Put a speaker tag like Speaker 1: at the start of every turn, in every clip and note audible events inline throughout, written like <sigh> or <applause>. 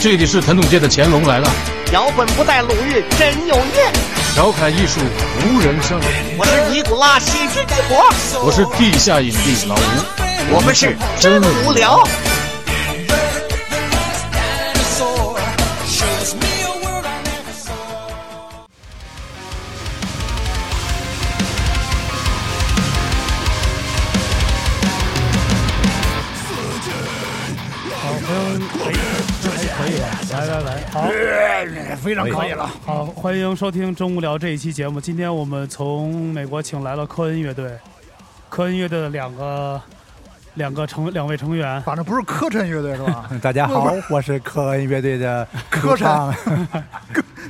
Speaker 1: 这里是传统界的乾隆来了，
Speaker 2: 脚本不带鲁豫真有韵。
Speaker 1: 调侃艺术无人胜任。
Speaker 2: 我是尼古拉喜剧之国，
Speaker 1: 我是地下影帝老吴，
Speaker 2: 我们是真无聊。
Speaker 3: 来来来，好，
Speaker 4: <laughs> 非常可以了。
Speaker 3: 好，欢迎收听《真无聊》这一期节目。今天我们从美国请来了科恩乐队，科恩乐队的两个两个成两位成员，
Speaker 4: 反正不是科晨乐队是
Speaker 3: <laughs>
Speaker 4: 吧？
Speaker 5: 大家好，我是科恩乐队的
Speaker 4: 科晨，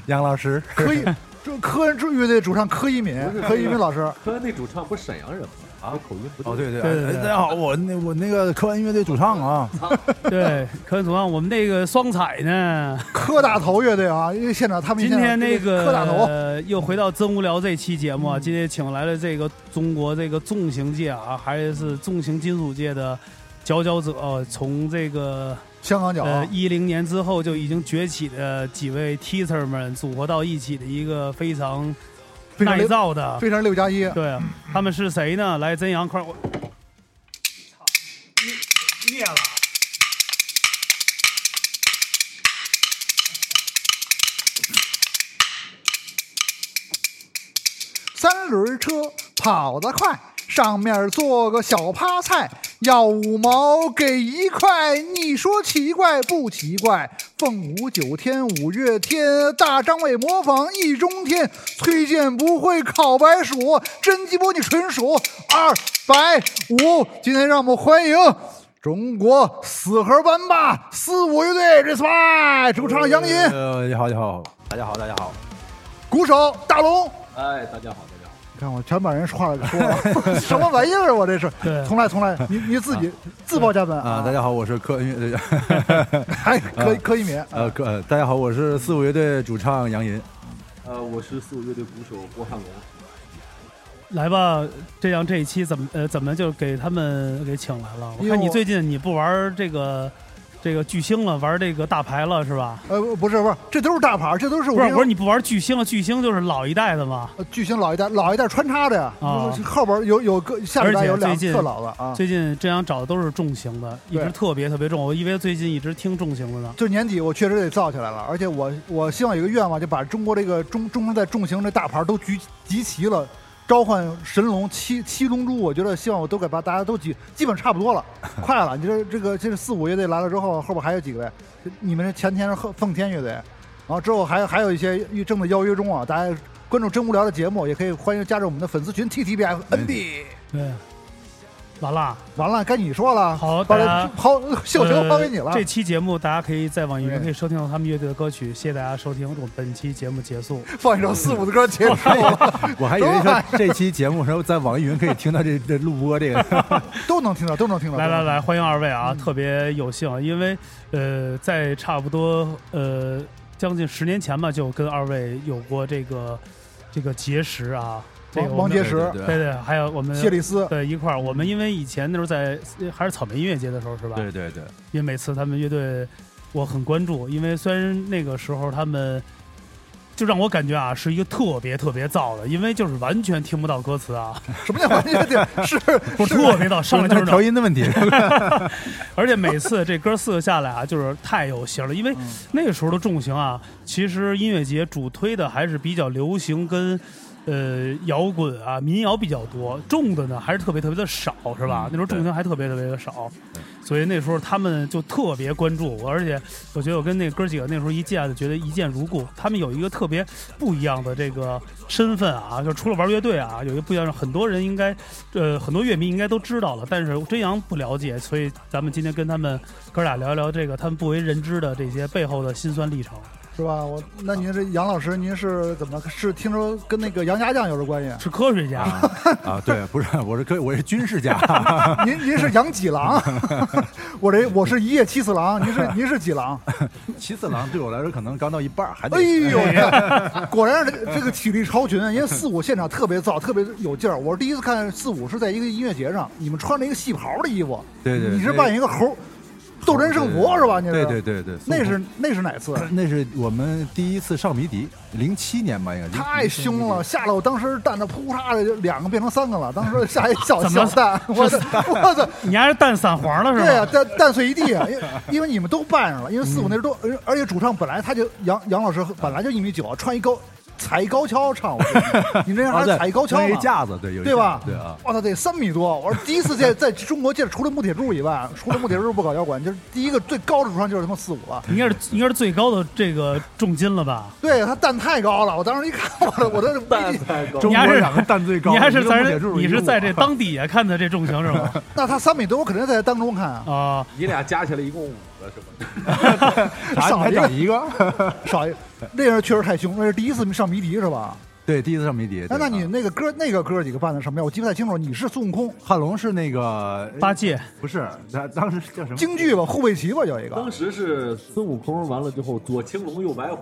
Speaker 5: 杨老师。
Speaker 4: 科以，这科恩乐队主唱柯一敏，柯一敏老师。
Speaker 6: 科恩那主唱不是沈阳人吗？啊，口音不
Speaker 5: 哦，
Speaker 6: 对。
Speaker 5: 对
Speaker 3: <laughs>
Speaker 5: 对
Speaker 3: 对对
Speaker 5: 哎
Speaker 3: 对
Speaker 5: 大家好，我那我那个科恩乐队主唱啊，
Speaker 3: 对，科恩主啊唱。我们那个双彩
Speaker 5: <laughs>
Speaker 3: 呢，
Speaker 4: 柯大头乐队啊，因为现场他们
Speaker 3: 今天那
Speaker 4: 柯大头，
Speaker 3: 个 <laughs> 又回到《真无聊》这期节目啊，今天请来了这个中国这个重型界啊，还是重型金属界的佼佼者，呃从这个
Speaker 4: 香港脚啊，
Speaker 3: 呃，一零年之后就已经崛起的几位 teacher 们组合到一起的一个非常
Speaker 4: 非常
Speaker 3: 耐
Speaker 4: 六
Speaker 3: 造的，
Speaker 4: 非常嗯六
Speaker 3: <laughs>
Speaker 4: 加一，
Speaker 3: 对啊，他们是谁呢？来，真阳，快我，操，灭灭了！
Speaker 4: 三轮车跑得快，上面做个小趴菜，要五毛给一块，你说奇怪不奇怪？凤舞九天，五月天，大张伟模仿易中天，崔健不会烤白薯，甄姬波你纯属二百五。今天让我们欢迎。中国死核班霸四五乐队 respect，主唱啊杨银，
Speaker 5: 呃，你好，你好，大家好，大家好。
Speaker 4: 鼓手大龙，
Speaker 6: 哎，大家好，大家好。
Speaker 4: 看我全把人话给说了，什么玩意儿啊！我这是，
Speaker 3: 对
Speaker 4: 重来重来，你你自己自报家门
Speaker 5: 啊，大家好，我是科恩乐队，
Speaker 4: 还可以可以免，
Speaker 5: 呃，科，呃大家好，我是四五乐队主唱杨银。
Speaker 6: 呃，我是四五乐队鼓手郭汉龙。
Speaker 3: 来吧，这样这一期怎么呃怎么就给他们给请来了？我
Speaker 4: 因为
Speaker 3: 看你
Speaker 4: 我
Speaker 3: 最近你不玩这个这个巨星了，玩这个大牌了是吧？
Speaker 4: 呃，不是不是，这都是大牌儿，这都是我
Speaker 3: 不是，
Speaker 4: 跟
Speaker 3: 我说
Speaker 4: 你
Speaker 3: 你不玩巨星了，巨星就是老一代的嘛。
Speaker 4: 呃巨星老一代老一代穿插着呀，
Speaker 3: 啊
Speaker 4: 就是后边有有个下边
Speaker 3: 而且
Speaker 4: 有两
Speaker 3: 最近
Speaker 4: 特老的啊，
Speaker 3: 最近真阳找的都是重型的，一
Speaker 4: 对
Speaker 3: 直特别特别重。我以为最近一直听重型的呢。
Speaker 4: 就年底我确实得造起来了，而且我我希望有一个愿望，就把中国这个中中国在重型这大牌儿都集集齐了。召唤神龙七七龙珠，我觉得希望我都给把大家都集基本差不多了，快了。你这这个这是四五乐队来了之后，后边还有几个位，你们是前天是后奉天乐队，然后之后还有还有一些正在邀约中啊，大家关注真无聊的节目，也可以欢迎加入我们的粉丝群 T T B F N B。
Speaker 3: 对，完了，
Speaker 4: 完了，该你说了，
Speaker 3: 好
Speaker 4: 把
Speaker 3: 大家
Speaker 4: 抛绣球抛给你了。
Speaker 3: 呃这期节目大家可以在网易云
Speaker 4: 对
Speaker 3: 可以收听到他们乐队的歌曲，谢谢大家收听。我们本期节目结束。
Speaker 4: 放一首四五
Speaker 3: <laughs>
Speaker 4: 的歌结束了，
Speaker 5: <laughs> 我还以为说这期节目时候在网易云可以听到这 <laughs> 这录播
Speaker 4: <laughs>
Speaker 5: 这个，
Speaker 4: 都能听到，都能听到。
Speaker 3: 来
Speaker 4: 都能听
Speaker 3: 来
Speaker 4: 到
Speaker 3: 来，欢迎二位
Speaker 4: 嗯
Speaker 3: 啊，特别有幸啊，因为呃，在差不多呃将近十年前吧，就跟二位有过这个这个结识啊。这个
Speaker 4: 王
Speaker 3: 我们
Speaker 4: 王杰石
Speaker 3: 对
Speaker 5: 对
Speaker 3: 对，还有我们
Speaker 4: 谢丽嗯斯，
Speaker 3: 对一块儿，我们因为以前那时候在还是草莓音乐节的时候是吧？
Speaker 5: 对对对，
Speaker 3: 因为每次他们乐队我很关注，因为虽然那个时候他们就让我感觉啊是一个特别特别燥的，因为就是完全听不到歌词啊，
Speaker 4: 什么
Speaker 5: <laughs>
Speaker 4: 叫完全对？是
Speaker 3: 我特别燥，上来
Speaker 5: 那
Speaker 3: 就是
Speaker 5: <laughs>
Speaker 3: 是
Speaker 5: 调
Speaker 3: 那，
Speaker 5: 音的
Speaker 4: <laughs>
Speaker 5: 问题。
Speaker 3: <laughs> 而且每次这哥四个下来啊，就是太有型了，因为那时候的重型啊，其实音乐节主推的还是比较流行跟。呃，摇滚啊，民谣比较多，重的呢还是特别特别的少，是吧？那时候重型还特别特别的少，所以那时候他们就特别关注我，而且我觉得我跟那哥几个那时候一见就觉得一见如故。他们有一个特别不一样的这个身份啊，就除了玩乐队啊，有一个不一样，很多人应该，呃，很多乐迷应该都知道了，但是真阳不了解，所以咱们今天跟他们哥俩聊一聊这个他们不为人知的这些背后的辛酸历程。
Speaker 4: 是吧？我那您这杨老师，您是怎么是听说跟那个杨家将有点关系？
Speaker 3: 是科学家，
Speaker 5: 啊啊，对，不是，我是科，我是军事家。 <laughs>
Speaker 4: 啊您您是杨几郎， <laughs> 我这我是一夜七次郎，您是您是几郎？
Speaker 5: 七次郎对我来说可能刚到一半儿，还得
Speaker 4: 哎呦，果然是这个体力超群，啊因为四五现场特别燥，特别有劲儿。我是第一次看四五是在一个音乐节上，你们穿着一个戏袍的衣服，
Speaker 5: 对对对
Speaker 4: 你是扮演一个猴。斗争胜佛是吧？你是
Speaker 5: 对对对对，
Speaker 4: 那是那是哪次？啊
Speaker 5: 那是我们第一次上迷笛，零七年吧，应该是
Speaker 4: 太凶了，。吓得我当时蛋的扑嚓的就两个变成三个了，当时吓一小
Speaker 3: 怎么
Speaker 4: 小蛋，我操，我操！
Speaker 3: <laughs> 你还是蛋散黄了是吧？
Speaker 4: 对呀、啊蛋蛋碎一地啊，因为因为你们都扮上了，因为四五那时候都，呃而且主唱本来他就杨杨老师本来就一米九，啊穿一高踩一高跷唱，我说你这人
Speaker 5: <laughs> 啊
Speaker 4: 还
Speaker 5: 对，
Speaker 4: 踩一高跷
Speaker 5: 那一
Speaker 4: 呢？
Speaker 5: 架子，对，有一
Speaker 4: 对吧
Speaker 5: 架？子对啊，
Speaker 4: 我操，得三米多！我说第一次在在中国界，除了木铁柱以外，除了木铁柱不搞摇滚，就是第一个最高的主唱就是他妈四五了。
Speaker 3: 应该是应该是最高的这个重金了吧？
Speaker 4: 对他蛋太高了，我当时一看，我的我的
Speaker 6: 蛋太高，
Speaker 5: 中
Speaker 3: 你还
Speaker 5: 国
Speaker 3: 是
Speaker 5: 两个蛋最高，
Speaker 3: 你还
Speaker 5: 一
Speaker 3: 是
Speaker 5: 个
Speaker 3: 在
Speaker 5: 木
Speaker 3: 这
Speaker 5: 铁柱
Speaker 3: 你是在这
Speaker 5: 一个木
Speaker 3: 裆底下看的这重型是
Speaker 4: <laughs>
Speaker 3: 吗？
Speaker 4: 那他三米多，我肯定在当中看啊，
Speaker 3: 啊，
Speaker 6: 你俩加起来一共五个是吧？
Speaker 5: <laughs> 啊
Speaker 4: 少
Speaker 5: 你还
Speaker 4: 一个
Speaker 5: 长一
Speaker 4: <laughs>
Speaker 5: 个，
Speaker 4: 少一。那人确实太凶，那是第一次上迷笛是吧？
Speaker 5: 对，第一次上迷笛。
Speaker 4: 那
Speaker 5: 对
Speaker 4: 那你
Speaker 5: 啊
Speaker 4: 那个哥那个哥几个扮的什么样？我记不太清楚。你是孙悟空，
Speaker 5: 汉龙是那个
Speaker 4: <laughs>
Speaker 3: 八戒
Speaker 5: 不是，他当时叫什么？
Speaker 4: 京剧吧，护卫旗吧，有一个
Speaker 6: 当时是孙悟空，完了之后左青龙右白虎，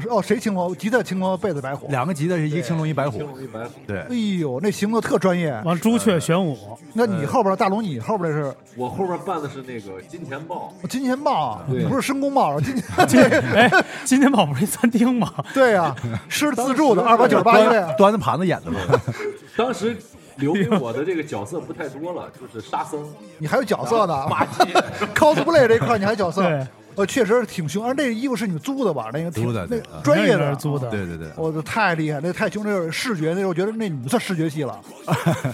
Speaker 4: 是哦，谁青龙？吉他青龙，贝子白虎。
Speaker 5: 两个级的是一个青龙一白
Speaker 6: 青
Speaker 5: 虎，
Speaker 6: 龙一白虎。
Speaker 5: 对
Speaker 4: 哎，呦，那行的特专业。
Speaker 3: 完朱雀玄武，
Speaker 4: 那你后边大龙，你后边是
Speaker 6: 我后边办的是那个金钱豹，
Speaker 4: 金钱豹，啊
Speaker 6: 对
Speaker 4: 不是申公豹，金钱
Speaker 3: 哎，今天宝不是一餐厅吗？
Speaker 4: 对呀，是自助的，二百九十八一位。啊
Speaker 5: 端着盘子演的吧？
Speaker 4: <laughs>
Speaker 6: 当时留给我的这个角色不太多了，就是沙僧。
Speaker 4: 你还有角色呢 <laughs> ，cosplay 这一块你还有角色
Speaker 3: 对。
Speaker 4: 呃，确实挺凶，而这衣服是你租的吧？那个挺
Speaker 5: 租的
Speaker 4: 那
Speaker 5: 对
Speaker 4: 个专业
Speaker 3: 应该
Speaker 4: 的
Speaker 3: 是租的，
Speaker 5: 对对啊对，
Speaker 4: 我操，哦太厉害，那太凶，那是视觉，那是我觉得那你们算视觉系了，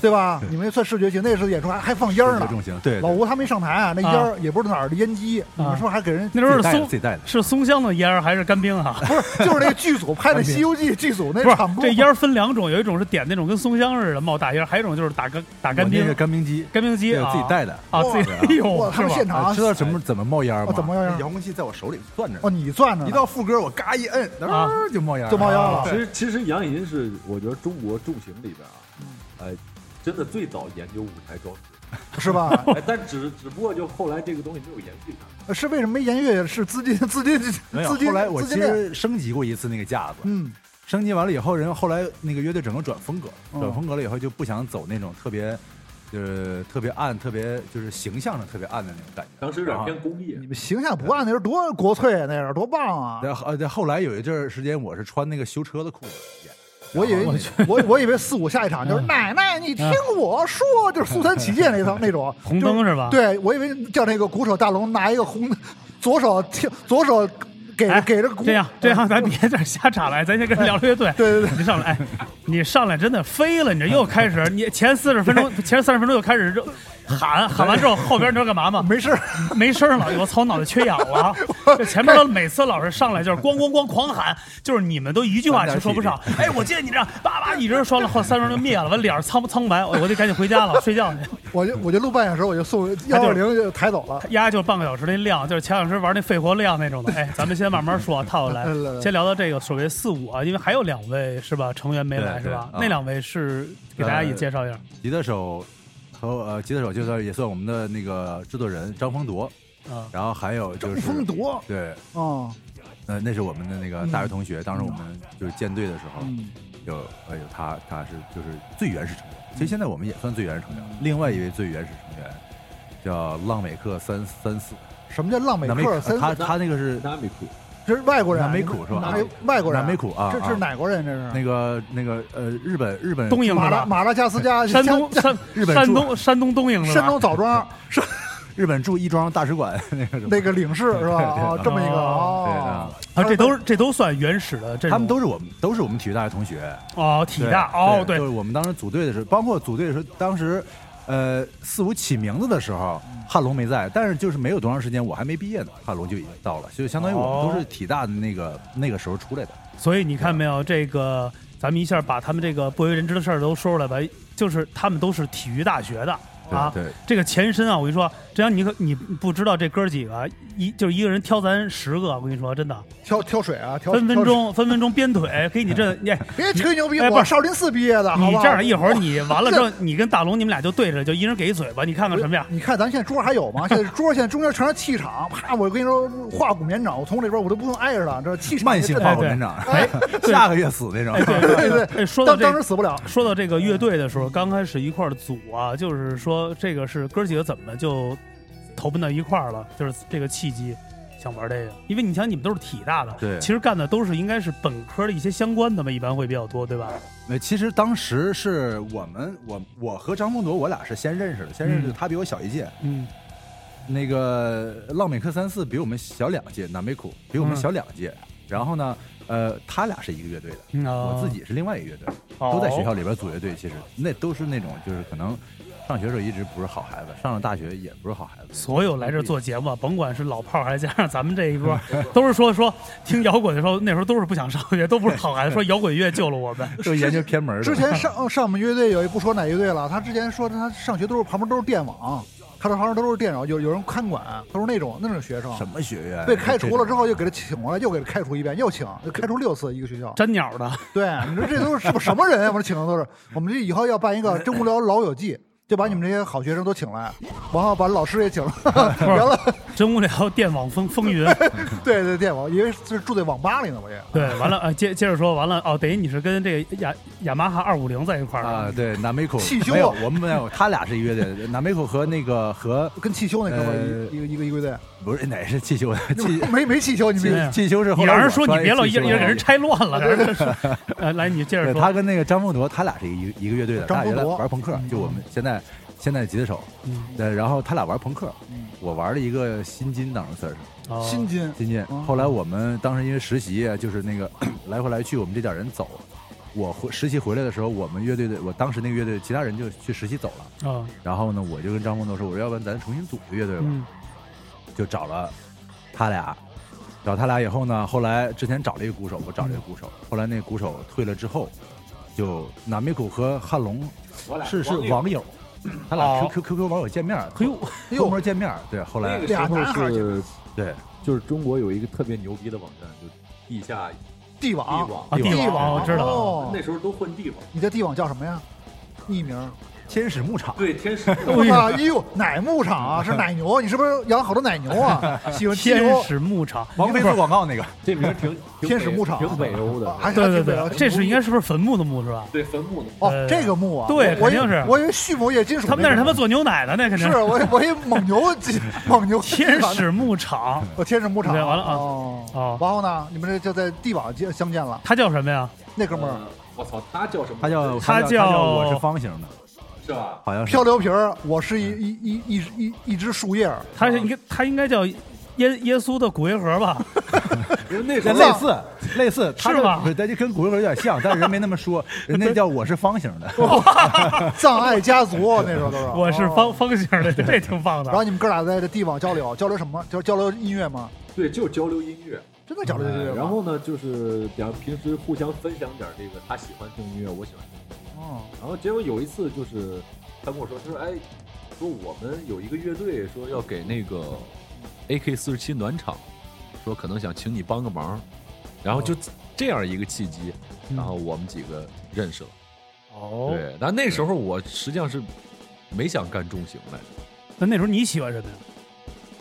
Speaker 4: 对
Speaker 5: <laughs>
Speaker 4: 吧？你们算视觉系，那次演出还还放烟儿呢
Speaker 5: 这。种型，对，对啊
Speaker 4: 老吴他没上台啊，那烟儿也不知道哪儿的烟机，你们说还给人
Speaker 3: 那时候是
Speaker 5: 自己带的
Speaker 3: 松
Speaker 5: 自己带的
Speaker 3: 是松香的烟儿还是干冰啊？
Speaker 4: 不是就是那个剧组
Speaker 5: <laughs>
Speaker 4: 拍的《西游记》剧组那
Speaker 3: 不是
Speaker 4: 场，布
Speaker 3: 这烟儿分两种，有一种是点那种跟松香似的冒大烟儿，还有一种就是打干打干
Speaker 5: 我那
Speaker 3: 冰
Speaker 5: 是干冰机，
Speaker 3: 干冰机
Speaker 5: 对
Speaker 3: 啊，
Speaker 5: 自己带的。啊
Speaker 3: 啊，自己
Speaker 5: <laughs>
Speaker 3: 哎
Speaker 4: 哇
Speaker 3: 呦，
Speaker 4: 他
Speaker 3: 是
Speaker 4: 们现
Speaker 3: 吧？
Speaker 4: 场
Speaker 5: 知道什么怎么冒烟吗？
Speaker 4: 哦怎么冒烟
Speaker 5: 遥控器在我手里攥着，
Speaker 4: 哦，你攥着
Speaker 5: 一
Speaker 4: 呢，
Speaker 5: 到副歌我嘎一摁，
Speaker 3: 啊
Speaker 5: 噔就冒烟，
Speaker 4: 就冒烟
Speaker 5: 啊
Speaker 4: 了。
Speaker 6: 其实其实杨银是我觉得中国重型里边啊，呃，真的最早研究舞台装置，
Speaker 4: 是吧？ <laughs>
Speaker 6: 哎，但只只不过就后来这个东西没有延续下来。
Speaker 4: 是为什么没言乐？是资金资金
Speaker 5: 没有，
Speaker 4: 资金
Speaker 5: 后来我
Speaker 4: 资
Speaker 5: 其
Speaker 4: 金链
Speaker 5: 实升级过一次那个架子，
Speaker 4: 嗯
Speaker 5: 升级完了以后，人后来那个乐队整个转风格，
Speaker 4: 嗯
Speaker 5: 转风格了以后就不想走那种特别，就是特别暗、特别就是形象上特别暗的那种感觉。
Speaker 6: 当时有点偏工业
Speaker 4: 你，们形象不暗，那时候多国粹，那时候多棒啊！
Speaker 5: 然后呃，对后来有一阵儿时间，我是穿那个修车的裤子演，
Speaker 4: 我以为
Speaker 5: 然后
Speaker 4: 你我我以为四五下一场就是
Speaker 3: 嗯
Speaker 4: 奶奶，你听我说，就是苏三起义那套那种
Speaker 3: <laughs> 红灯是吧
Speaker 4: 就是对，我以为叫那个鼓手大龙拿一个红，左手听左手给
Speaker 3: 哎，
Speaker 4: 给着鼓，嗯
Speaker 3: 这样这样，咱别在这儿瞎岔来，咱先跟人聊乐队。
Speaker 4: <laughs> 对对对
Speaker 3: 你上来，哎，你上来真的飞了，你这又开始，你前四十分钟，前三十分钟又开始就喊喊完之后，后边你知道干嘛吗？
Speaker 4: 没事儿， <laughs>
Speaker 3: 没声儿了，我操，我脑袋缺氧
Speaker 5: <laughs>
Speaker 3: 了。这前面每次老是上来就是咣咣咣狂喊，就是你们都一句话就说不
Speaker 5: <laughs>
Speaker 3: 上。哎，我记得你这样，叭叭一直说了，后三分钟就灭了，完脸儿苍苍白，我我得赶紧回家了，睡觉去。
Speaker 4: 我就我就录半小时，我就送幺二零就抬走了。
Speaker 3: 压就半个小时那量，就是前两时玩那肺活量那种的。
Speaker 5: <laughs>
Speaker 3: 哎，咱们先慢慢说，套过来
Speaker 4: 来来来，
Speaker 3: 先聊到这个所谓四五啊，因为还有两位是吧，成员没来
Speaker 5: 对
Speaker 3: 是吧
Speaker 5: 对？啊
Speaker 3: 那两位是给大家也介绍一下，
Speaker 5: 吉他手和呃吉他手就算也算我们的那个制作人张丰铎，
Speaker 3: 啊
Speaker 5: 然后还有就是
Speaker 4: 风铎
Speaker 5: 对，
Speaker 4: 啊，
Speaker 5: 呃那是我们的那个大学同学，当时我们就是建队的时候、
Speaker 4: 嗯，
Speaker 5: 有呃有他，他是就是最原始成员，其实现在我们也算最原始成员。另外一位最原始成员叫浪美克三三四，
Speaker 4: 什么叫浪美
Speaker 5: 南美
Speaker 4: 克森？
Speaker 5: 他他那个是
Speaker 6: 纳米库
Speaker 4: 这是外国人啊，
Speaker 5: 南美苦是吧
Speaker 4: 哪里外国人啊，
Speaker 5: 南美苦啊
Speaker 4: 这
Speaker 5: 啊
Speaker 4: 这是哪国人？这是
Speaker 5: 那个那个呃日本日本
Speaker 3: 东营
Speaker 4: 马
Speaker 3: 是
Speaker 4: 拉
Speaker 3: 吧？
Speaker 4: 马拉加斯加
Speaker 3: 山东山
Speaker 5: 日本
Speaker 3: 山
Speaker 5: 驻
Speaker 3: 东山东东营是吧？
Speaker 4: 山东枣庄是
Speaker 5: 日本驻亦庄大使馆那个什么
Speaker 4: 那个领事是吧？啊，这么一个
Speaker 5: 对
Speaker 4: 哦
Speaker 3: 啊，
Speaker 5: 啊，，
Speaker 3: 这都是这都算原始的这种，
Speaker 5: 他们都是我们都是我们体育大学同学。
Speaker 3: 哦体大
Speaker 5: 对
Speaker 3: 哦
Speaker 5: 就是我们当时组队的时候，包括组队的时候，当时，呃，四五起名字的时候，
Speaker 3: 嗯
Speaker 5: 汉龙没在，但是就是没有多长时间，我还没毕业呢，汉龙就已经到了，就相当于我们都是
Speaker 3: 哦
Speaker 5: 体大的那个、那个时候出来的。
Speaker 3: 所以你看没有，
Speaker 5: 啊
Speaker 3: 这个咱们一下把他们这个不为人知的事儿都说出来吧，就是他们都是体育大学的
Speaker 5: 对、
Speaker 3: 啊。
Speaker 5: 对，
Speaker 3: 这个前身啊，我跟你说，只要你可你不知道这哥几个，一就是一个人挑咱十个，我跟你说，真的，
Speaker 4: 挑挑水啊，挑
Speaker 3: 分分
Speaker 4: 挑水
Speaker 3: 钟分分钟编腿，给你
Speaker 4: <laughs>
Speaker 3: 这你
Speaker 4: 别吹牛逼，
Speaker 3: 哎不
Speaker 4: 我
Speaker 3: 是
Speaker 4: 少林寺毕业的，好
Speaker 3: 你
Speaker 4: 不好？
Speaker 3: 这样一会儿你完了之后
Speaker 4: <laughs> 这，
Speaker 3: 你跟大龙你们俩就对着，就一人给一嘴巴，你看看什么样。
Speaker 4: 你看咱现在桌还有吗？现
Speaker 3: <laughs>
Speaker 4: 在桌现在中间全是气场，啪！我跟你说，化骨绵掌，我从这边我都不用挨着了，这气场
Speaker 5: 慢性
Speaker 4: 就
Speaker 5: 化
Speaker 4: 震
Speaker 5: 骨
Speaker 4: 动
Speaker 5: 绵掌，
Speaker 3: 哎，对
Speaker 5: <laughs> 下个月死那
Speaker 3: <laughs>
Speaker 5: 种。
Speaker 3: 哎对
Speaker 4: 对对
Speaker 3: 哎
Speaker 4: 对，
Speaker 3: 说到
Speaker 4: 当
Speaker 3: 这
Speaker 4: 当
Speaker 3: 个
Speaker 4: 时死不了。
Speaker 3: 说到这个乐队的时候，刚开始一块儿组啊，就是说这个是哥几个怎么就投投奔到一块儿了，就是这个契机。想玩这个，因为你想你们都是体大的，
Speaker 5: 对
Speaker 3: 其实干的都是应该是本科的一些相关的嘛，一般会比较多，对吧？
Speaker 5: <laughs> 呃，其实当时是我们，我我和张梦铎，我俩是先认识的，先认识的他比我小一届，
Speaker 3: 嗯，
Speaker 5: 那个浪美克三四比我们小两届，南北苦比我
Speaker 3: 嗯
Speaker 5: 们小两届。然后呢，呃，他俩是一个乐队的，
Speaker 3: 嗯
Speaker 5: 我
Speaker 3: 啊
Speaker 5: 自己是另外一个乐队，
Speaker 3: 哦
Speaker 5: 都在学校里边组乐队。其实那都是那种就是可能上学时候一直不是好孩子，上了大学也不是好孩子。
Speaker 3: 所有来这儿做节
Speaker 5: <laughs>
Speaker 3: 目啊，甭管是老炮儿还是加上咱们这一波，都是说说听摇滚的时候，那时候都是不想上学，都不是好孩子，说摇滚乐救了我
Speaker 5: <laughs>
Speaker 3: 们。
Speaker 5: 都研究偏门的。
Speaker 4: 之前
Speaker 3: <laughs>
Speaker 4: 上上我们乐队有一不说哪乐队了，他之前说他上学都是旁边都是电网，他说旁边都是电脑，有有人看管，都是那种那种学生。
Speaker 5: <laughs> 什么学院啊
Speaker 4: 被开除了之后，又给他请过来，又给他开除一遍，又请，就开除六次一个学校。
Speaker 3: 真鸟的，
Speaker 4: <laughs> 对，你说这都是不什么人啊？我说请的都是，我们这以后要办一个真无聊老友记，就把你们这些好学生都请来，然后把老师也请
Speaker 3: <laughs>
Speaker 4: 来，完了，
Speaker 3: 真无聊，电网风风云。
Speaker 4: 对对对，我因为是住在网吧里呢，我也。
Speaker 3: <laughs> 对，完了，呃，接接着说，完了，哦，等于你是跟这个雅雅马哈二五零在一块儿的
Speaker 5: 啊，对南美口
Speaker 4: 汽修啊
Speaker 5: 没有，我们没有，他俩是一乐队，南美口和那个和
Speaker 4: 跟汽修那哥们
Speaker 5: 呃
Speaker 4: 儿一一个一个一个乐
Speaker 5: 不是哪是汽修的
Speaker 4: <laughs>
Speaker 5: 汽
Speaker 4: 队，没没汽修，你
Speaker 3: 对
Speaker 4: 们
Speaker 3: 呀
Speaker 5: 汽修是后
Speaker 3: 你
Speaker 5: 来
Speaker 3: 让人
Speaker 5: 我
Speaker 3: 说你
Speaker 5: 穿
Speaker 3: 别老一
Speaker 5: 汽修
Speaker 3: 人给人
Speaker 5: 的
Speaker 3: 拆乱了，让人说， <laughs> 呃，来你接着
Speaker 5: 对
Speaker 3: 说
Speaker 5: 他，跟那个张梦铎，他俩是一一个乐队的，
Speaker 4: 张
Speaker 5: 他俩
Speaker 4: 梦
Speaker 5: 原来
Speaker 4: 铎嗯
Speaker 5: 玩朋克，就我们现在现在的吉他手
Speaker 3: 嗯，
Speaker 5: 对，然后他俩玩朋克
Speaker 4: 嗯，
Speaker 5: 我玩了一个新金，当时算是
Speaker 3: 哦
Speaker 4: 新金
Speaker 5: 新金
Speaker 4: 哦。
Speaker 5: 后来我们当时因为实习，啊就是那个 <clears throat> 来回来去，我们这点人走，我回实习回来的时候，我们乐队的我当时那个乐队其他人就去实习走了，
Speaker 3: 啊，
Speaker 5: 然后呢，我就跟张梦铎说，我说要不然咱重新组个乐队吧，
Speaker 3: 嗯，
Speaker 5: 就找了他俩，找他俩以后呢，后来之前找了一个鼓手，我找了一个鼓手，后来那个鼓手退了之后，就南美苦和汉龙
Speaker 6: 我俩
Speaker 5: 是是
Speaker 6: 网
Speaker 5: <clears throat>
Speaker 6: 友
Speaker 5: 网友，他俩
Speaker 3: 哦
Speaker 5: Q Q Q Q 网友见面，
Speaker 3: 嘿呦，
Speaker 4: 哎
Speaker 5: 后门见面，对，后来
Speaker 6: 那个时
Speaker 4: 俩
Speaker 6: 候
Speaker 4: 男孩儿
Speaker 6: 是，
Speaker 5: 对，
Speaker 6: 就是中国有一个特别牛逼的网站，就地下地
Speaker 4: 帝网，
Speaker 6: 网
Speaker 3: 啊，，
Speaker 5: 帝
Speaker 3: 帝
Speaker 5: 王
Speaker 3: 王我知道，
Speaker 5: 啊
Speaker 4: 哦
Speaker 6: 那时候都混地网，
Speaker 4: 你的帝网叫什么呀？艺
Speaker 3: <laughs>
Speaker 4: 名？
Speaker 5: 天使牧场，
Speaker 6: 对，天 <laughs> 使
Speaker 4: 我操！哎呦，奶牧场啊，是奶牛，你是不是养好多奶牛
Speaker 3: <laughs>
Speaker 4: 啊？喜欢踢
Speaker 3: 天
Speaker 4: 球，
Speaker 3: 使牧场，
Speaker 5: 王菲做广告那个，
Speaker 6: 这名儿挺
Speaker 4: <laughs>
Speaker 6: 挺
Speaker 4: 天使
Speaker 6: 北
Speaker 4: 牧场
Speaker 6: 挺北欧
Speaker 4: <laughs>
Speaker 6: 的
Speaker 4: 啊，还
Speaker 3: 对对
Speaker 4: 还挺北
Speaker 3: 对，
Speaker 4: 欧
Speaker 3: 这是应该是不是坟墓的墓是吧？
Speaker 6: 对坟墓的。
Speaker 4: 哦，这个墓啊，
Speaker 3: 呃对
Speaker 4: 我
Speaker 3: 肯定
Speaker 4: 以
Speaker 3: 是
Speaker 4: 我以为畜牧业金属，
Speaker 3: 他们那是他妈做牛奶的，那肯定
Speaker 4: 是我以我以为蒙
Speaker 3: <laughs>
Speaker 4: 牛蒙牛
Speaker 3: 天，使牧场。
Speaker 4: 哦天使牧场
Speaker 3: 对完了啊
Speaker 4: 哦
Speaker 3: 哦，
Speaker 4: 然后呢，你们这就在帝网见相见了，
Speaker 3: 他叫什么呀？
Speaker 4: 那哥们儿
Speaker 6: 呃我操，他叫什么？
Speaker 5: 他叫
Speaker 3: 他
Speaker 5: 叫
Speaker 3: 叫
Speaker 5: 他我是方形的，
Speaker 4: <laughs>
Speaker 6: 是吧？
Speaker 5: 好像是
Speaker 4: 漂流瓶儿，我是一一一一一一只树叶儿，
Speaker 3: 他是应该他应该叫耶耶稣的骨灰盒吧？
Speaker 6: 因为那时
Speaker 5: 对
Speaker 6: 候
Speaker 5: 类似类似，他
Speaker 3: 是吧
Speaker 5: 不他就跟骨灰盒有点像，但是人没那
Speaker 3: <laughs>
Speaker 5: 么说，人家叫我是方形的，
Speaker 3: 哦
Speaker 4: 葬爱家族啊那时候都是。
Speaker 3: <laughs> 我是
Speaker 4: 哦
Speaker 3: 方方形的，这挺棒
Speaker 4: 然后
Speaker 3: 的。
Speaker 4: 你们哥俩在这帝网交流，交流什么？就是交流音乐吗？
Speaker 6: 对，就交流音乐。
Speaker 4: 真的交流音乐
Speaker 6: 呃
Speaker 4: 吗？
Speaker 6: 然后呢，就是比方平时互相分享点这个他喜欢听音乐，我喜欢听音乐。
Speaker 4: 哦，
Speaker 6: 然后结果有一次就是他跟我说，他说哎，说我们有一个乐队说要给那个 AK 四十七暖场，说可能想请你帮个忙，然后就
Speaker 4: 哦
Speaker 6: 这样一个契机，
Speaker 4: 嗯
Speaker 6: 然后我们几个认识了。
Speaker 3: 哦，
Speaker 6: 对，但那时候我实际上是没想干重型来着。
Speaker 3: 那那时候你喜欢什么呀？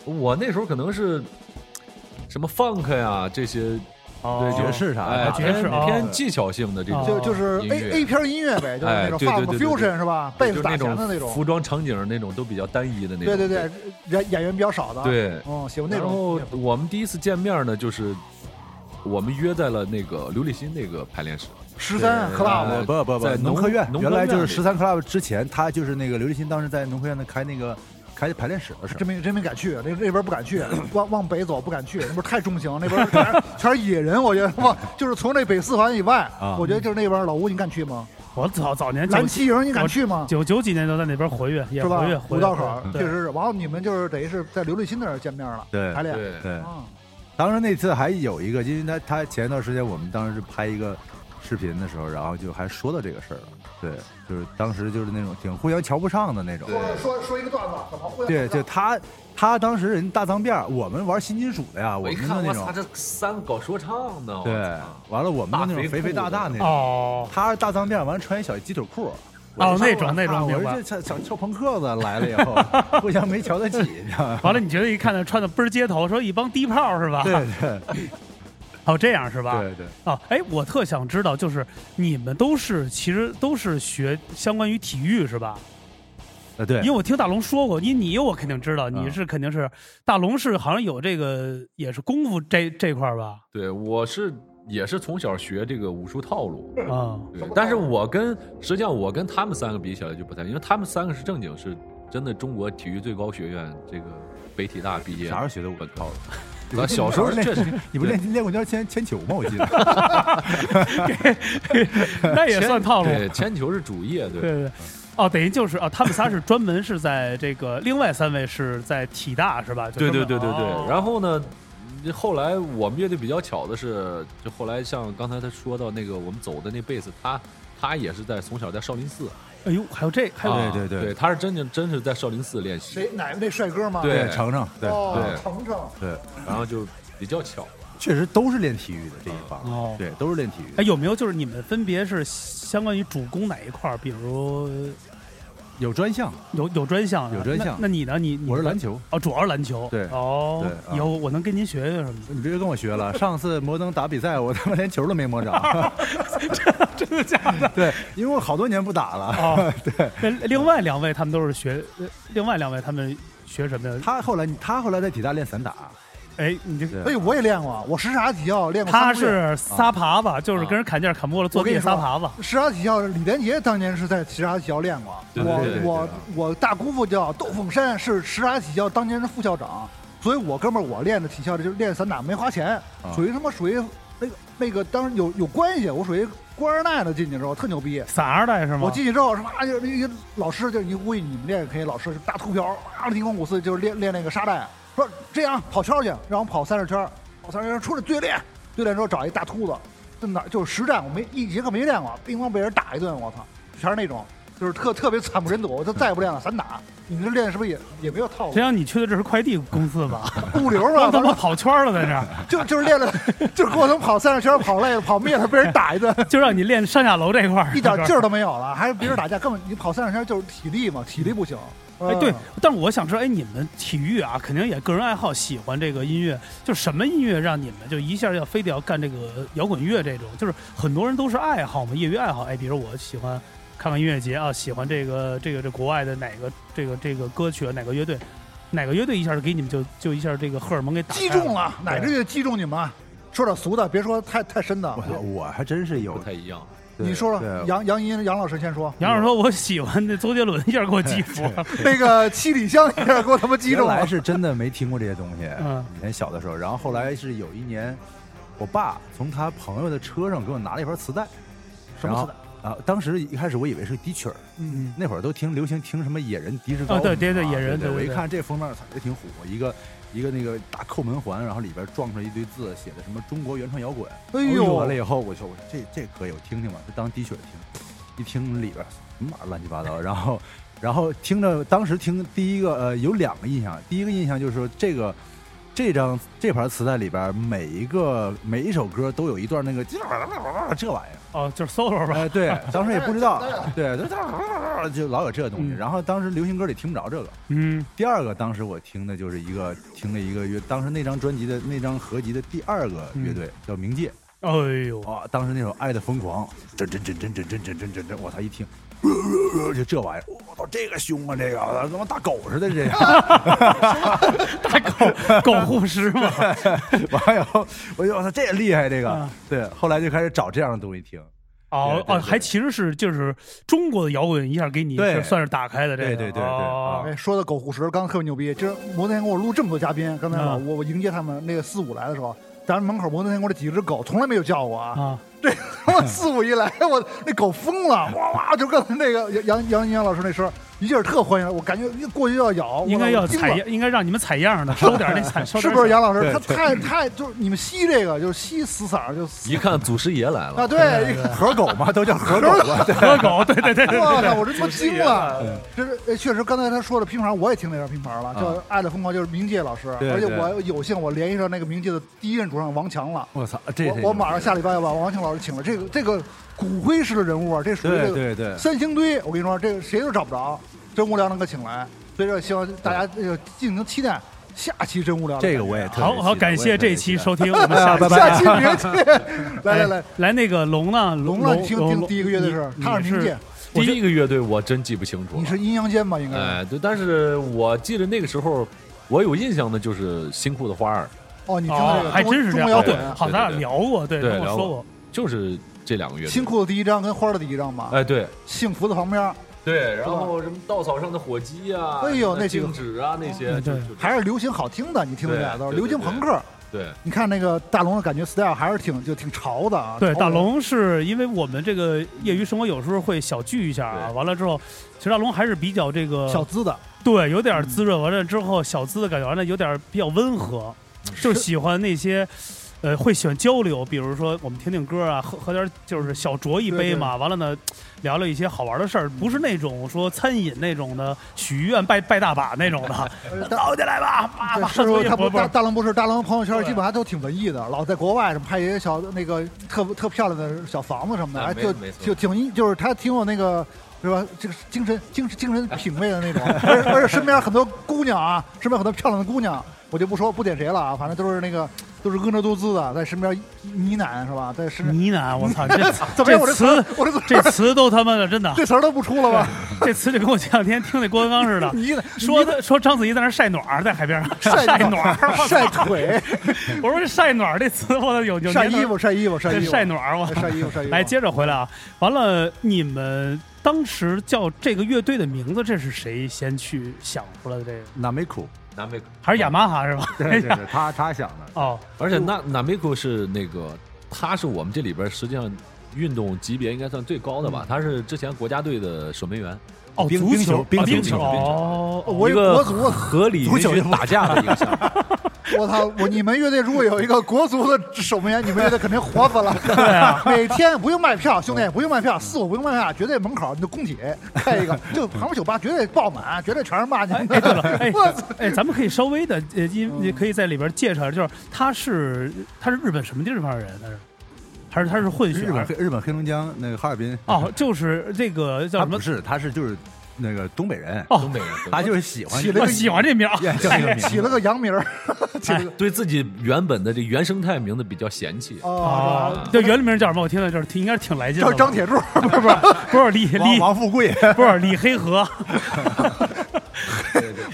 Speaker 6: 我那时候可能是什么 funk 呀这些，
Speaker 3: 哦
Speaker 6: 对
Speaker 5: 爵士啥
Speaker 6: 哎
Speaker 5: 的，
Speaker 3: 爵士
Speaker 6: 偏
Speaker 3: 哦
Speaker 6: 偏技巧性的这种，
Speaker 4: 哦就就是
Speaker 6: 音
Speaker 4: A
Speaker 6: 乐
Speaker 4: A 片儿音乐呗，就是那
Speaker 6: 哎
Speaker 4: 种
Speaker 6: 对
Speaker 4: funk
Speaker 6: 对对对
Speaker 4: fusion 是吧？贝
Speaker 6: 就
Speaker 4: 斯
Speaker 6: 是
Speaker 4: 打
Speaker 6: 那
Speaker 4: 弦的那
Speaker 6: 种
Speaker 4: 种。
Speaker 6: 服装场景那种都比较单一的那种。
Speaker 4: 对对对，演演员比较少的。，
Speaker 6: 对
Speaker 4: 嗯，喜欢那
Speaker 6: 然
Speaker 4: 种。
Speaker 6: 后我们第一次见面呢，就是我们约在了那个琉璃心那个排练室。
Speaker 4: 十三
Speaker 6: 对
Speaker 4: club
Speaker 6: 哎
Speaker 5: 不不不，
Speaker 6: 在
Speaker 5: 农
Speaker 6: 农
Speaker 5: 科院
Speaker 6: 农科
Speaker 5: 原来就是
Speaker 6: 院里
Speaker 5: 十三 club 之前，他就是那个刘立新，当时在农科院那开那个开排练室的时候
Speaker 4: 真，没真没敢去，那那边不敢去， <coughs> 往往北走不敢去，那边太重型，那边全是全是野人，我觉得哇，就是从那北四环以外
Speaker 5: 啊，
Speaker 4: 我觉得就是那边老吴，你敢去吗？
Speaker 3: 我早早年九
Speaker 4: 蓝旗营，你敢去
Speaker 3: 啊
Speaker 4: 吗？
Speaker 3: 九九几年就在那边活跃，也
Speaker 4: 是吧
Speaker 3: 活跃，？活
Speaker 4: 五
Speaker 3: 跃
Speaker 4: 道口
Speaker 3: 活跃
Speaker 4: 确实是。然后你们就是等于是在刘立新那儿见面了，
Speaker 5: 对
Speaker 4: 排练。
Speaker 6: 对，
Speaker 5: 对，
Speaker 4: 啊，
Speaker 5: 当时那次还有一个，因为他他前一段时间我们当时是拍一个视频的时候，然后就还说到这个事儿了。对，就是当时就是那种挺互相瞧不上的那种。
Speaker 4: 说说说一个段子，怎么会？
Speaker 5: 对，就他他当时人大脏辫儿，我们玩新金属的呀，我
Speaker 6: 我一
Speaker 5: 们就
Speaker 6: 看，
Speaker 5: 那
Speaker 6: 我
Speaker 5: 种
Speaker 6: 操，这三个搞说唱的，我
Speaker 5: 对
Speaker 6: 操，
Speaker 5: 完了我们就那种
Speaker 6: 大
Speaker 5: 肥
Speaker 6: 肥
Speaker 5: 肥大大那种，
Speaker 3: 哦
Speaker 5: 他是大脏辫儿，完了穿一小鸡腿裤。
Speaker 3: 哦，那种那
Speaker 5: 啊
Speaker 3: 种
Speaker 5: 我
Speaker 3: 明
Speaker 5: 说
Speaker 3: 白
Speaker 5: 这。小小臭朋克子来了以后，互相没瞧得起，你知道吗？ <laughs>
Speaker 3: 完了，你觉得一看他穿的倍儿街头，说一帮低炮是吧？
Speaker 5: 对
Speaker 6: <laughs>
Speaker 5: 对
Speaker 3: <laughs> 哦，这样是吧？
Speaker 5: 对对，
Speaker 3: 啊，哎，我特想知道，就是你们都是其实都是学相关于体育是吧？
Speaker 5: 呃，对
Speaker 3: 因为，我听大龙说过，因为你我肯定知道，你
Speaker 5: 嗯
Speaker 3: 是肯定是大龙是好像有这个也是功夫这这块儿吧？
Speaker 6: 对，我是也是从小学这个武术套路，
Speaker 3: 啊，
Speaker 6: 对，但是我跟实际上我跟他们三个比起来就不太，因为他们三个是正经是真的中国体育最高学院这个北体大毕业，
Speaker 5: 啥时候学的武
Speaker 6: 本
Speaker 5: 术
Speaker 6: 套路？咱小时候
Speaker 5: 练
Speaker 6: 确实，
Speaker 5: 你不
Speaker 6: 对
Speaker 5: 练练过一段铅铅球吗？我记得
Speaker 3: 那也算套路。
Speaker 6: 对，铅球是主业，
Speaker 3: 对
Speaker 6: 对，
Speaker 3: 对，哦，等于就是啊，他们仨是专门是在这个，另外三位是在体大是吧？就
Speaker 6: 对对
Speaker 3: 专门
Speaker 6: 对对
Speaker 3: 哦
Speaker 6: 对。然后呢，后来我们乐队比较巧的是，就后来像刚才他说到那个我们走的那贝斯，他他也是在从小在少林寺，
Speaker 3: 哎呦，还有这还有
Speaker 6: 啊
Speaker 5: 对对对
Speaker 6: 对，他是真正真是在少林寺练习，
Speaker 4: 谁哪个那帅哥吗？
Speaker 6: 对
Speaker 5: 程程，对
Speaker 4: 哦
Speaker 6: 对，
Speaker 4: 程程，
Speaker 5: 对，
Speaker 6: 然后就比较巧。
Speaker 5: 确实都是练体育的这一方，
Speaker 3: 哦
Speaker 5: 对，都是练体育
Speaker 3: 哎。有没有就是你们分别是相关于主攻哪一块儿？比如
Speaker 5: 有专项，
Speaker 3: 有有专项是吧
Speaker 5: 有专项
Speaker 3: 那那你呢？你你
Speaker 5: 我是篮球。
Speaker 3: 哦，主要是篮球
Speaker 5: 对
Speaker 3: 哦
Speaker 5: 对啊，
Speaker 3: 以后我能跟您学学什
Speaker 5: <laughs>
Speaker 3: 么的？
Speaker 5: 你别跟我学了，上次摩登打比赛，我他妈连球都没摸着。
Speaker 3: 真的假的？
Speaker 5: 对，因为我好多年不打了。
Speaker 3: 哦，对。那另外两位他们都是学，呃另外两位他们学什么呀？
Speaker 5: 他后来，他后来在体大练散打，啊
Speaker 3: 哎，你这
Speaker 5: 对啊
Speaker 4: 哎，我也练过，我十啥几号练过
Speaker 3: 他
Speaker 4: 三个月。
Speaker 3: 是撒耙子，就是跟人砍价砍不过了，坐地撒耙子。
Speaker 4: 十啥几号，李连杰当年是在十啥几号练过。
Speaker 6: 对对对对对
Speaker 4: 我我我大姑父叫窦凤山，是十啥几校当年是副校长，所以我哥们儿我练的体校就是练散打没花钱，
Speaker 6: 啊
Speaker 4: 属于他妈属于那个那个当时有有关系，我属于官二代的进去之后特牛逼。
Speaker 3: 散二代是吗？
Speaker 4: 我进去之后，是吧？就那个老师，就你估计你们练可以，老师就大秃瓢，啊，灵光五四，就是练练那个沙袋，说这样跑圈去，让我跑三十圈，跑三十圈出来对练，对练之后找一大秃子，就哪就是实战，我没一节课没练过，乒乓被人打一顿，我操，全是那种，就是特特别惨不忍睹，我就再也不练了，散打。你们这练是不是也也没有套
Speaker 3: 谁
Speaker 4: 路？
Speaker 3: 让你去的这是快递公司
Speaker 5: <laughs>
Speaker 3: 吧？
Speaker 4: 物流
Speaker 3: 让
Speaker 4: 嘛，
Speaker 3: 他
Speaker 4: 反
Speaker 3: 们
Speaker 4: 正
Speaker 3: 跑圈儿了，在这儿
Speaker 4: 就就是练了，就是给我他们跑三十圈，跑累了，跑灭了，被人打一顿。
Speaker 3: 就让你练上下楼这块儿，
Speaker 4: 一点劲儿都没有了，还是别人打架，根本你跑三十圈就是体力嘛，体力不行。
Speaker 3: 哎，对
Speaker 4: 嗯，
Speaker 3: 但是我想知道，哎，你们体育啊，肯定也个人爱好，喜欢这个音乐，就什么音乐让你们就一下要非得要干这个摇滚乐这种？就是很多人都是爱好嘛，业余爱好。哎，比如我喜欢看看音乐节啊，喜欢这个这个这国外的哪个这个这个歌曲啊，哪个乐队，哪个乐队一下就给你们就就一下这个荷尔蒙给打开
Speaker 4: 击中了，哪只就击中你们啊？说点俗的，别说太太深的。啊
Speaker 5: 我我还真是有
Speaker 6: 不。太一样，
Speaker 5: 对
Speaker 4: 你说
Speaker 5: 对
Speaker 4: 说，杨杨一杨老师先说，
Speaker 3: 杨老师说：“我喜欢那周杰伦，一下给我激服了。
Speaker 4: 那个七里香也给我他妈击
Speaker 5: 原
Speaker 4: 中
Speaker 5: 来
Speaker 4: 了。
Speaker 5: 是真的没听过这些东西，
Speaker 3: 嗯
Speaker 5: 以前小的时候，然后后来是有一年，我爸从他朋友的车上给我拿了一盘磁带，
Speaker 4: 什么磁带
Speaker 5: 带？啊，当时一开始我以为是笛曲儿，
Speaker 4: 嗯，
Speaker 5: 那会儿都听流行听什么野人、迪士高
Speaker 3: 啊
Speaker 5: 舞嘛、
Speaker 3: 对对对野人对
Speaker 5: 对
Speaker 3: 对
Speaker 5: 我一
Speaker 3: 对
Speaker 5: 看这封面，操，也挺虎，一个一个那个大扣门环，然后里边撞出来一堆字，写的什么中国原创摇滚。
Speaker 4: 哎
Speaker 5: 完
Speaker 4: 呦
Speaker 5: 了，以后我就我说这这可以，我听听吧，就当滴血听，一听里边儿什么玩意儿乱七八糟，然后然后听着当时听第一个呃有两个印象，第一个印象就是说这个。这张这盘磁带里边儿，每一个每一首歌都有一段那个这玩意儿，”
Speaker 3: 哦，就是 solo 吧？
Speaker 5: 哎，对，当时也不知道，对，就啊就老有这东西。然后当时流行歌里听不着这个。
Speaker 3: 嗯，
Speaker 5: 第二个，当时我听的就是一个听了一个乐，当时那张专辑的那张合集的第二个乐队叫《冥界》
Speaker 3: 哎呦，
Speaker 5: 啊，当时那首《爱的疯狂》，真真真真真真真真真真，我操一听。呃就这玩意儿，我操，这个凶啊！这个他妈大狗似的，这个。
Speaker 3: 大狗狗护师嘛，
Speaker 5: 完以后，我就我操，这也厉害，这个。对，后来就开始找这样的东西听。
Speaker 3: 哦
Speaker 5: 对对
Speaker 3: 哦，
Speaker 5: 对
Speaker 3: 还其实是就是中国的摇滚一下给你
Speaker 5: 对
Speaker 3: 是算是打开的这个，
Speaker 5: 对对对对
Speaker 3: 哦
Speaker 4: 哎，说的狗护食刚刚特别牛逼，今儿摩天给我录这么多嘉宾，刚才我
Speaker 3: 嗯
Speaker 4: 我我迎接他们那个四五来的时候，咱们门口摩天宫这几只狗从来没有叫我啊，
Speaker 3: 啊，
Speaker 4: 这 <laughs> 他妈四五一来，我那狗疯了，哇哇，就跟那个杨杨杨老师那声，一劲儿特欢迎，我感觉一过去就要咬，我
Speaker 3: 应该要
Speaker 4: 惊
Speaker 3: 采
Speaker 4: 了
Speaker 3: 样，应该让你们采样的，收点那采，收
Speaker 4: 是
Speaker 3: 点
Speaker 4: 不是杨老师？
Speaker 5: 对
Speaker 4: 他
Speaker 5: 对
Speaker 4: 太太就是你们吸这个，就是吸死嗓儿就死
Speaker 6: 一看祖师爷来了
Speaker 4: 啊，，对，一个
Speaker 5: 河狗嘛，都叫河狗嘛。对
Speaker 3: 河狗？对对对对
Speaker 4: 我
Speaker 3: 对
Speaker 4: 操，
Speaker 3: 对，
Speaker 4: 我这他妈惊了！这是呃确实，刚才他说的拼盘，我也听那张拼盘了，叫《爱的疯狂》，就是冥界老师，
Speaker 5: 对
Speaker 4: 而且
Speaker 5: 对
Speaker 4: 我有幸我联系上那个冥界的第一任主唱王强了，
Speaker 5: <laughs> 我操，这
Speaker 4: 我我马上下礼拜要把王强老师请了，这个这个骨灰式的人物啊，这属于
Speaker 5: 对
Speaker 4: 这个
Speaker 5: 对对
Speaker 4: 三星堆，我跟你说，这个谁都找不着，真无聊能给请来，所以说希望大家这个尽情期待下期真无聊的感觉。
Speaker 5: 这个我也特别
Speaker 3: 好
Speaker 5: 期待
Speaker 3: 好感谢这期。
Speaker 5: 我
Speaker 3: 收
Speaker 5: 也特别期待
Speaker 3: 听，我们下
Speaker 5: 哎拜拜
Speaker 4: <laughs> 下期啊别去，来来来，
Speaker 3: 来那个龙呢？龙
Speaker 4: 龙了，听
Speaker 3: 龙
Speaker 4: 听第一个乐队是
Speaker 3: 哦你
Speaker 4: 他
Speaker 3: 你
Speaker 4: 是冥界，
Speaker 6: 第一个乐队我真记不清楚
Speaker 4: 你
Speaker 6: 了。
Speaker 4: 是阴阳间吧？应该是。
Speaker 6: 哎，对，但是我记得那个时候，我有印象的就是新裤子花儿，
Speaker 4: 哦，你听到这
Speaker 3: 哦
Speaker 4: 个，
Speaker 3: 还真是这
Speaker 4: 中
Speaker 3: 样。
Speaker 4: 国摇
Speaker 3: 对
Speaker 4: 滚啊，
Speaker 3: 好，咱俩聊过，对，
Speaker 6: 对
Speaker 3: 跟我
Speaker 6: 聊
Speaker 3: 说
Speaker 6: 过
Speaker 3: 过，
Speaker 6: 就是这两个乐队。
Speaker 4: 新裤子第一张跟花儿的第一张吧，
Speaker 6: 哎，对
Speaker 4: 幸福的旁边
Speaker 6: 对，然后什么稻草上的火鸡啊，
Speaker 4: 哎呦那几个
Speaker 6: 静止啊那些，
Speaker 3: 嗯
Speaker 6: 就
Speaker 3: 对
Speaker 6: 就
Speaker 4: 还是流行好听的，你听得出来都是
Speaker 6: 对
Speaker 4: 流行
Speaker 6: 对对
Speaker 4: 朋克。
Speaker 6: 对
Speaker 4: 你看那个大龙的感觉 style 还是挺就挺潮的啊。
Speaker 3: 对，
Speaker 4: 潮
Speaker 3: 大
Speaker 4: 流
Speaker 3: 龙是因为我们这个业余生活有时候会小聚一下啊，
Speaker 6: 对
Speaker 3: 完了之后，其实大龙还是比较这个
Speaker 4: 小资的，
Speaker 3: 对，有点滋润，完了之后小资的感觉，完了有点比较温和，
Speaker 4: 嗯
Speaker 3: 就是喜欢那些。呃，会喜欢交流，比如说我们听听歌啊，喝喝点就是小酌一杯嘛，完了呢，聊聊一些好玩的事儿，不是那种说餐饮那种的，许愿拜拜大把那
Speaker 4: <laughs>
Speaker 3: 种的，倒起来吧，叭
Speaker 4: 对，
Speaker 3: 叭，
Speaker 4: 是不
Speaker 3: 所以
Speaker 4: 是他不
Speaker 3: 不
Speaker 4: 大大龙不是大龙朋友圈
Speaker 3: 对
Speaker 4: 基本上都挺文艺的，老在国外什么拍一些小那个特特漂亮的小房子什么的，
Speaker 6: 哎
Speaker 4: 哎，
Speaker 6: 没
Speaker 4: 就
Speaker 6: 没错
Speaker 4: 就挺就是他挺有那个。是吧？这个精神、精神、精神品味的那种，而且而且身边很多姑娘啊，身边很多漂亮的姑娘，我就不说不点谁了啊，反正都是那个都是婀娜多姿的，在身边呢喃是吧？在身边
Speaker 3: 呢喃，我
Speaker 4: <laughs>
Speaker 3: 操，这
Speaker 4: 怎么样？
Speaker 3: 这
Speaker 4: 我这词
Speaker 3: 词
Speaker 4: 儿，我这词儿，
Speaker 3: <laughs> 这词都他妈的真的，
Speaker 4: <laughs> 这词儿都不出了吧？
Speaker 3: 这词就跟我前两天听那郭德纲似的，
Speaker 4: <laughs> 你呢
Speaker 3: 说的说章子怡在那儿晒暖儿，在海边儿 <laughs>
Speaker 4: 晒
Speaker 3: 暖儿，我操
Speaker 4: 晒腿、
Speaker 3: <laughs> 我说晒暖儿这词，我操有有
Speaker 4: 晒
Speaker 3: 年头
Speaker 4: 衣服、晒衣服、晒
Speaker 3: 对
Speaker 4: 衣服、
Speaker 3: 晒暖儿，我
Speaker 4: 哎
Speaker 3: 操
Speaker 4: 晒衣服、晒衣服。
Speaker 3: 来接着回来啊，完了你们当时叫这个乐队的名字，这是谁先去想出来的？这个
Speaker 5: 南美 <laughs> 苦，
Speaker 6: 南美，
Speaker 3: 还是雅马哈是吧？
Speaker 5: 对对对，他他想 <laughs> 的，
Speaker 3: 哦，
Speaker 6: 而且那南美库是那个，他是我们这里边实际上运动级别应该算最高的吧，他是之前国家队的守门员，
Speaker 3: 哦，
Speaker 5: 冰
Speaker 3: 足
Speaker 5: 冰球
Speaker 3: 球，
Speaker 5: 冰
Speaker 3: 啊
Speaker 5: 球
Speaker 3: 冰
Speaker 6: 冰
Speaker 3: 球，
Speaker 6: 球
Speaker 3: 哦，哦
Speaker 4: 我
Speaker 6: 一
Speaker 4: 有
Speaker 6: 个
Speaker 4: 国足
Speaker 6: 合合理
Speaker 5: 足
Speaker 6: 允
Speaker 5: 球
Speaker 6: 许打架的一个项目。
Speaker 4: 我操！我你们乐队如果有一个国足的守门员，你们乐队肯定火死了。对啊，每天不用卖票，兄弟不用卖票，四五不用卖票，绝对门口你就供铁开一个，就旁边酒吧绝对爆满，绝对全是骂你们
Speaker 3: 哎，对
Speaker 4: 的。
Speaker 3: 了，哎
Speaker 4: 我操！
Speaker 3: 哎，咱们可以稍微的，呃，因也可以在里边介绍，就是他是他是日本什么地方的人？他是还是他是混血
Speaker 5: 日本
Speaker 3: 儿？
Speaker 5: 黑日本黑龙江那个哈尔滨，
Speaker 3: 哦，就是这个叫
Speaker 5: 他
Speaker 3: 什么
Speaker 5: 不？是，他是就是那个东北人，
Speaker 3: 哦
Speaker 6: 东北人，
Speaker 5: 他就是喜欢
Speaker 4: 起了
Speaker 3: 我
Speaker 4: 个
Speaker 3: 哦喜欢这哎名儿，
Speaker 5: 叫这个名字
Speaker 4: 起了个洋名儿，起了个
Speaker 6: 对自己原本的这原生态名字比较嫌弃。
Speaker 4: 哦，
Speaker 3: 哦，这原名叫什么？我听着就是挺应该是挺来劲
Speaker 4: 叫
Speaker 3: 的。
Speaker 4: 张铁柱，
Speaker 3: 不是不是不是李
Speaker 5: 王
Speaker 3: 李
Speaker 5: 王富贵，
Speaker 3: 不是李黑河，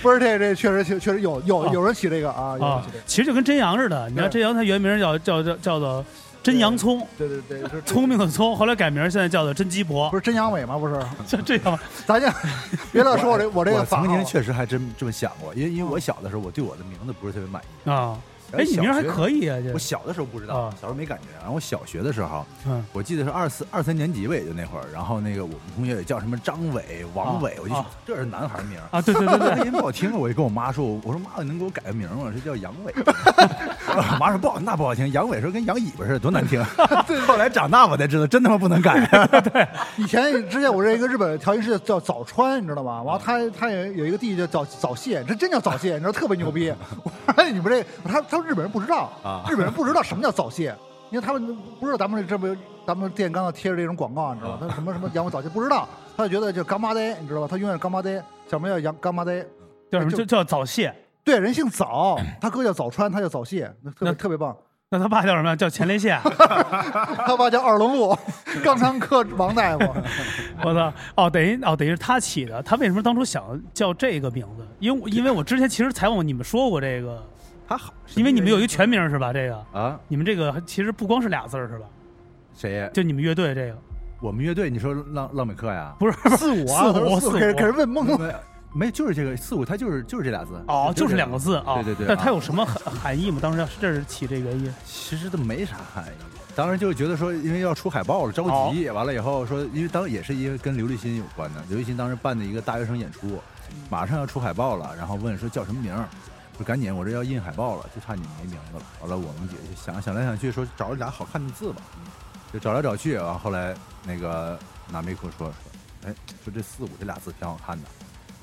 Speaker 4: 不是这这确实确确实有有有人起这个啊，有人
Speaker 3: 啊
Speaker 4: 起这，
Speaker 3: 其实就跟真阳似的。你看
Speaker 4: 对
Speaker 3: 真阳，他原名叫叫叫叫做真洋葱，
Speaker 4: 个，对对对，是
Speaker 3: 聪明的聪，后来改名，现在叫做真鸡婆
Speaker 4: 不，是真阳痿吗？不是，
Speaker 3: 就这样吧。
Speaker 4: 咱就 <laughs> 别老说我这我这
Speaker 5: 我
Speaker 4: 个法
Speaker 5: 曾
Speaker 4: 号啊哦
Speaker 5: 经确实还真这么想过，因为因为我小的时候，我对我的名字不是特别满意。
Speaker 3: 啊。哎，
Speaker 5: 哎
Speaker 3: 你名儿还
Speaker 5: 小学
Speaker 3: 可以啊，
Speaker 5: 我
Speaker 3: 这
Speaker 5: 小的时候不知道，
Speaker 4: 哦
Speaker 3: 啊
Speaker 5: 小时候没感觉。然后我小学的时候，
Speaker 3: 嗯
Speaker 5: 我记得是二四二三年级吧，也就那会儿。然后那个我们同学也叫什么张伟、王
Speaker 4: 哦
Speaker 5: 伟，我就
Speaker 3: 啊
Speaker 5: 这是男孩名儿。
Speaker 3: 啊，对对对对，
Speaker 5: <laughs> 那音不好听，我就跟我妈说，我说妈，你能给我改个名吗？这叫杨伟。我妈说不好，那不好听，杨伟说跟羊尾巴似的，多
Speaker 3: <laughs>
Speaker 5: 难听。后来长大我才知道，真他妈不能改。
Speaker 4: 以前之前我这一个日本调音师叫早川，你知道吗？完了他他也有一个弟弟叫早早泄，这真叫早泄，你知道特别牛逼。我说哎你们这他他说日本人不知道
Speaker 5: 啊
Speaker 4: 日本人不知道什么叫早泄，因为他们不知道咱们这不咱们电钢上贴着这种广告，你知道吗？他什么什么洋早泄不知道，他就觉得就干妈呆，你知道吧？他永远干妈呆，小名叫洋干妈呆。
Speaker 3: 叫什么？
Speaker 4: 就
Speaker 3: 就叫早泄。
Speaker 4: 对，人姓早，他哥叫早川，他叫早泄，那特别
Speaker 3: 那
Speaker 4: 特别棒。
Speaker 3: 那他爸叫什么呀？叫前列腺。
Speaker 4: 他爸叫二龙路， <laughs> 肛肠科王大夫。
Speaker 3: 我操！哦，等于哦，等于是他起的。他为什么当初想叫这个名字？因为我因为我之前其实采访你们说过这个，
Speaker 5: 他好，
Speaker 3: 因为你们有一个全名是吧？这个
Speaker 5: 啊，
Speaker 3: 你们这个其实不光是俩字儿是吧？
Speaker 5: 谁呀？
Speaker 3: 就你们乐队这个
Speaker 5: 我们乐队，你说浪浪美克呀？ <laughs>
Speaker 3: 不是不是
Speaker 4: 四五啊，
Speaker 3: 四五
Speaker 4: 四
Speaker 3: 四五
Speaker 4: 给人给人问懵了。
Speaker 5: 没没，就是这个四五，他就是就是这俩字。
Speaker 3: 哦，就是
Speaker 5: 这
Speaker 3: 两个字啊。
Speaker 5: 对对对。
Speaker 3: 但
Speaker 5: 啊
Speaker 3: 它有什么含含义吗？当时要这是起这原因
Speaker 5: 其实都没啥含义。当时就是觉得说，因为要出海报了，着急。
Speaker 3: 哦
Speaker 5: 完了以后说，因为当也是因为跟刘立新有关的，刘立新当时办的一个大学生演出，
Speaker 3: 嗯
Speaker 5: 马上要出海报了，然后问说叫什么名儿，说赶紧我这要印海报了，就差你没名字了。完了我们姐就想想来想去，说找俩好看的字吧，就找来找去，完后来那个拿梅库说说，哎，说这四五这俩字挺好看的，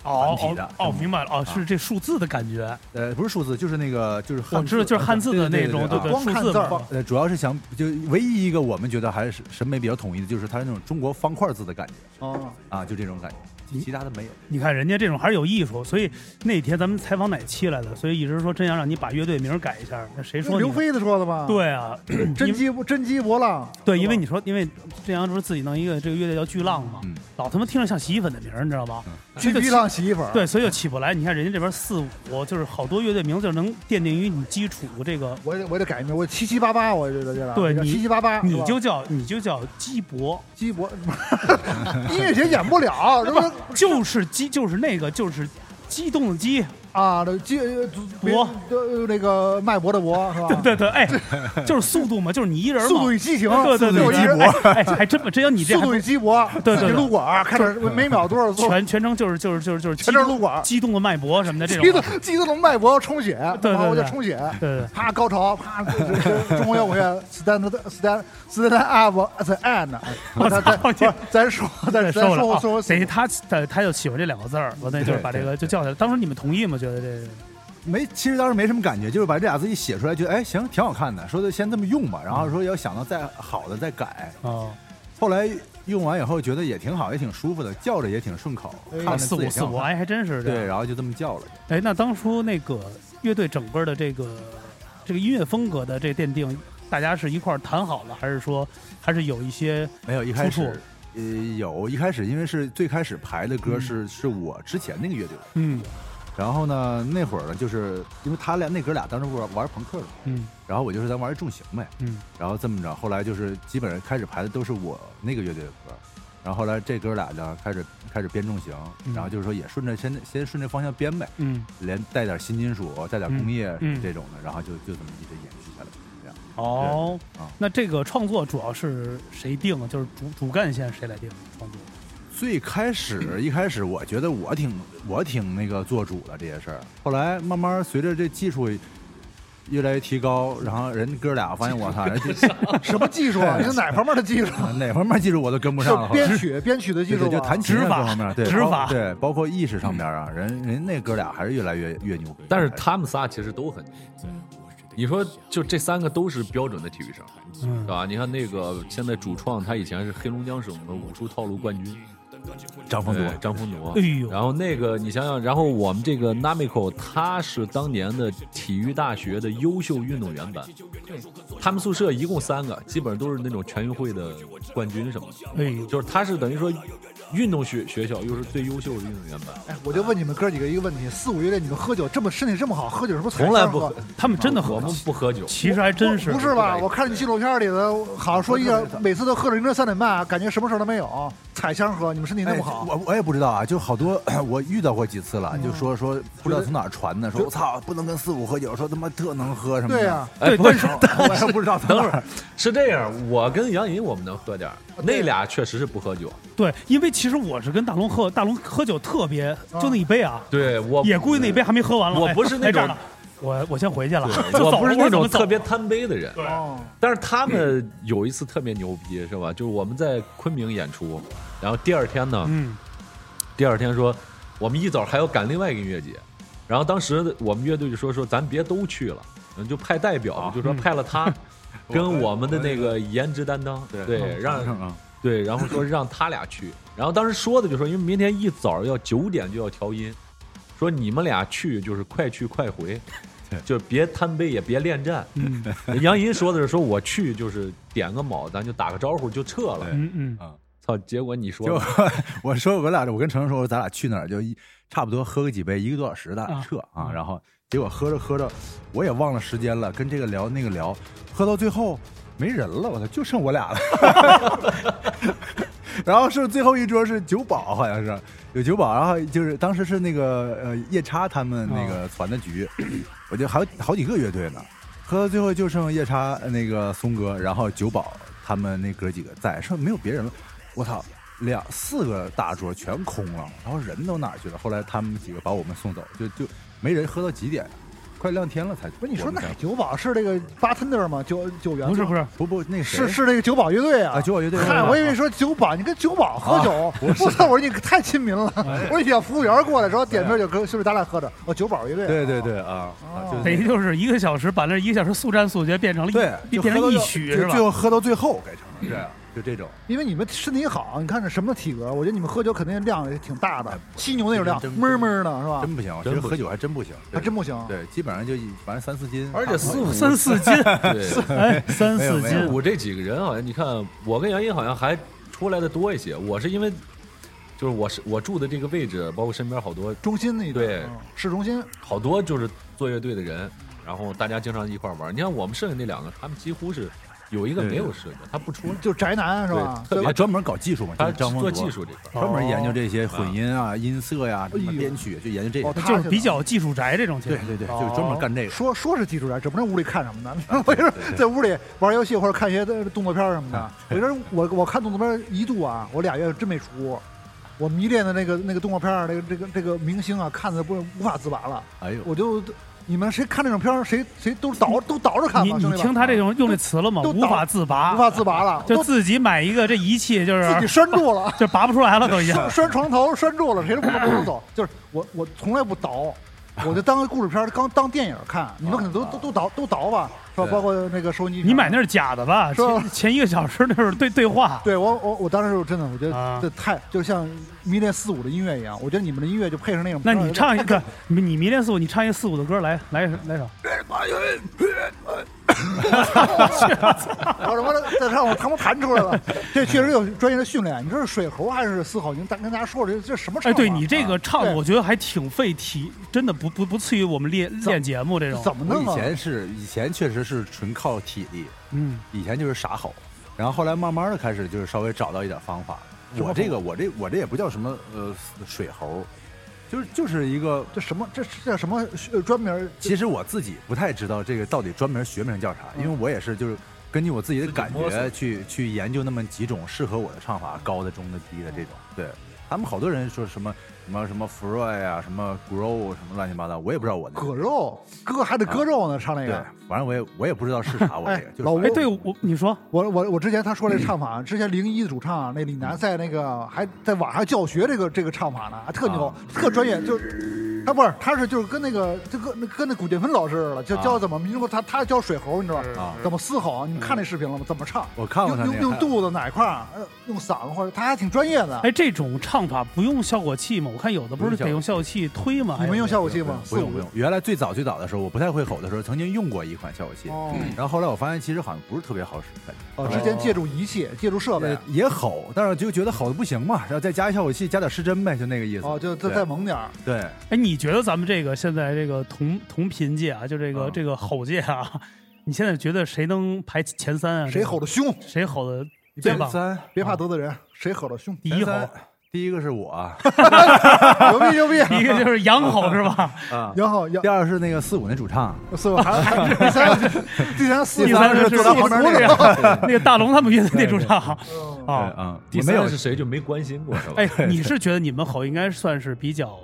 Speaker 3: 哦
Speaker 5: 繁体的
Speaker 3: 哦哦，明白了哦，
Speaker 5: 啊
Speaker 3: 是这数字的感觉。
Speaker 5: 呃，不是数字，就是那个就是汉字
Speaker 3: 我哦知道，就是汉字的那
Speaker 5: 对对对
Speaker 3: 种，
Speaker 5: 对
Speaker 3: 对
Speaker 5: 啊
Speaker 3: 对，
Speaker 4: 光
Speaker 3: 数
Speaker 4: 看
Speaker 3: 字
Speaker 4: 字儿
Speaker 3: 嘛
Speaker 5: 呃，主要是想就唯一一个我们觉得还是审美比较统一的，就是它是那种中国方块字的感觉
Speaker 4: 哦
Speaker 5: 啊，就这种感觉。
Speaker 3: 你
Speaker 5: 其他的没有。
Speaker 3: 你看人家这种还是有艺术，所以那天咱们采访哪期来的，所以一直说真想让你把乐队名儿改一下，那谁说你
Speaker 4: 刘？飞的说的吧？，
Speaker 3: 对
Speaker 5: <clears throat>
Speaker 3: 啊，
Speaker 4: 真机不真机博浪，
Speaker 3: 对，因为你说，因为郑阳不是自己弄一个这个乐队叫巨浪嘛，
Speaker 5: 嗯
Speaker 3: 老他妈听着像洗衣粉的名儿，你知道吗？
Speaker 4: 去
Speaker 3: 这个
Speaker 4: 一趟洗衣粉，，
Speaker 3: 对，所以就起不来。你看人家这边四五，就是好多乐队名字就能奠定于你基础这个，
Speaker 4: 我也得我得改名，我七七八八，我觉得这个
Speaker 3: 对
Speaker 4: 这个
Speaker 3: 你
Speaker 4: 七七八八，
Speaker 3: 你
Speaker 4: 是吧
Speaker 3: 就叫你就叫鸡博，
Speaker 4: 鸡博，音乐节演不了，这不
Speaker 3: 就是鸡，就是那个就是激动的激，
Speaker 4: 啊，这鸡
Speaker 3: 博
Speaker 4: 呃那个脉搏的搏是吧？
Speaker 3: 对对对， <laughs> 哎，就是速度嘛，就是你一人嘛，
Speaker 4: 速度与激情，
Speaker 3: 对对对，
Speaker 4: 我一
Speaker 3: 对
Speaker 4: 人
Speaker 3: 哎，哎还真不真要你这
Speaker 4: 速
Speaker 3: 还
Speaker 4: 度与激搏，
Speaker 3: 对对对
Speaker 4: 你撸管儿，看着每秒多少速，
Speaker 3: 全全程就是就是就是就是
Speaker 4: 全程撸管儿，
Speaker 3: 激动的脉搏什么的这种 <laughs>
Speaker 4: 激，动激动的脉搏充血，
Speaker 3: 对对
Speaker 4: 然后我就
Speaker 3: 对
Speaker 4: 充血，
Speaker 3: 对对。
Speaker 4: 啪高潮，啪这这中国
Speaker 3: <laughs>
Speaker 4: 摇滚乐 stand stand stand up at the end，啊
Speaker 3: 我操
Speaker 4: 咱咱
Speaker 3: 我天
Speaker 4: 咱说咱咱
Speaker 3: 受了
Speaker 4: 说
Speaker 3: 啊！
Speaker 4: 说
Speaker 3: 等于他他他就喜欢这两个字儿，完了就是把这个就叫起来。当时你们同意吗？觉得这
Speaker 5: 没，其实当时没什么感觉，就是把这俩字一写出来，觉得哎行，挺好看的，说就先这么用吧，然后说要想到再好的再改。
Speaker 3: 哦，
Speaker 5: 后来用完以后觉得也挺好，也挺舒服的，叫着也挺顺口，看着
Speaker 3: 四
Speaker 5: 字也
Speaker 3: 五
Speaker 5: 挺
Speaker 3: 四
Speaker 5: 好
Speaker 3: 五，
Speaker 5: 看
Speaker 3: 哎，还真是这
Speaker 5: 对，
Speaker 3: 样。
Speaker 5: 然后就这么叫了。
Speaker 3: 哎，那当初那个乐队整个的这个这个音乐风格的这个奠定，大家是一块儿谈好了，还是说还是有一些
Speaker 5: 没有，一开
Speaker 3: 出处
Speaker 5: 始呃有，一开始因为是最开始排的歌
Speaker 3: 嗯
Speaker 5: 是、是我之前那个乐队的，
Speaker 3: 嗯
Speaker 5: 然后呢那会儿呢，就是因为他俩那哥俩当时玩玩朋克的，
Speaker 3: 嗯
Speaker 5: 然后我就是在玩重型呗，
Speaker 3: 嗯
Speaker 5: 然后这么着，后来就是基本上开始排的都是我那个乐队的歌，然后后来这哥俩呢开始开始编重型，
Speaker 3: 嗯
Speaker 5: 然后就是说也顺着先先顺着方向编呗，
Speaker 3: 嗯
Speaker 5: 连带点新金属，带点工业
Speaker 3: 嗯嗯
Speaker 5: 这种的，然后就就这么一直延续下来，这样。
Speaker 3: 哦
Speaker 5: 对啊，
Speaker 3: 那这个创作主要是谁定的？啊就是主主干线谁来定啊创作？
Speaker 5: 最开始一开始，我觉得我挺我挺那个做主的这些事儿。后来慢慢随着这技术越来越提高，然后人哥俩发现
Speaker 3: <laughs>
Speaker 5: 我操，人家 <laughs>
Speaker 4: 什么技术啊？你是哪方面的技术？啊
Speaker 5: 哪方面技术我都跟不
Speaker 4: 是
Speaker 5: 上了。
Speaker 4: 编曲编曲的技
Speaker 5: 对
Speaker 4: 术
Speaker 5: 对，
Speaker 4: 吧，
Speaker 5: 就弹琴
Speaker 3: 执
Speaker 5: 啊
Speaker 3: 法
Speaker 5: 各方面，对
Speaker 3: 执
Speaker 5: 包
Speaker 3: 法
Speaker 5: 对，包括意识上面啊，人人那哥俩还是越来越越牛。哎
Speaker 6: 但是他们仨其实都很牛。你说，就这三个都是标准的体育生，
Speaker 3: 嗯
Speaker 6: 对吧？你看那个现在主创，他以前是黑龙江省的武术套路冠军，
Speaker 5: 张
Speaker 6: 对
Speaker 5: 丰多，
Speaker 6: 张丰铎。
Speaker 3: 哎呦
Speaker 6: 然后那个你想想，然后我们这个 Namiko，他是当年的体育大学的优秀运动员班，他们宿舍一共三个，基本上都是那种全运会的冠军什么的，
Speaker 3: 哎呦，
Speaker 6: 就是他是等于说运动学学校又是最优秀的运动员班，
Speaker 4: 哎，我就问你们哥几个一个问题：四五乐队，你们喝酒这么身体这么好，喝酒是不是
Speaker 6: 从来不
Speaker 4: 喝
Speaker 6: 喝？，
Speaker 3: 他们真的
Speaker 6: 我
Speaker 3: 喝
Speaker 6: 们，不喝酒，
Speaker 3: 其实还真是
Speaker 4: 不是吧？我看你纪录片里头，好像说一个每次都喝到凌晨三点半，感觉什么事儿都没有，采香喝。你们身体那么好，
Speaker 5: 哎我我也不知道啊，就好多我遇到过几次了，就说说不知道从哪儿传的，说我操，不能跟四五喝酒，说他妈特能喝什么的。
Speaker 4: 对呀，
Speaker 6: 哎，不是，
Speaker 5: <laughs> 我也不知道从
Speaker 6: 等
Speaker 5: 哪
Speaker 6: 会
Speaker 5: 儿
Speaker 6: 儿是这样，我跟杨颖我们能喝点儿，那俩确实是不喝酒。
Speaker 3: 对，因为其实我是跟大龙喝，大龙喝酒特别，
Speaker 4: 嗯
Speaker 3: 就那一杯啊，
Speaker 6: 对我
Speaker 3: 也估计那杯还没喝完了。
Speaker 6: 我
Speaker 3: 哎
Speaker 6: 不是那
Speaker 3: 哎这
Speaker 6: 种
Speaker 3: 样的我我先回去了，<laughs>
Speaker 6: 对
Speaker 3: 就
Speaker 6: 我
Speaker 3: 走
Speaker 6: 不
Speaker 3: 了
Speaker 6: 是那
Speaker 3: 怎么
Speaker 6: 种
Speaker 3: 走
Speaker 6: 特别贪杯的人。
Speaker 4: 哦，
Speaker 6: 但是他们有一次特别牛逼，是吧？就是我们在昆明演出，然后第二天呢，
Speaker 3: 嗯
Speaker 6: 第二天说我们一早还要赶另外一个音乐节，然后当时我们乐队就说说咱别都去了，嗯就派代表，就说派了他。跟我们的那个颜值担当，
Speaker 5: 对
Speaker 6: 对，让
Speaker 5: 啊，
Speaker 6: 对，然后说让他俩去，然后当时说的就说，因为明天一早要九点就要调音，说你们俩去就是快去快回，就别贪杯也别恋战。
Speaker 3: 嗯
Speaker 6: 杨银说的是说我去就是点个卯，咱就打个招呼就撤了。
Speaker 3: 嗯嗯，
Speaker 6: 操，结果你说
Speaker 5: 就 <laughs> 我说我俩，我跟程程说，咱俩去哪儿就一差不多喝个几杯，一个多小时，咱俩撤啊。然后结果喝着喝着，我也忘了时间了，跟这个聊那个聊，喝到最后没人了，我操，就剩我俩了。 <laughs> 然后是最后一桌是酒保，好像是有酒保，然后就是当时是那个呃夜叉他们那个团的局，我觉得还有好几个乐队呢，喝到最后就剩夜叉呃那个松哥，然后酒保他们那哥几个在，剩没有别人了，我操，两四个大桌全空了，然后人都哪儿去了？后来他们几个把我们送走，就就没人喝到几点，快亮天了才。
Speaker 4: 不是你说
Speaker 5: 我们
Speaker 4: 那
Speaker 5: 才
Speaker 4: 酒保是这个 bartender 吗？酒酒员
Speaker 3: 不是不是，
Speaker 5: 不不那谁
Speaker 4: 是是这个酒保乐队啊
Speaker 5: 啊，。酒啊保乐队
Speaker 4: 嗨，我以为说酒保，你跟酒保喝酒，我操！我说你太亲民了。
Speaker 5: 哎
Speaker 4: 我以为服务员过来说点瓶酒，哥，是不是咱俩喝着？哦，酒保乐队。
Speaker 5: 对对，对啊，啊
Speaker 4: 哦
Speaker 5: 就
Speaker 3: 等于就是一个小时把那一个小时速战速决变成了一
Speaker 5: 对，
Speaker 3: 变
Speaker 5: 就喝
Speaker 3: 成
Speaker 5: 到
Speaker 3: 了一
Speaker 5: 最
Speaker 3: 曲
Speaker 5: 就是
Speaker 3: 吧
Speaker 5: 最？后喝到最后改成了这样，啊就这种。
Speaker 4: 因为你们身体好，你看这什么体格，我觉得你们喝酒肯定量也挺大的，犀牛那种量
Speaker 5: 哎真，不
Speaker 4: 闷儿闷儿的是吧？
Speaker 5: 真不行，其
Speaker 6: 真
Speaker 5: 实
Speaker 6: 不
Speaker 5: 喝
Speaker 6: 行
Speaker 5: 酒还真不行，
Speaker 4: 还真不行。
Speaker 5: 对，基本上就一反正三四斤，
Speaker 6: 而且四
Speaker 3: <laughs>
Speaker 6: 五
Speaker 3: 三四斤，
Speaker 6: 对
Speaker 3: 哎，三
Speaker 5: 没有
Speaker 3: 四
Speaker 5: 没
Speaker 3: 斤
Speaker 5: 有，
Speaker 6: <laughs> 我这几个人好像，你看我跟杨一好像还出来的多一些。我是因为就是我是我住的这个位置，包括身边好多
Speaker 4: 中心那一带
Speaker 6: 对
Speaker 4: 嗯市中心，
Speaker 6: 好多就是做乐队的人，然后大家经常一块儿玩儿。你看我们剩下那两个，他们几乎是有一个没有社交，他不出来，
Speaker 4: 就宅男是吧？
Speaker 6: 对特别
Speaker 5: 他专门搞技术嘛，就
Speaker 6: 他
Speaker 5: 是嗯张峰
Speaker 6: 做
Speaker 5: 主播
Speaker 6: 技术这块儿。
Speaker 5: 专门研究这些混音啊、音色呀、什么编曲，就研究这
Speaker 4: 哦
Speaker 5: 个。
Speaker 4: 他哦去
Speaker 3: 就是
Speaker 4: 了
Speaker 3: 比较技术宅这种情
Speaker 5: 对
Speaker 3: 况。
Speaker 5: 对对，就是专门干这个。啊
Speaker 4: 说说是技术宅，指不定屋里看什么呢？ <laughs> 我就是在屋里玩游戏或者看一些动作片儿什么
Speaker 5: 啊
Speaker 4: 的。我觉得我我看动作片儿一度啊，我俩月真没出屋，我迷恋的那个那个动作片儿，那个这个这个明星啊，看的不无法自拔了。
Speaker 5: 哎呦，
Speaker 4: 我就你们谁看这种片儿，谁谁都倒都倒着看
Speaker 3: 你
Speaker 4: 吧，兄
Speaker 3: 你
Speaker 4: 弟
Speaker 3: 听
Speaker 4: 们，
Speaker 3: 他这种用这词了吗？
Speaker 4: 都
Speaker 3: 无
Speaker 4: 倒
Speaker 3: 法自拔，
Speaker 4: 无法自拔了，
Speaker 3: 就
Speaker 4: 都
Speaker 3: 自己买一个这仪器，就是
Speaker 4: 自己拴住了。
Speaker 3: 就拔不出来了，都已经。
Speaker 4: 拴拴床头拴住了，谁都不能不能走。就是我我从来不倒，我就当个故事片儿，刚当电影看。你们可能都
Speaker 5: 啊
Speaker 4: 都都倒都倒吧，是吧？
Speaker 6: 对
Speaker 4: 包括那个收音机。
Speaker 3: 你买那是假的吧？
Speaker 4: 是吧
Speaker 3: 前前一个小时那是对对话，
Speaker 4: 对我我我当时真的我觉
Speaker 3: 啊
Speaker 4: 得这太就像迷恋四五的音乐一样，我觉得你们的音乐就配上那种。
Speaker 3: 那你唱一个，你你迷恋四五，你唱一四五的歌来来来首。啊
Speaker 4: <laughs> 我他妈的再让我他妈弹出来了，这确实有专业的训练。你这是水猴还是嘶吼？您跟大家说这这什么唱
Speaker 3: 哎，
Speaker 4: 法？啊
Speaker 3: 对你这个唱，
Speaker 4: 对
Speaker 3: 我觉得还挺费体，真的不不不次于我们练
Speaker 4: 怎
Speaker 3: 练节目这种。
Speaker 4: 怎么
Speaker 5: 我
Speaker 4: 弄
Speaker 5: 以
Speaker 4: 啊？
Speaker 5: 前是以前确实是纯靠体力，
Speaker 3: 嗯，
Speaker 5: 以前就是傻吼，然后后来慢慢的开始就是稍微找到一点方法。我这个我这我这也不叫什么呃水猴，就是就是一个。
Speaker 4: 这什么这这叫什么呃专门儿
Speaker 5: 其实我自己不太知道这个到底专门学名叫啥，因为我也是就是根据我自己的感
Speaker 6: 摸索
Speaker 5: 觉去去研究那么几种适合我的唱法，高的、中的、低的这种。对他们好多人说什么什么什么 fry 啊，什么 grow 什么乱七八糟，我也不知道我那
Speaker 4: 割。肉？割还得割肉呢，唱那
Speaker 5: 对
Speaker 4: 个。，
Speaker 5: 反正我也我也不知道是啥，我这个
Speaker 4: 哎
Speaker 5: 就是
Speaker 4: 老吴
Speaker 3: 哎，对我你说
Speaker 4: 我我我之前他说
Speaker 5: 嗯
Speaker 4: 这唱法，之前零一的主唱啊，那李楠在那个还在网上教学这个这个唱法呢，还特牛
Speaker 5: 啊，
Speaker 4: 特专业。就是他不是，他是就是跟那个就跟跟那古建芬老师似的，就
Speaker 5: 啊
Speaker 4: 教怎么，如果他他教水猴，你知道吧
Speaker 5: 啊
Speaker 4: 怎么嘶吼？你们看那视频了吗？怎么唱？
Speaker 5: 我看过他
Speaker 4: 用
Speaker 5: 那
Speaker 4: 用
Speaker 5: 个
Speaker 4: 用肚子哪块儿？呃用嗓子或者他还挺专业的。
Speaker 3: 哎，这种唱法不用效果器吗？我看有的不是得用效果器推吗？
Speaker 4: 你们用效果器吗？
Speaker 5: 不用不用。原来最早最早的时候，我不太会吼的时候，曾经用过一款效果器，嗯
Speaker 4: 哦
Speaker 5: 然后后来我发现其实好像不是特别好使，
Speaker 4: 哦，之前借助仪器，借助设备
Speaker 5: 呃，也吼，但是就觉得吼的不行嘛，然后再加一效果器，加点失真呗，就那个意思。
Speaker 4: 哦，就再
Speaker 5: 对
Speaker 4: 再猛点儿。
Speaker 5: 对，
Speaker 3: 哎，你觉得咱们这个现在这个同同频界啊，就这个、
Speaker 5: 嗯
Speaker 3: 这个吼界啊， <laughs> 你现在觉得谁能排前三啊？
Speaker 4: 谁吼的凶，
Speaker 3: 这个？谁吼的最棒？
Speaker 5: 三，
Speaker 4: 别怕得罪人，谁吼的
Speaker 5: <laughs>
Speaker 4: 凶，
Speaker 3: 第一吼，
Speaker 5: 前三第一个
Speaker 4: <laughs>
Speaker 5: 是我
Speaker 4: 牛逼牛逼。
Speaker 3: 第一个就是羊吼是吧？
Speaker 5: 啊，
Speaker 4: 然后杨
Speaker 5: 第二是那个四五那主唱，
Speaker 4: 是 <laughs> 吧？还还第三个第三个四
Speaker 3: 第三
Speaker 4: 个
Speaker 3: 个是
Speaker 4: 坐他旁边那个。
Speaker 3: <laughs> 那个大龙他们乐队那主唱
Speaker 4: 哦
Speaker 3: <laughs>
Speaker 5: 对
Speaker 3: 啊。
Speaker 5: 嗯，
Speaker 6: 第
Speaker 5: 我没有
Speaker 6: 三是谁就没关心过是吧？
Speaker 3: 哎，
Speaker 4: <laughs>
Speaker 3: 你是觉得你们吼应该算是比较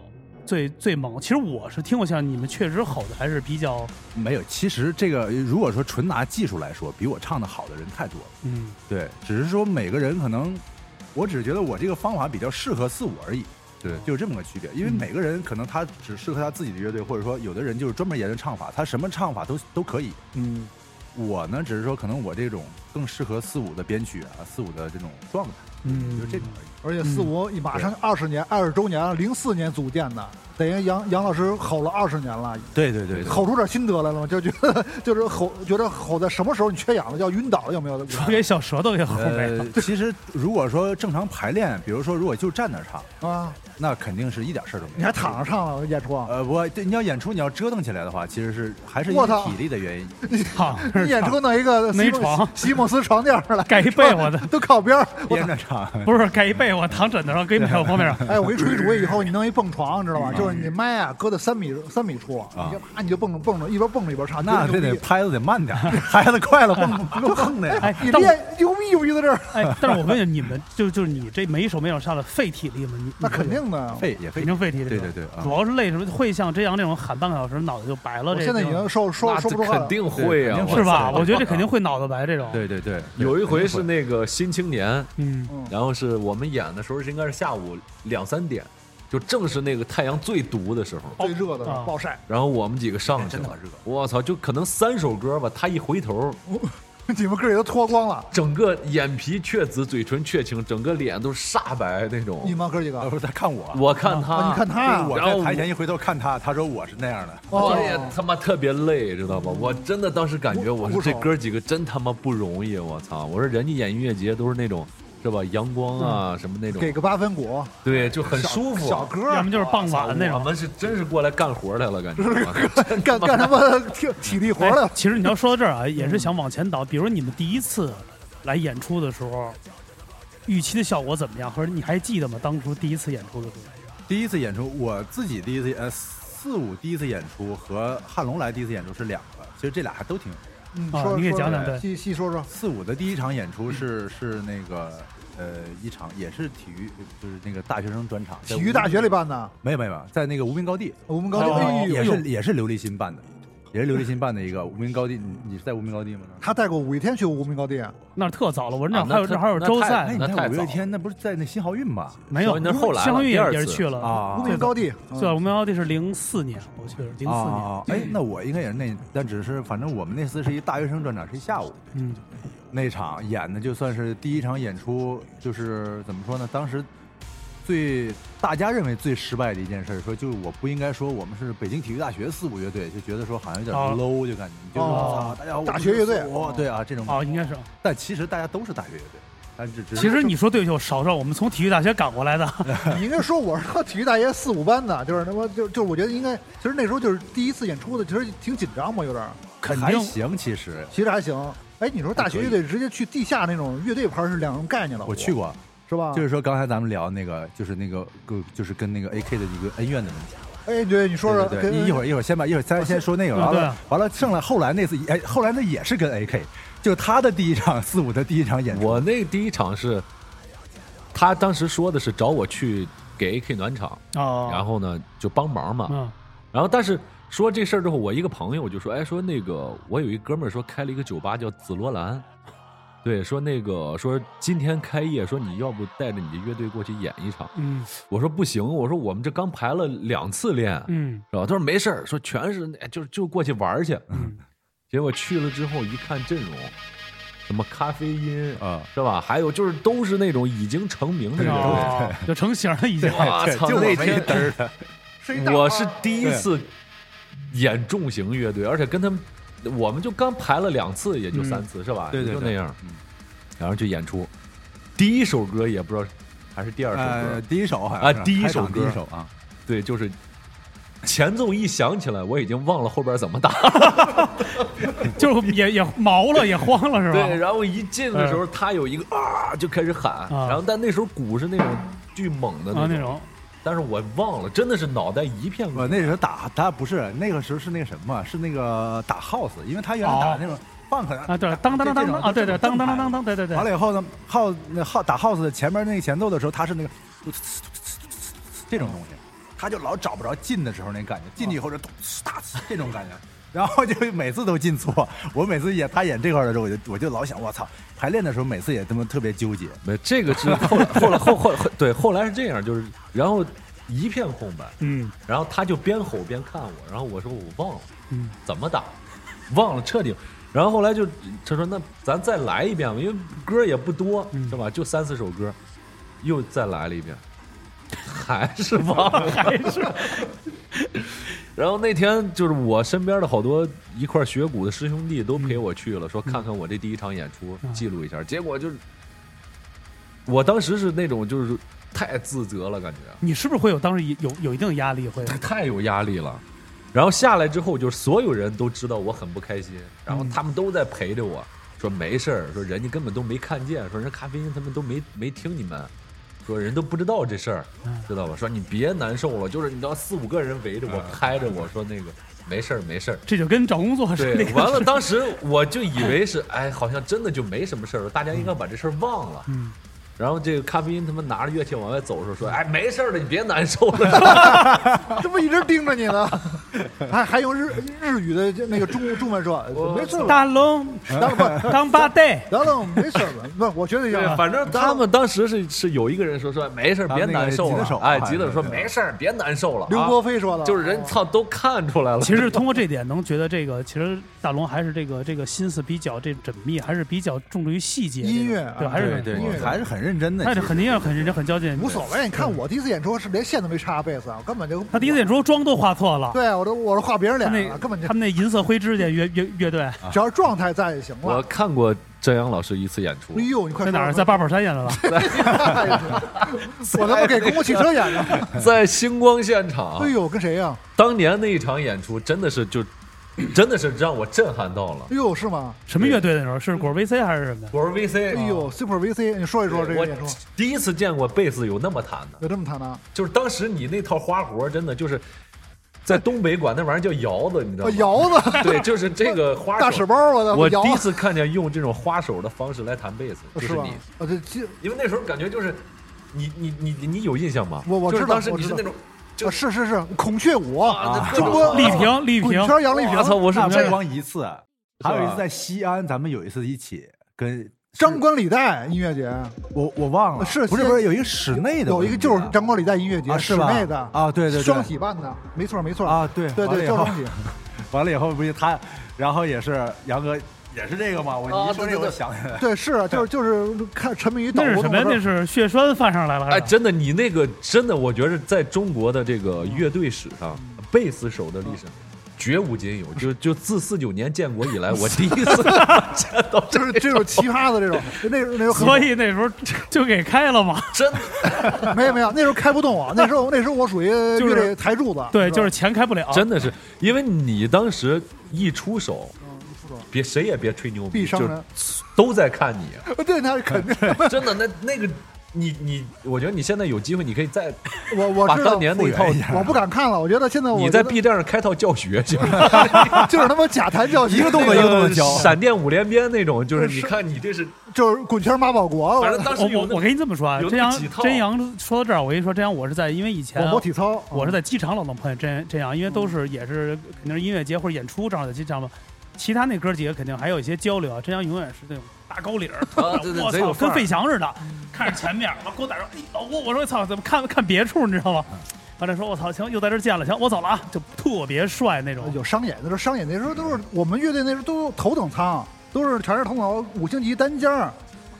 Speaker 3: 最最猛？其实我是听过，像你们确实吼的还是比较
Speaker 5: 没有。其实这个如果说纯拿技术来说，比我唱的好的人太多了。
Speaker 3: 嗯
Speaker 5: 对，只是说每个人可能，我只是觉得我这个方法比较适合四五而已。对，就是这么个区别，因为每个人可能他只适合他自己的乐队，或者说有的人就是专门研究唱法，他什么唱法都都可以。
Speaker 3: 嗯
Speaker 5: 我呢，只是说可能我这种更适合四五的编曲啊，四五的这种状态，
Speaker 3: 嗯
Speaker 5: 就这种而已。
Speaker 4: 而且四五马上二十年，二十周年了，零四年组建的，等于杨杨老师吼了二十年了，
Speaker 5: 对对对
Speaker 4: 吼出点心得来了吗？就觉得就是吼，觉得吼在什么时候你缺氧了，要晕倒了，有没有？
Speaker 3: 说给小舌头也吼没了
Speaker 5: 呃，其实如果说正常排练，比如说如果就站那儿唱，
Speaker 4: 啊，
Speaker 5: 那肯定是一点事儿都没有。
Speaker 4: 你还躺着唱了演出啊？
Speaker 5: 呃，我对你要演出，你要折腾起来的话，其实是还是因
Speaker 4: 我
Speaker 5: 为
Speaker 4: 操
Speaker 5: 体力的原因。
Speaker 3: 好，
Speaker 4: 你演出弄一个
Speaker 3: 没
Speaker 4: 席梦
Speaker 3: 床
Speaker 4: 席梦思床垫儿来，
Speaker 3: 盖一被窝的
Speaker 4: 都靠边儿。我
Speaker 5: <laughs> 编着唱，
Speaker 3: 不是盖一被窝躺枕头上，给麦克风面上。
Speaker 4: <laughs> 哎，我给你出一主意，以后你弄一蹦床，你知道吧？就是你麦啊，搁在三米三米处，你就啪你就蹦着蹦着，一边蹦着一边唱，
Speaker 5: <laughs> 那
Speaker 4: 就是
Speaker 5: 这
Speaker 4: <laughs>
Speaker 5: 得
Speaker 4: 牛逼
Speaker 5: 拍子得慢点儿，拍子快了蹦蹦蹦的呀。
Speaker 3: 哎，
Speaker 4: 你
Speaker 3: 但我
Speaker 4: 练牛逼牛逼在这儿，
Speaker 3: 哎，但是我问你，你们就就是你这每一首每一首上的费体力吗？你
Speaker 4: 那肯定的。
Speaker 5: 费也费
Speaker 3: 肯，定费体力，
Speaker 5: 对对对啊
Speaker 3: 主要是累什么？会像真阳这种喊半个小时，脑袋就白了。
Speaker 4: 我
Speaker 3: 这
Speaker 4: 现在已经说说
Speaker 6: 那
Speaker 4: 说
Speaker 6: 这
Speaker 4: 不出话
Speaker 6: 肯
Speaker 4: 了。
Speaker 6: 定会
Speaker 5: 对肯
Speaker 6: 啊
Speaker 5: 定，
Speaker 6: 我
Speaker 5: 会
Speaker 3: 是吧？
Speaker 5: 我
Speaker 3: 我觉得这
Speaker 4: <laughs>
Speaker 3: 肯定会脑子白这种。，
Speaker 5: 对对对，
Speaker 6: <laughs> 有一回是那个新青年，
Speaker 3: 嗯，
Speaker 4: 嗯
Speaker 6: 然后是我们演的时候是应该是下午两三点，就正是那个太阳最毒的时候。
Speaker 4: 最热的
Speaker 3: 啊
Speaker 4: 暴晒， <laughs> 哎
Speaker 6: 然后我们几个上去了，我操，就可能三首歌吧，他一回头，
Speaker 4: 你们哥也都脱光了，
Speaker 6: 整个眼皮却紫，嘴唇却青，整个脸都煞白那种。
Speaker 4: 你们哥几个
Speaker 5: 啊，不是他看我，
Speaker 6: 我看
Speaker 4: 啊
Speaker 6: 他，
Speaker 4: 你看他啊哦
Speaker 5: 我
Speaker 6: 然后
Speaker 5: 在台前一回头看他，他说我是那样的。
Speaker 6: 我也哎他妈特别累，知道吗？我真的当时感觉我是这哥几个真他妈不容易，我操！我说人家演音乐节都是那种是吧，阳光啊什么那种
Speaker 4: 嗯给，个八分鼓，
Speaker 6: 对，就很舒服。
Speaker 4: 小哥
Speaker 3: 要么就是傍晚那
Speaker 6: 我
Speaker 3: 种。
Speaker 6: 们是真是过来干活来了，感觉。
Speaker 4: <laughs> 干干什么体体力活
Speaker 3: 哎
Speaker 4: 的，
Speaker 3: 其实你要说到这儿啊，也是想往前倒。比如你们第一次来演出的时候，预期的效果怎么样？或者你还记得吗？当初第一次演出的时候，
Speaker 5: 第一次演出，我自己第一次呃四五第一次演出和汉龙来第一次演出是两个，其实这俩还都挺有意思的
Speaker 4: 嗯，
Speaker 3: 啊
Speaker 4: 说
Speaker 3: 你给
Speaker 4: 说
Speaker 3: 讲
Speaker 4: 说
Speaker 3: 讲对
Speaker 4: 细细说说，
Speaker 5: 四五的第一场演出是是那个呃一场也是体育，就是那个大学生专场，在
Speaker 4: 体育大学里
Speaker 5: 无名
Speaker 4: 办的，
Speaker 5: 没有没有没有，在那个无名高地，
Speaker 4: 我们高
Speaker 3: 哦
Speaker 4: 哎
Speaker 5: 也
Speaker 4: 呦，
Speaker 5: 是也是琉璃心办的，也是琉璃心办的一个无名高地，你你是在无名高地吗？
Speaker 4: 他带过五月天去过无名高地，啊
Speaker 3: 那儿特早了。我那
Speaker 6: 啊
Speaker 3: 儿还有
Speaker 6: 那
Speaker 3: 那儿还有
Speaker 6: 那
Speaker 3: 周
Speaker 6: 太
Speaker 5: 哎，
Speaker 3: 赛
Speaker 5: 你
Speaker 6: 那
Speaker 5: 在
Speaker 6: 太
Speaker 5: 五月
Speaker 6: 早
Speaker 5: 天那不是在那新豪运吗？
Speaker 3: 没有
Speaker 6: 所以？那是后来了
Speaker 3: 相遇
Speaker 6: 第二
Speaker 3: 也是
Speaker 6: 次
Speaker 3: 去了。
Speaker 5: 啊
Speaker 4: 无名高地，
Speaker 3: 最早无名高地是零四年，我记得是零四年。
Speaker 5: 啊，哎，那我应该也是那，但只是反正我们那次是一大学生专场，是一下午
Speaker 3: 嗯，
Speaker 5: 那场演的，就算是第一场演出，就是怎么说呢？当时最大家认为最失败的一件事，说就是我不应该说我们是北京体育大学四五乐队，就觉得说好像有点
Speaker 3: 啊
Speaker 5: low，就感觉你就是
Speaker 4: 哦
Speaker 5: 啊，大家好，我
Speaker 4: 大
Speaker 5: 们
Speaker 4: 学
Speaker 5: 是
Speaker 4: 乐队
Speaker 5: 四五对啊这种，
Speaker 3: 哦，应该是。
Speaker 5: 但其实大家都是大学乐队，但只只是
Speaker 3: 其实你说对不起，我少少，我们从体育大学赶过来的。
Speaker 4: 嗯你应该说我是他体育大学四五班的，就是他妈就就是我觉得应该，其实那时候就是第一次演出的，其实挺紧张嘛，有点儿，
Speaker 3: 肯
Speaker 5: 还
Speaker 3: 定啊
Speaker 5: 行，其实
Speaker 4: 其实还行。哎，你说大学乐队直接去地下那种乐队牌是两种概念了，
Speaker 5: 我去过，
Speaker 4: 是
Speaker 3: 啊
Speaker 4: 吧？
Speaker 5: 就是说刚才咱们聊那个，就是那个个就是跟那个 AK 的一个恩怨的问题。
Speaker 4: 哎，对，你说说，
Speaker 5: 对对
Speaker 4: 跟
Speaker 5: 对一一会儿一会儿先把一会儿咱先说那个，完
Speaker 3: 对
Speaker 5: 了
Speaker 3: 啊
Speaker 5: 完了，剩了后来那次哎，后来那也是跟 AK，就他的第一场四五的第一场演出，
Speaker 6: 我那第一场是，他当时说的是找我去给 AK 暖场，
Speaker 3: 哦，
Speaker 6: 然后呢就帮忙嘛。
Speaker 3: 嗯，
Speaker 6: 然后但是说这事儿之后，我一个朋友我就说，哎，说那个我有一哥们儿说开了一个酒吧叫紫罗兰， <laughs> 对，说那个说今天开业，说你要不带着你的乐队过去演一场？
Speaker 3: 嗯
Speaker 6: 我说不行，我说我们这刚排了两次练，
Speaker 3: 嗯
Speaker 6: 是吧？他说没事儿，说全是哎就就过去玩儿去。
Speaker 3: 嗯，
Speaker 6: <laughs> 结果去了之后一看阵容，什么咖啡因
Speaker 5: 啊
Speaker 6: 是吧？还有就是都是那种已经成名的人。
Speaker 3: 哦就成型了已经。
Speaker 6: 哇
Speaker 5: 对
Speaker 6: 操！
Speaker 5: 就我
Speaker 6: 那
Speaker 5: 们一
Speaker 6: 天
Speaker 5: 嘚儿的，
Speaker 4: 是一大
Speaker 6: 我
Speaker 4: 班
Speaker 6: 是第一次演重型乐队，而且跟他们，我们就刚排了两次，也就三次，是吧？
Speaker 5: 对对
Speaker 6: 也就
Speaker 5: 对
Speaker 6: 那样
Speaker 5: 嗯，
Speaker 6: 然后就演出，第一首歌也不知道还是第二首
Speaker 5: 呃，
Speaker 6: 歌，
Speaker 5: 第一首好像是
Speaker 6: 啊第一首
Speaker 5: 开场第
Speaker 6: 歌
Speaker 5: 一首啊，
Speaker 6: 对，就是前奏一响起来，我已经忘了后边怎么打。
Speaker 3: 就是也也毛了，也慌了，是吧？
Speaker 6: 对，然后一进的时候，他有一个嗯啊，就开始喊，
Speaker 3: 啊
Speaker 6: 然后但那时候鼓是那种巨猛的
Speaker 3: 啊，
Speaker 6: 那
Speaker 3: 那
Speaker 6: 种，
Speaker 3: 种
Speaker 6: 但是我忘了，真的是脑袋一片
Speaker 5: 我
Speaker 6: 空。
Speaker 5: 那时候打他不是那个时候是那个什么，是那个打 house，因为他原来打那种 funk
Speaker 3: 哦啊，对，当当当当当啊，对对，当当当当
Speaker 5: 当。
Speaker 3: 当，对对对
Speaker 5: 完，了以后呢，house 那 house 打 house 的前面那个前奏的时候，他是那个这种东西，他就老找不着进的时候那感觉，进去以后就咚哒这种感觉， <laughs> 然后就每次都进错。我每次演他演这块儿的时候，我就我就老想，我操！排练的时候每次也他妈特别纠结。
Speaker 6: 没，这个是后来后来后后后对，后来是这样，就是然后一片空白，
Speaker 3: 嗯， <laughs>
Speaker 6: 然后他就边吼边看我，然后我说我忘了，
Speaker 3: 嗯，
Speaker 6: 怎么打，忘了彻底。然后后来就他说那咱再来一遍吧，因为歌也不多，
Speaker 3: 嗯
Speaker 6: 是吧？就三四首歌，又再来了
Speaker 3: <laughs>
Speaker 6: 一遍，还是忘了。
Speaker 3: 还是
Speaker 6: 然后那天就是我身边的好多一块儿学鼓的师兄弟都陪我去了，说看看我这第一场演出，
Speaker 3: 嗯
Speaker 6: 记录一下。结果就是，我当时是那种就是太自责了，感觉
Speaker 3: 你是不是会有当时有有一定压力会？
Speaker 6: 太有压力了。然后下来之后，就是所有人都知道我很不开心，然
Speaker 3: 嗯
Speaker 6: 后他们都在陪着我说没事儿，说人家根本都没看见，说人家咖啡因他们都没没听你们，说人都不知道这事儿
Speaker 3: 嗯，
Speaker 6: 知道吧？说你别难受了，就是你知道四五个人围着我拍着我说那个没事儿
Speaker 3: <laughs>
Speaker 6: 没事儿。
Speaker 3: 这就跟找工作似
Speaker 6: 对
Speaker 3: 的，。
Speaker 6: 完了，当时我就以为是，哎，好像真的就没什么事儿了，大家应该把这事儿忘了。
Speaker 3: 嗯，
Speaker 6: 然后这个咖啡因他们拿着乐器往外走的时候说，哎，没事儿的，你别难受了。
Speaker 4: 这不一直盯着你呢，还还用日日语的那个中中文说，没事吧？
Speaker 3: 大龙
Speaker 4: <laughs> 当不，
Speaker 3: <laughs> 当八代，
Speaker 4: 当了没事吧？不，我觉
Speaker 6: <laughs>
Speaker 4: 得这样 <laughs>
Speaker 6: 对，
Speaker 4: 啊，
Speaker 6: 反正他们当时是是有一个人说说没事儿
Speaker 5: 他
Speaker 6: 别
Speaker 5: 们那个
Speaker 6: 难受
Speaker 5: 吉他
Speaker 6: 了
Speaker 5: 手，
Speaker 6: 哎，
Speaker 5: 好像
Speaker 6: 吉他手说
Speaker 5: 是
Speaker 6: 没事儿别难受了啊，
Speaker 4: 刘国飞哦说的，
Speaker 6: 就是人操都看出来了，
Speaker 3: 其实通过这点能觉得这个，其实大龙还是这个这个心思比较这缜密，还是比较重于细节这种。
Speaker 4: 音乐啊
Speaker 3: 对，还是
Speaker 5: 对
Speaker 3: 很
Speaker 5: 对，
Speaker 4: 音乐
Speaker 5: 你还是很认真的。
Speaker 3: 那
Speaker 5: 其
Speaker 3: 就
Speaker 5: 实
Speaker 3: 肯定要很认真、很较劲。
Speaker 4: 无所谓。你看我第一次演出是连线都没插贝斯啊，我根本就
Speaker 3: 他第一次演出妆都画错了，
Speaker 4: 对我都我都画别人
Speaker 3: 他
Speaker 4: 脸了，
Speaker 3: 那
Speaker 4: 根本就
Speaker 3: 他们那银色灰指甲乐乐乐
Speaker 4: <laughs>
Speaker 3: 队
Speaker 4: 只要状态在就行
Speaker 6: <laughs> 我
Speaker 4: 了。
Speaker 6: 看过张扬老师一次演出
Speaker 4: 哎，呦，你快
Speaker 3: 在
Speaker 4: 说
Speaker 3: 哪儿？在八宝山演
Speaker 4: <laughs>
Speaker 3: 的吧？
Speaker 4: 我他妈给公共汽车演的。
Speaker 6: 在星光现场
Speaker 4: 哎，呦，跟谁呀？
Speaker 6: 当年那一场演出真的是就， <coughs> 真的是让我震撼到了。
Speaker 4: 哎呦，是吗？
Speaker 3: 什么乐队那时候？是果儿 VC 还是什么呀？
Speaker 6: 我是 VC，
Speaker 4: 哎呦，Super VC，你说一说这
Speaker 6: 我
Speaker 4: 个演出
Speaker 6: 第一次见过贝斯有那么弹的，
Speaker 4: 有这么弹的？
Speaker 6: 就是当时你那套花活真的就是，在东北管那玩意儿叫摇子，你知道
Speaker 4: 啊，
Speaker 6: 吗？
Speaker 4: 摇子，
Speaker 6: <laughs> 对，就是这个花手
Speaker 4: 大屎。包， <laughs> 我的
Speaker 6: 我
Speaker 4: 摇啊
Speaker 6: 第一次看见用这种花手的方式来弹
Speaker 4: <laughs>
Speaker 6: 贝斯，就是
Speaker 4: 吧啊
Speaker 6: 你，？
Speaker 4: 我这记，
Speaker 6: 因为那时候感觉就是，你你你你你有印象吗？
Speaker 4: 我我
Speaker 6: 就
Speaker 4: 知
Speaker 6: 是
Speaker 4: 道
Speaker 6: 当时
Speaker 4: 我
Speaker 6: 你
Speaker 4: 知
Speaker 6: 是
Speaker 4: 道
Speaker 6: 那种就
Speaker 4: 啊是是是，孔雀舞，
Speaker 6: 啊
Speaker 4: 中国
Speaker 3: 丽萍，丽
Speaker 4: 哦滚
Speaker 3: 萍，
Speaker 4: 圈杨丽萍
Speaker 6: 我，操，我是
Speaker 5: 那
Speaker 6: 这
Speaker 5: 不光一次，啊还有一次在西安，咱们有一次一起跟
Speaker 4: 张冠李戴音乐节，
Speaker 5: 我我忘了，
Speaker 4: 是
Speaker 5: 不是
Speaker 4: 先
Speaker 5: 不是有一个室内的，
Speaker 4: 有一个就是张冠李
Speaker 5: 戴
Speaker 4: 戴音乐节，
Speaker 5: 啊
Speaker 4: 室
Speaker 5: 是吧
Speaker 4: 内的
Speaker 5: 啊对对对
Speaker 4: 双体办的，没错没错
Speaker 5: 啊，对
Speaker 4: 对
Speaker 5: 完了
Speaker 4: 对，
Speaker 5: 以
Speaker 4: 叫
Speaker 5: 后
Speaker 4: 双体，
Speaker 5: 完了以后不是他，然后也是杨哥也是这个嘛，我
Speaker 6: 啊
Speaker 5: 一说这
Speaker 6: 对
Speaker 5: 个
Speaker 6: 对
Speaker 5: 我想起来了，
Speaker 4: 对是啊就是就是看沉迷于岛
Speaker 3: 那是
Speaker 4: 国
Speaker 3: 什
Speaker 4: 动
Speaker 3: 么呀？
Speaker 4: 的
Speaker 3: 那
Speaker 4: 事儿
Speaker 3: 是血栓犯上来了还
Speaker 6: 哎，
Speaker 3: 是？
Speaker 6: 真的，你那个真的，我觉得在中国的这个乐队史上，
Speaker 4: 嗯
Speaker 6: 贝斯手的历史绝无仅有。就就自四九年建国
Speaker 4: <laughs>
Speaker 6: 以来，我第一次见到这
Speaker 4: 就是这种奇葩的这种，那时候那时候很
Speaker 3: 所以那时候就给开了嘛。
Speaker 6: 真的
Speaker 4: 没有没有，那时候开不动啊，那时候那时候我属于
Speaker 3: 就是
Speaker 4: 乐队台柱子，
Speaker 3: 对，就是是钱开不了。
Speaker 6: 真的是，因为你当时一出手，
Speaker 4: 嗯
Speaker 6: 别谁也别吹牛
Speaker 4: 必啊
Speaker 6: 逼，
Speaker 4: 伤
Speaker 6: 就
Speaker 4: 人
Speaker 6: 都在看你。啊
Speaker 4: 吧对，那肯定，
Speaker 6: 真的，那那个你你，我觉得你现在有机会，你可以再
Speaker 4: 我我
Speaker 6: 把
Speaker 4: 知道
Speaker 6: 当年那一
Speaker 5: 复
Speaker 6: 套
Speaker 5: 原一下
Speaker 4: 我不敢看了，我觉得现在哦我
Speaker 6: 你在
Speaker 4: 觉得
Speaker 6: B 站上开套教
Speaker 5: <laughs>
Speaker 6: 学去，
Speaker 4: <laughs> 就是他妈假弹教学，
Speaker 5: <laughs> 一个动作一个动作教，
Speaker 6: 闪电五连鞭那种，就是你看你这是，
Speaker 4: 就是滚圈妈宝国，
Speaker 6: 反正当时
Speaker 3: 我
Speaker 6: 有
Speaker 3: 我
Speaker 6: 那
Speaker 3: 我跟你这么说啊，
Speaker 6: 有那
Speaker 3: 真阳
Speaker 6: 么几套
Speaker 3: 真阳说到这儿，我跟你说，真阳我是在因为以前
Speaker 4: 广播体操，啊
Speaker 3: 我是
Speaker 4: 在
Speaker 3: 在机场老能碰见真真阳，因为都
Speaker 6: 嗯
Speaker 3: 是也是肯定是音乐节或者演出正好在机场嘛。其他那哥几个肯定还有一些交流啊，真阳永远是那种大高领儿，
Speaker 6: 啊对
Speaker 3: <laughs>
Speaker 6: 对
Speaker 3: 我
Speaker 6: 贼有
Speaker 3: 操，跟
Speaker 6: 范儿嗯
Speaker 3: 费翔似的，看着前面，完给我打说，哎，老郭，我说操，怎么看看别处，你知道吗？
Speaker 6: 嗯
Speaker 3: 完了说，我操，行，又在这儿见了，行，我走了啊，就特别帅那种。
Speaker 4: 有商演，那时候商演那时候都是我们乐队那时候都头等舱，都是全是头等五星级单间儿，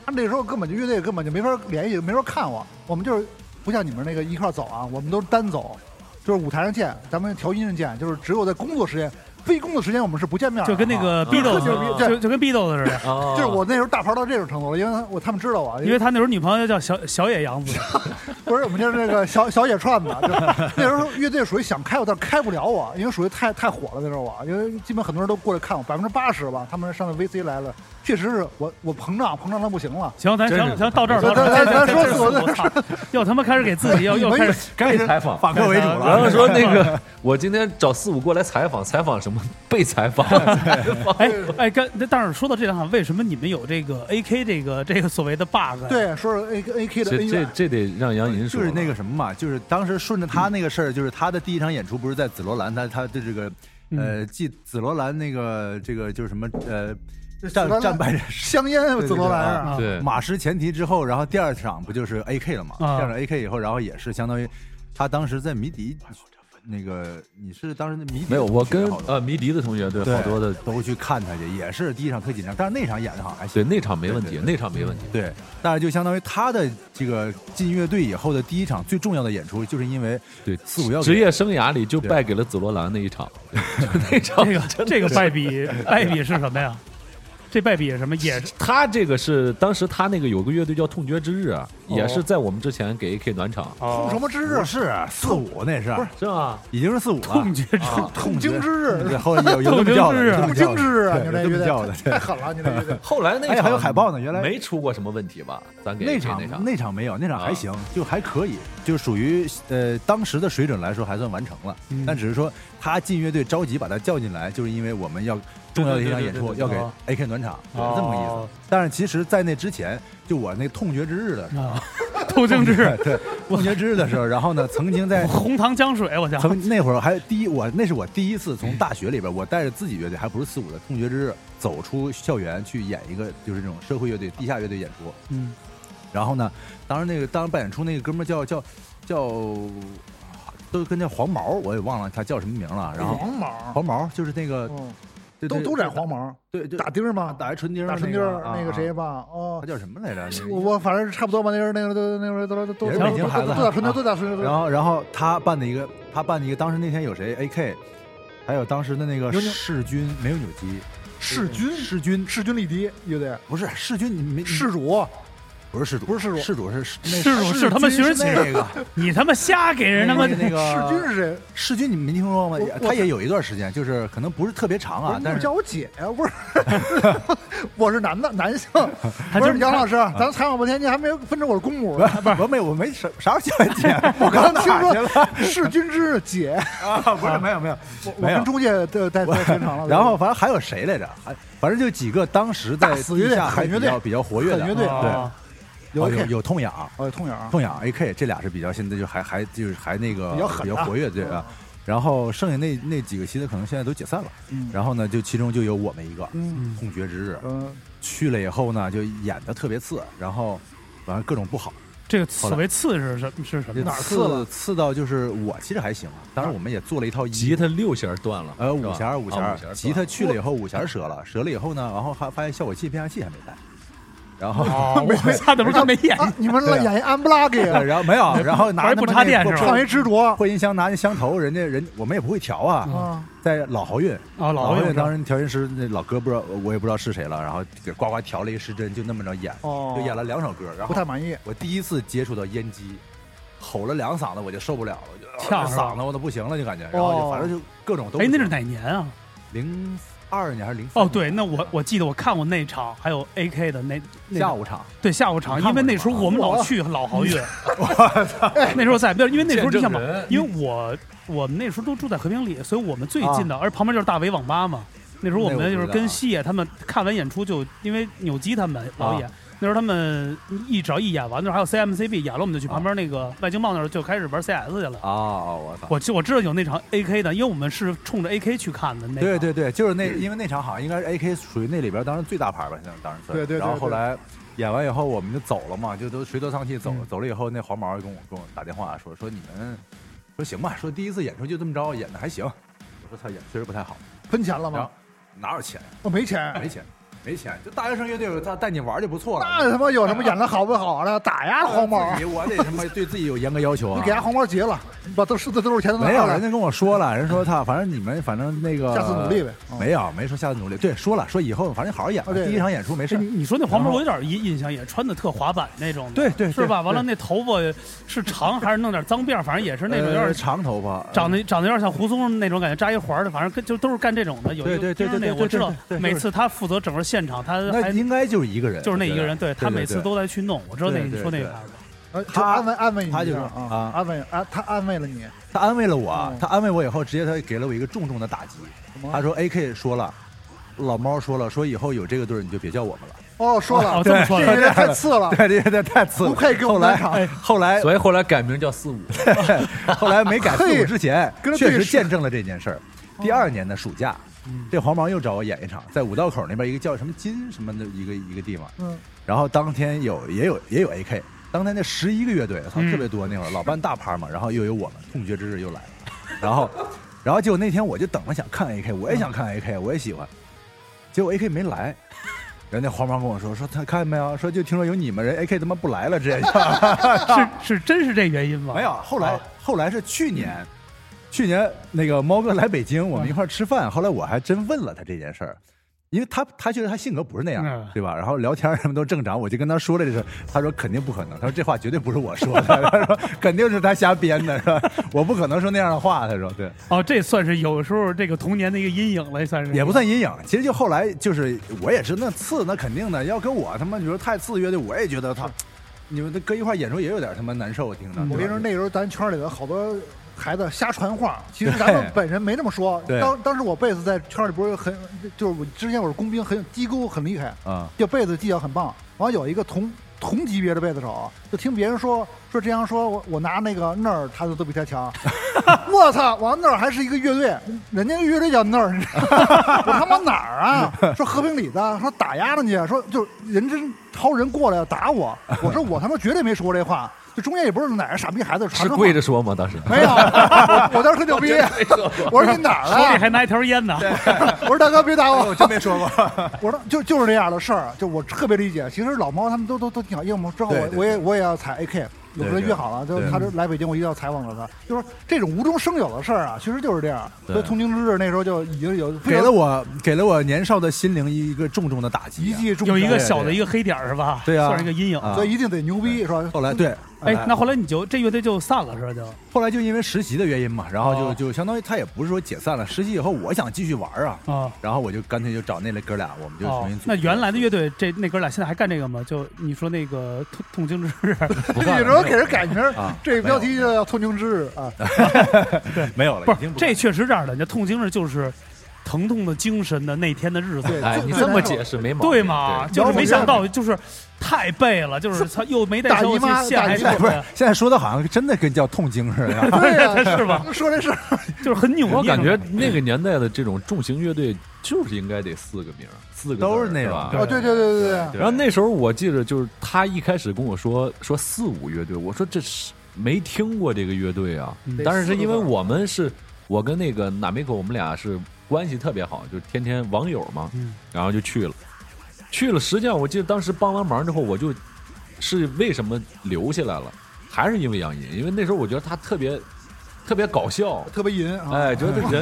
Speaker 4: 他那时候根本就乐队根本就没法联系，没法看我，我们就是不像你们那个一块儿走啊，我们都是单走，就是舞台上见，咱们调音上见，就是只有在工作时间，非工作时间我们是不见面的，
Speaker 3: 就跟那个 B 豆
Speaker 4: 特牛逼对
Speaker 3: 就就跟 B 豆似的，
Speaker 6: 啊，
Speaker 5: 哦
Speaker 4: 就是我那时候大牌到这种程度了，因为我他们知道我，
Speaker 3: 因为他那时候女朋友叫小小野洋子，
Speaker 4: <laughs> 不是我们就是那个小小野串子，就是那时候乐队属于想开我，但是开不了我，因为属于太太火了那时候我，因为基本很多人都过来看我，百分之八十吧，他们上那 VC 来了，确实是我我膨胀膨胀到不行了。
Speaker 3: 行，咱
Speaker 6: 真
Speaker 3: 行
Speaker 6: 是
Speaker 3: 行，到这儿，
Speaker 4: 咱
Speaker 3: 到这儿，
Speaker 4: 咱咱
Speaker 3: 咱
Speaker 4: 说死
Speaker 3: 我操，又他妈开始给自己又又
Speaker 4: 你们
Speaker 3: 开始
Speaker 5: 该
Speaker 6: 采访
Speaker 5: 反客为主了。
Speaker 6: 然后说那个， <laughs> 我今天找四五过来采访，采访什么？被采访，
Speaker 3: 哎哎，刚但是说到这两场，为什么你们有这个 AK 这个这个所谓的 bug？呀，
Speaker 4: 对，说是 A A K 的
Speaker 6: <laughs> 这
Speaker 4: 恩
Speaker 6: 这
Speaker 4: 怨，
Speaker 6: 这得让杨银说
Speaker 5: 就
Speaker 6: 了。
Speaker 5: 是那个什么嘛，就是当时顺着他那个事儿，就是他的第一场演出不是在紫罗兰，他他的这个呃，继紫罗兰那个这个就是什么呃战战败人士
Speaker 4: 香烟
Speaker 5: 对
Speaker 4: 紫罗兰
Speaker 5: 对
Speaker 4: 啊，
Speaker 6: 对
Speaker 5: 马失前蹄之后，然后第二场不就是 AK 了嘛？
Speaker 3: 啊
Speaker 5: 第二场 AK 以后，然后也是相当于他当时在迷笛那个，你是当时那迷笛
Speaker 6: 没有，我跟
Speaker 5: 学好多
Speaker 6: 呃迷笛的同学对
Speaker 5: 对
Speaker 6: 好多的
Speaker 5: 都去看他去，也是第一场特紧张，但是那场演的好像还行。
Speaker 6: 对那场没问
Speaker 5: 对
Speaker 6: 题，
Speaker 5: 对
Speaker 6: 那场没问题。
Speaker 5: 对，但是就相当于他的这个进乐队以后的第一场最重要的演出，就是因为
Speaker 6: 对，
Speaker 5: 四五幺
Speaker 6: 职业生涯里就
Speaker 5: 对
Speaker 6: 败给了紫罗兰那
Speaker 5: <laughs>
Speaker 6: 一场，对就那场
Speaker 3: 这个
Speaker 6: 真的
Speaker 3: 这个
Speaker 6: 是
Speaker 3: 败笔败笔是什么呀？这败笔是什么？也是
Speaker 6: 他这个是当时他那个有个乐队叫痛觉之日啊，
Speaker 5: 哦
Speaker 6: 也是在我们之前给 AK 暖场，
Speaker 4: 痛什么之日
Speaker 5: 不，是四五那是
Speaker 6: 是吧？
Speaker 5: 已经是四五了，
Speaker 3: 痛觉之
Speaker 5: 啊
Speaker 4: 痛经之日
Speaker 5: 对后有有这么叫的，有这
Speaker 4: 痛
Speaker 5: 么
Speaker 4: 经
Speaker 5: 叫的
Speaker 4: 之日啊！
Speaker 5: 对
Speaker 4: 你们这
Speaker 5: 有这
Speaker 4: 乐
Speaker 5: 么叫的
Speaker 4: 队，太狠了，你们这乐队。
Speaker 6: 后来那
Speaker 5: 哎
Speaker 6: 场
Speaker 5: 还有海报呢原来
Speaker 6: 没出过什么问题吧？咱给
Speaker 5: 那
Speaker 6: AK
Speaker 5: 场
Speaker 6: 那场
Speaker 5: 那场没有，那场还
Speaker 6: 啊
Speaker 5: 行，就还可以，就属于呃当时的水准来说还算完成了。
Speaker 6: 嗯
Speaker 5: 但只是说他进乐队着急把他叫进来，就是因为我们要重要的一场演出
Speaker 6: 对对对
Speaker 5: 要
Speaker 6: 对
Speaker 5: 给
Speaker 3: 哦
Speaker 5: AK 暖场，对
Speaker 3: 哦
Speaker 6: <laughs>
Speaker 5: 这么个意思。但是其实，在那之前，就我那痛觉之日的时候，
Speaker 3: 啊，窦靖之
Speaker 5: <laughs> 对，孟学之的时候，然后呢，曾经
Speaker 6: <laughs>
Speaker 5: 在
Speaker 3: 红糖姜水，我想
Speaker 5: 曾那会儿还第一，我那是我第一次从大学里边，我带着自己乐队，还不是四五的同学之走出校园去演一个就是这种社会乐队、地下乐队演出。
Speaker 3: 嗯，
Speaker 5: 然后呢，当时那个当时办演出那个哥们儿叫叫叫，都跟叫黄毛，我也忘了他叫什么名了。 <laughs> 然后
Speaker 4: 黄毛，
Speaker 5: 黄毛就是那个
Speaker 4: 嗯
Speaker 5: 对
Speaker 4: 都
Speaker 5: 对
Speaker 4: 都染黄毛，
Speaker 5: 对对
Speaker 4: 打钉儿吗？
Speaker 5: 打一唇钉儿
Speaker 4: 打唇钉
Speaker 5: 那
Speaker 4: 儿
Speaker 5: 个啊
Speaker 4: 那个谁吧？
Speaker 5: 啊
Speaker 4: 哦
Speaker 5: 他，叫什么来着？那个
Speaker 4: 我我反正差不多吧，那人那个都那个都都都
Speaker 5: 也是北京
Speaker 4: 都
Speaker 5: 孩子
Speaker 4: 都打唇钉，
Speaker 5: 啊
Speaker 4: 都打唇钉，
Speaker 5: 然后然后他办的一个，他办的一个，当时那天有谁？AK，还有当时的那个
Speaker 4: 牛牛
Speaker 5: 世军，没有扭机，
Speaker 4: 弑君
Speaker 5: 世军
Speaker 4: 势均力敌，乐队
Speaker 5: 不是世军，你没你
Speaker 4: 世主
Speaker 5: 不是世主，
Speaker 4: 不是世主
Speaker 5: 世主是那
Speaker 3: 世主是他妈
Speaker 5: 世军
Speaker 3: 学生
Speaker 5: 是
Speaker 3: 寝
Speaker 5: 那个
Speaker 3: 你他妈瞎给人他妈
Speaker 5: <laughs> 那个那
Speaker 4: 世
Speaker 5: 个
Speaker 4: 君是谁？
Speaker 5: 世军，你没听说过吗
Speaker 4: 我我？
Speaker 5: 他也有一段时间，就是可能不是特别长
Speaker 4: 不是
Speaker 5: 啊，
Speaker 4: 你怎
Speaker 5: 但
Speaker 4: 么
Speaker 5: 是
Speaker 4: 叫我姐呀？不是， <laughs> 我是男的，男性。
Speaker 3: 还
Speaker 4: 不
Speaker 3: 真
Speaker 4: 是杨老师，咱采访半天，你还没有分成我是公母呢。
Speaker 5: 我没我没啥啥时候叫你姐，我
Speaker 4: 刚
Speaker 5: 刚
Speaker 4: 听
Speaker 5: 哪去了
Speaker 4: 说是君之
Speaker 5: <laughs>
Speaker 4: 姐，
Speaker 5: 啊？不是没有没有
Speaker 4: 我
Speaker 5: 没有
Speaker 4: 跟。中介在在在现场了。
Speaker 5: 然后反正还有谁来着？还反正就几个当时在
Speaker 4: 大死乐队
Speaker 5: 地下还
Speaker 4: 狠乐
Speaker 5: 比
Speaker 4: 队
Speaker 5: 较比较活跃的，
Speaker 4: 狠乐队
Speaker 5: 对，
Speaker 3: 啊
Speaker 4: 有
Speaker 5: 有有
Speaker 4: AK，
Speaker 5: 有痛痒，
Speaker 4: 哦，痛痒啊，
Speaker 5: 痛痒 AK 这俩是比较现在就还还就是还那个
Speaker 4: 比较狠的
Speaker 5: 活跃对啊。然后剩下那那几个戏子可能现在都解散了，
Speaker 4: 嗯
Speaker 5: 然后呢，就其中就有我们一个
Speaker 4: 嗯
Speaker 5: 痛绝之日， <laughs>
Speaker 4: 嗯，
Speaker 5: 去了以后呢，就演的特别次，然后完了各种不好，
Speaker 3: 这个所谓刺是什是什么？
Speaker 4: 哪儿
Speaker 5: 刺
Speaker 4: 刺了
Speaker 5: 刺到就是我其实还行啊，当然我们也做了一套衣服
Speaker 6: 吉他六弦儿断了，
Speaker 5: 呃
Speaker 6: 是吧
Speaker 5: 五弦儿五弦
Speaker 6: 啊
Speaker 5: 儿
Speaker 6: 五弦，断
Speaker 5: 吉他去了以后五弦儿折了，折了以后呢，然后还发现效果器变压器还没带，然后
Speaker 3: 哦，
Speaker 5: <laughs>
Speaker 3: 我操，那不是他没演
Speaker 4: 啊，你们来
Speaker 5: 对啊
Speaker 4: 演一安布拉给，
Speaker 5: 对然后没有，然后拿
Speaker 3: 玩不插电是吧
Speaker 4: 唱一执着
Speaker 5: 扩音箱拿那香头，人家人我们也不会调
Speaker 3: 嗯
Speaker 5: 啊，
Speaker 4: 啊，
Speaker 5: 在老豪运，
Speaker 3: 哦，
Speaker 5: 啊老
Speaker 3: 老岳
Speaker 5: 当时调音师那老哥不知道，我也不知道是谁了，然后给呱呱调了一个失真，就那么着演，
Speaker 4: 哦
Speaker 5: 就演了两首歌，然
Speaker 4: 不
Speaker 5: 后
Speaker 4: 太满意。
Speaker 5: 我第一次接触到烟机，吼了两嗓子我就受不了了，我就
Speaker 3: 呛
Speaker 5: 这
Speaker 3: 是吧
Speaker 5: 嗓子我都不行了，就感觉，然后就
Speaker 4: 哦
Speaker 5: 反正就各种都不
Speaker 3: 哎
Speaker 5: 行。，
Speaker 3: 那是哪年啊？
Speaker 5: 零二年还是零？
Speaker 3: 哦，对，那我我记得我看过那场，还有 AK 的那那
Speaker 5: 下午场，
Speaker 3: 对下午场，
Speaker 5: 你
Speaker 3: 因
Speaker 5: 看
Speaker 3: 为
Speaker 5: 过
Speaker 3: 那
Speaker 5: 是
Speaker 3: 时候
Speaker 5: 吗
Speaker 3: 我们老
Speaker 4: 我
Speaker 5: <laughs>
Speaker 3: 去老豪运，那时候在，因为那时候你想嘛
Speaker 6: 见证人，
Speaker 3: 因为我我们那时候都住在和平里，所以我们最近的，而旁边就是大伟网吧嘛。那时候我
Speaker 5: 啊那我
Speaker 3: 们
Speaker 5: 不
Speaker 3: 就是
Speaker 5: 知道
Speaker 3: 跟
Speaker 5: 啊
Speaker 3: 西野他们看完演出就，因为扭机他们老演，那时候他们一只要一演完，那时候还有 CMCB 演了，我们就去
Speaker 5: 啊
Speaker 3: 旁边那个外经贸那儿就开始玩 CS 去了。
Speaker 5: 哦，我操！
Speaker 3: 我记我知道有那场 AK 的，因为我们是冲着 AK 去看的那场。
Speaker 5: 对对对，就是那，因为那场好像应该是 AK 属于那里边当时最大牌吧，现在当时算
Speaker 4: 对对对
Speaker 5: 然后后
Speaker 4: 对
Speaker 5: 来演完以后，我们就走了嘛，就都垂头丧气走
Speaker 3: 嗯
Speaker 5: 了。走了以后，那黄毛跟我跟我打电话说说你们说行吧，说第一次演出就这么着，演的还行。我说他演得确实不太好，
Speaker 4: 分钱了
Speaker 5: 然后
Speaker 4: 吗？
Speaker 5: 哪有钱？
Speaker 4: 我没钱
Speaker 5: 没，钱，没钱，就大学生乐队，他带你玩就不错了。
Speaker 4: 那他妈有什么演的好不好的？打压黄毛，
Speaker 5: 自己我得他妈对自己有严格要求
Speaker 4: 啊你
Speaker 5: 啊
Speaker 4: 给！他黄毛结了，把都是这都是钱都拿
Speaker 5: 没有，
Speaker 4: 了
Speaker 5: 人，家跟我说了，人说他反正你们反正那个
Speaker 4: 下次努力呗。嗯
Speaker 5: 没有，没说下次努力。对，说了说以后反正好好演吧。
Speaker 4: 啊对
Speaker 5: 第一场演出没
Speaker 3: 哎
Speaker 5: 事。
Speaker 3: 你你说那黄毛，
Speaker 5: 然后
Speaker 3: 我有点印印象，也穿的特滑板那种的，
Speaker 5: 对对
Speaker 3: 是吧？
Speaker 5: 对
Speaker 3: 完了那头发是长还是弄点脏辫儿，反正也是那种有
Speaker 5: 呃
Speaker 3: 点
Speaker 5: 长头发，
Speaker 3: 长得长得有点像胡松那种感觉，扎一环儿的，反正跟就都是干这种的。有一个
Speaker 5: 对对对
Speaker 3: 就是那
Speaker 5: 对对对
Speaker 3: 我知道
Speaker 5: 对对，对
Speaker 3: 每次他负责整个现场，他
Speaker 5: 呃那
Speaker 3: 还
Speaker 5: 应该就是一个人，
Speaker 3: 就是那一个人，
Speaker 5: 我觉
Speaker 3: 对
Speaker 5: 得
Speaker 3: 他每次。都在去弄。我知道那
Speaker 5: 对
Speaker 3: 你
Speaker 5: 对
Speaker 3: 说那个
Speaker 5: 对
Speaker 3: 牌子，
Speaker 4: 呃就
Speaker 5: 他
Speaker 4: 安慰安慰你一下
Speaker 5: 他就说
Speaker 4: 啊
Speaker 5: 啊，
Speaker 4: 安慰啊，他安慰了你，
Speaker 5: 对对他安慰了我
Speaker 4: 嗯，
Speaker 5: 他安慰我以后，直接他给了我一个重重的打击
Speaker 4: 么。
Speaker 5: 他说 AK 说了，老猫说了，说以后有这个队儿你就别叫我们了。
Speaker 4: 哦，说了
Speaker 3: 哦，这么说
Speaker 4: 这
Speaker 3: 的
Speaker 4: 个人太次了，
Speaker 5: 对，这这太次了，
Speaker 4: 啊不配给我
Speaker 5: 后
Speaker 4: 们
Speaker 5: 来
Speaker 4: 来场
Speaker 5: 哎后来
Speaker 6: 所以后来改名叫四五，
Speaker 5: <laughs> 后来没改四五之前
Speaker 4: 跟，他对
Speaker 5: 确
Speaker 4: 视哦嗯
Speaker 5: 实见证了这件事儿。第二年的暑假，这黄毛又找我演一场，在五道口那边一个叫什么金什么的一个一个地方。
Speaker 4: 嗯，
Speaker 5: 然后当天有也有也有 AK，当天那十一个乐队，操
Speaker 3: 嗯
Speaker 5: 特别多，那会儿老办大趴嘛，然后又有我们痛绝之日又来了，然后 <laughs> 然后结果那天我就等着想看 AK，我也想
Speaker 4: 嗯
Speaker 5: 看 AK，我也喜欢，结果 AK 没来。人家黄毛跟我说说他看见没有，说就听说有你们人 AK 他妈不来了，直接就
Speaker 3: 是是真是这原因吗？
Speaker 5: 啊没有，后来
Speaker 3: 啊
Speaker 5: 后来是去年，去年那个猫哥来北京，我们一块儿吃
Speaker 3: 嗯
Speaker 5: 饭，后来我还真问了他这件事儿。因为他他觉得他性格不是那样，
Speaker 3: 嗯
Speaker 5: 对吧？然后聊天儿什么都正常，我就跟他说了这事儿，他说肯定不可能，他说这话绝对不是我说
Speaker 3: <laughs>
Speaker 5: 的，他说肯定是他瞎编的，是吧？我不可能说那样的话，他说对。
Speaker 3: 哦，这算是有时候这个童年的一个阴影了，算是
Speaker 5: 也不算阴影。其实就后来就是我也是那次那肯定的，要跟我他妈你说太次乐队，我也觉得他，你们搁一块儿演出也有点他妈难受，听着。
Speaker 3: 嗯
Speaker 4: 我跟
Speaker 5: 对
Speaker 4: 你
Speaker 5: 吧
Speaker 4: 说，那时候咱圈里的好多孩子瞎传话，其实咱们
Speaker 5: 对
Speaker 4: 本人没这么说。
Speaker 5: 对
Speaker 4: 当当时我贝斯在圈里不是很，就是我之前我是工兵，很低沟很厉害，
Speaker 5: 啊
Speaker 4: 就贝斯技巧很棒。然后有一个同同级别的贝斯手，就听别人说说这样说，我我拿那个那儿，他就都比他强。我操，完那儿还是一个乐队，人家乐队叫那儿，
Speaker 6: <laughs>
Speaker 4: 你知道吗我他妈哪儿啊？说和平里的，说打压人家，说就人真超人过来打我，我说我他妈绝对没说这话，这中间也不是哪个傻逼孩子传
Speaker 6: 是
Speaker 4: 出
Speaker 6: 跪着说吗？
Speaker 5: <laughs>
Speaker 6: 当时
Speaker 4: 没有，我我当时特牛逼，
Speaker 6: <laughs>
Speaker 4: 我说你哪儿
Speaker 3: 手
Speaker 5: 啊
Speaker 3: 里
Speaker 4: 了？
Speaker 3: 还拿一条烟呢。
Speaker 4: 我说大哥别打我，
Speaker 5: 我真没说过。
Speaker 4: 我说就就是这样的事儿，啊就我特别理解。其实老猫他们都都都挺好，因为我们之后
Speaker 5: 对
Speaker 4: 我
Speaker 5: 对
Speaker 4: 我也我也要踩 AK，有
Speaker 5: 对
Speaker 4: 时候
Speaker 5: 对
Speaker 4: 约好了，就
Speaker 5: 对
Speaker 4: 他就来北京，我一定要采访到他。就是这种无中生有的事儿啊，其实就是这样。
Speaker 6: 对
Speaker 4: 所以同情之日那时候就已经有
Speaker 5: 给了我给了我年少的心灵一个重重的打击
Speaker 4: 一
Speaker 5: 啊、
Speaker 4: 记重
Speaker 3: 有一
Speaker 4: 拳
Speaker 3: 个
Speaker 5: 对
Speaker 3: 小的
Speaker 5: 对
Speaker 3: 一个黑点儿是吧？
Speaker 5: 对啊
Speaker 3: 算是一个阴影。
Speaker 5: 啊
Speaker 4: 所以一定得牛逼是吧？
Speaker 5: 后来对，
Speaker 3: 哎
Speaker 5: 后来，
Speaker 3: 那后来你就这乐队就散了是吧？就
Speaker 5: 后来就因为实习的原因嘛，然后就、
Speaker 3: 哦
Speaker 5: 就相当于他也不是说解散了，实习以后我想继续玩啊，
Speaker 3: 啊
Speaker 5: 然后我就干脆就找那类哥俩，我们就重
Speaker 3: 哦
Speaker 5: 新组、，
Speaker 3: 那原来的乐队这那哥俩现在还干这个吗？就你说那个痛痛经之日，
Speaker 6: 不干
Speaker 4: 你
Speaker 6: 了
Speaker 4: 说给人改名儿
Speaker 5: 啊，
Speaker 4: 这标题就叫同情之日啊。
Speaker 5: 哎没有
Speaker 3: <laughs>
Speaker 5: 了，
Speaker 3: 不
Speaker 5: 已经
Speaker 3: 是
Speaker 5: 不
Speaker 3: 这确实这样的，你这痛经日就是疼痛的精神的那天的日子。
Speaker 4: 对，
Speaker 6: 哎，
Speaker 4: 最
Speaker 6: 你
Speaker 4: 最
Speaker 6: 这么
Speaker 4: 难受
Speaker 6: 解释没毛病，
Speaker 3: 对嘛，就是没想到，就是太背了，就是
Speaker 4: 是
Speaker 3: 操，又没带
Speaker 4: 大
Speaker 3: 消
Speaker 4: 姨
Speaker 3: 息
Speaker 4: 妈
Speaker 3: 线，
Speaker 4: 大
Speaker 3: 还
Speaker 4: 姨
Speaker 3: 是
Speaker 4: 妈
Speaker 5: 不是现在说的好像真的跟叫痛经
Speaker 3: <laughs>
Speaker 5: 似的，
Speaker 4: 对呀、
Speaker 3: 是吧？
Speaker 4: 说这事儿
Speaker 3: 就是很扭捏。
Speaker 6: 我感觉那个年代的这种重型乐队就是应该得四个名儿，四个字儿
Speaker 5: 都是那种
Speaker 6: 吧
Speaker 3: 对
Speaker 4: 哦，对对对对对，
Speaker 5: 对
Speaker 6: 然后那时候我记得就是他一开始跟我说说四五乐队，我说这是没听过这个乐队啊，
Speaker 3: 嗯
Speaker 6: 但是是因为我们是我跟那个哪美口我们俩是关系特别好，就是天天网友嘛，
Speaker 3: 嗯
Speaker 6: 然后就去了，去了。实际上我记得当时帮完忙之后，我就是为什么留下来了，还是因为杨银，因为那时候我觉得他特别特别搞
Speaker 3: 哦
Speaker 6: 笑，
Speaker 4: 特别淫啊，<laughs>
Speaker 6: 哎，觉得
Speaker 3: <laughs>
Speaker 6: 人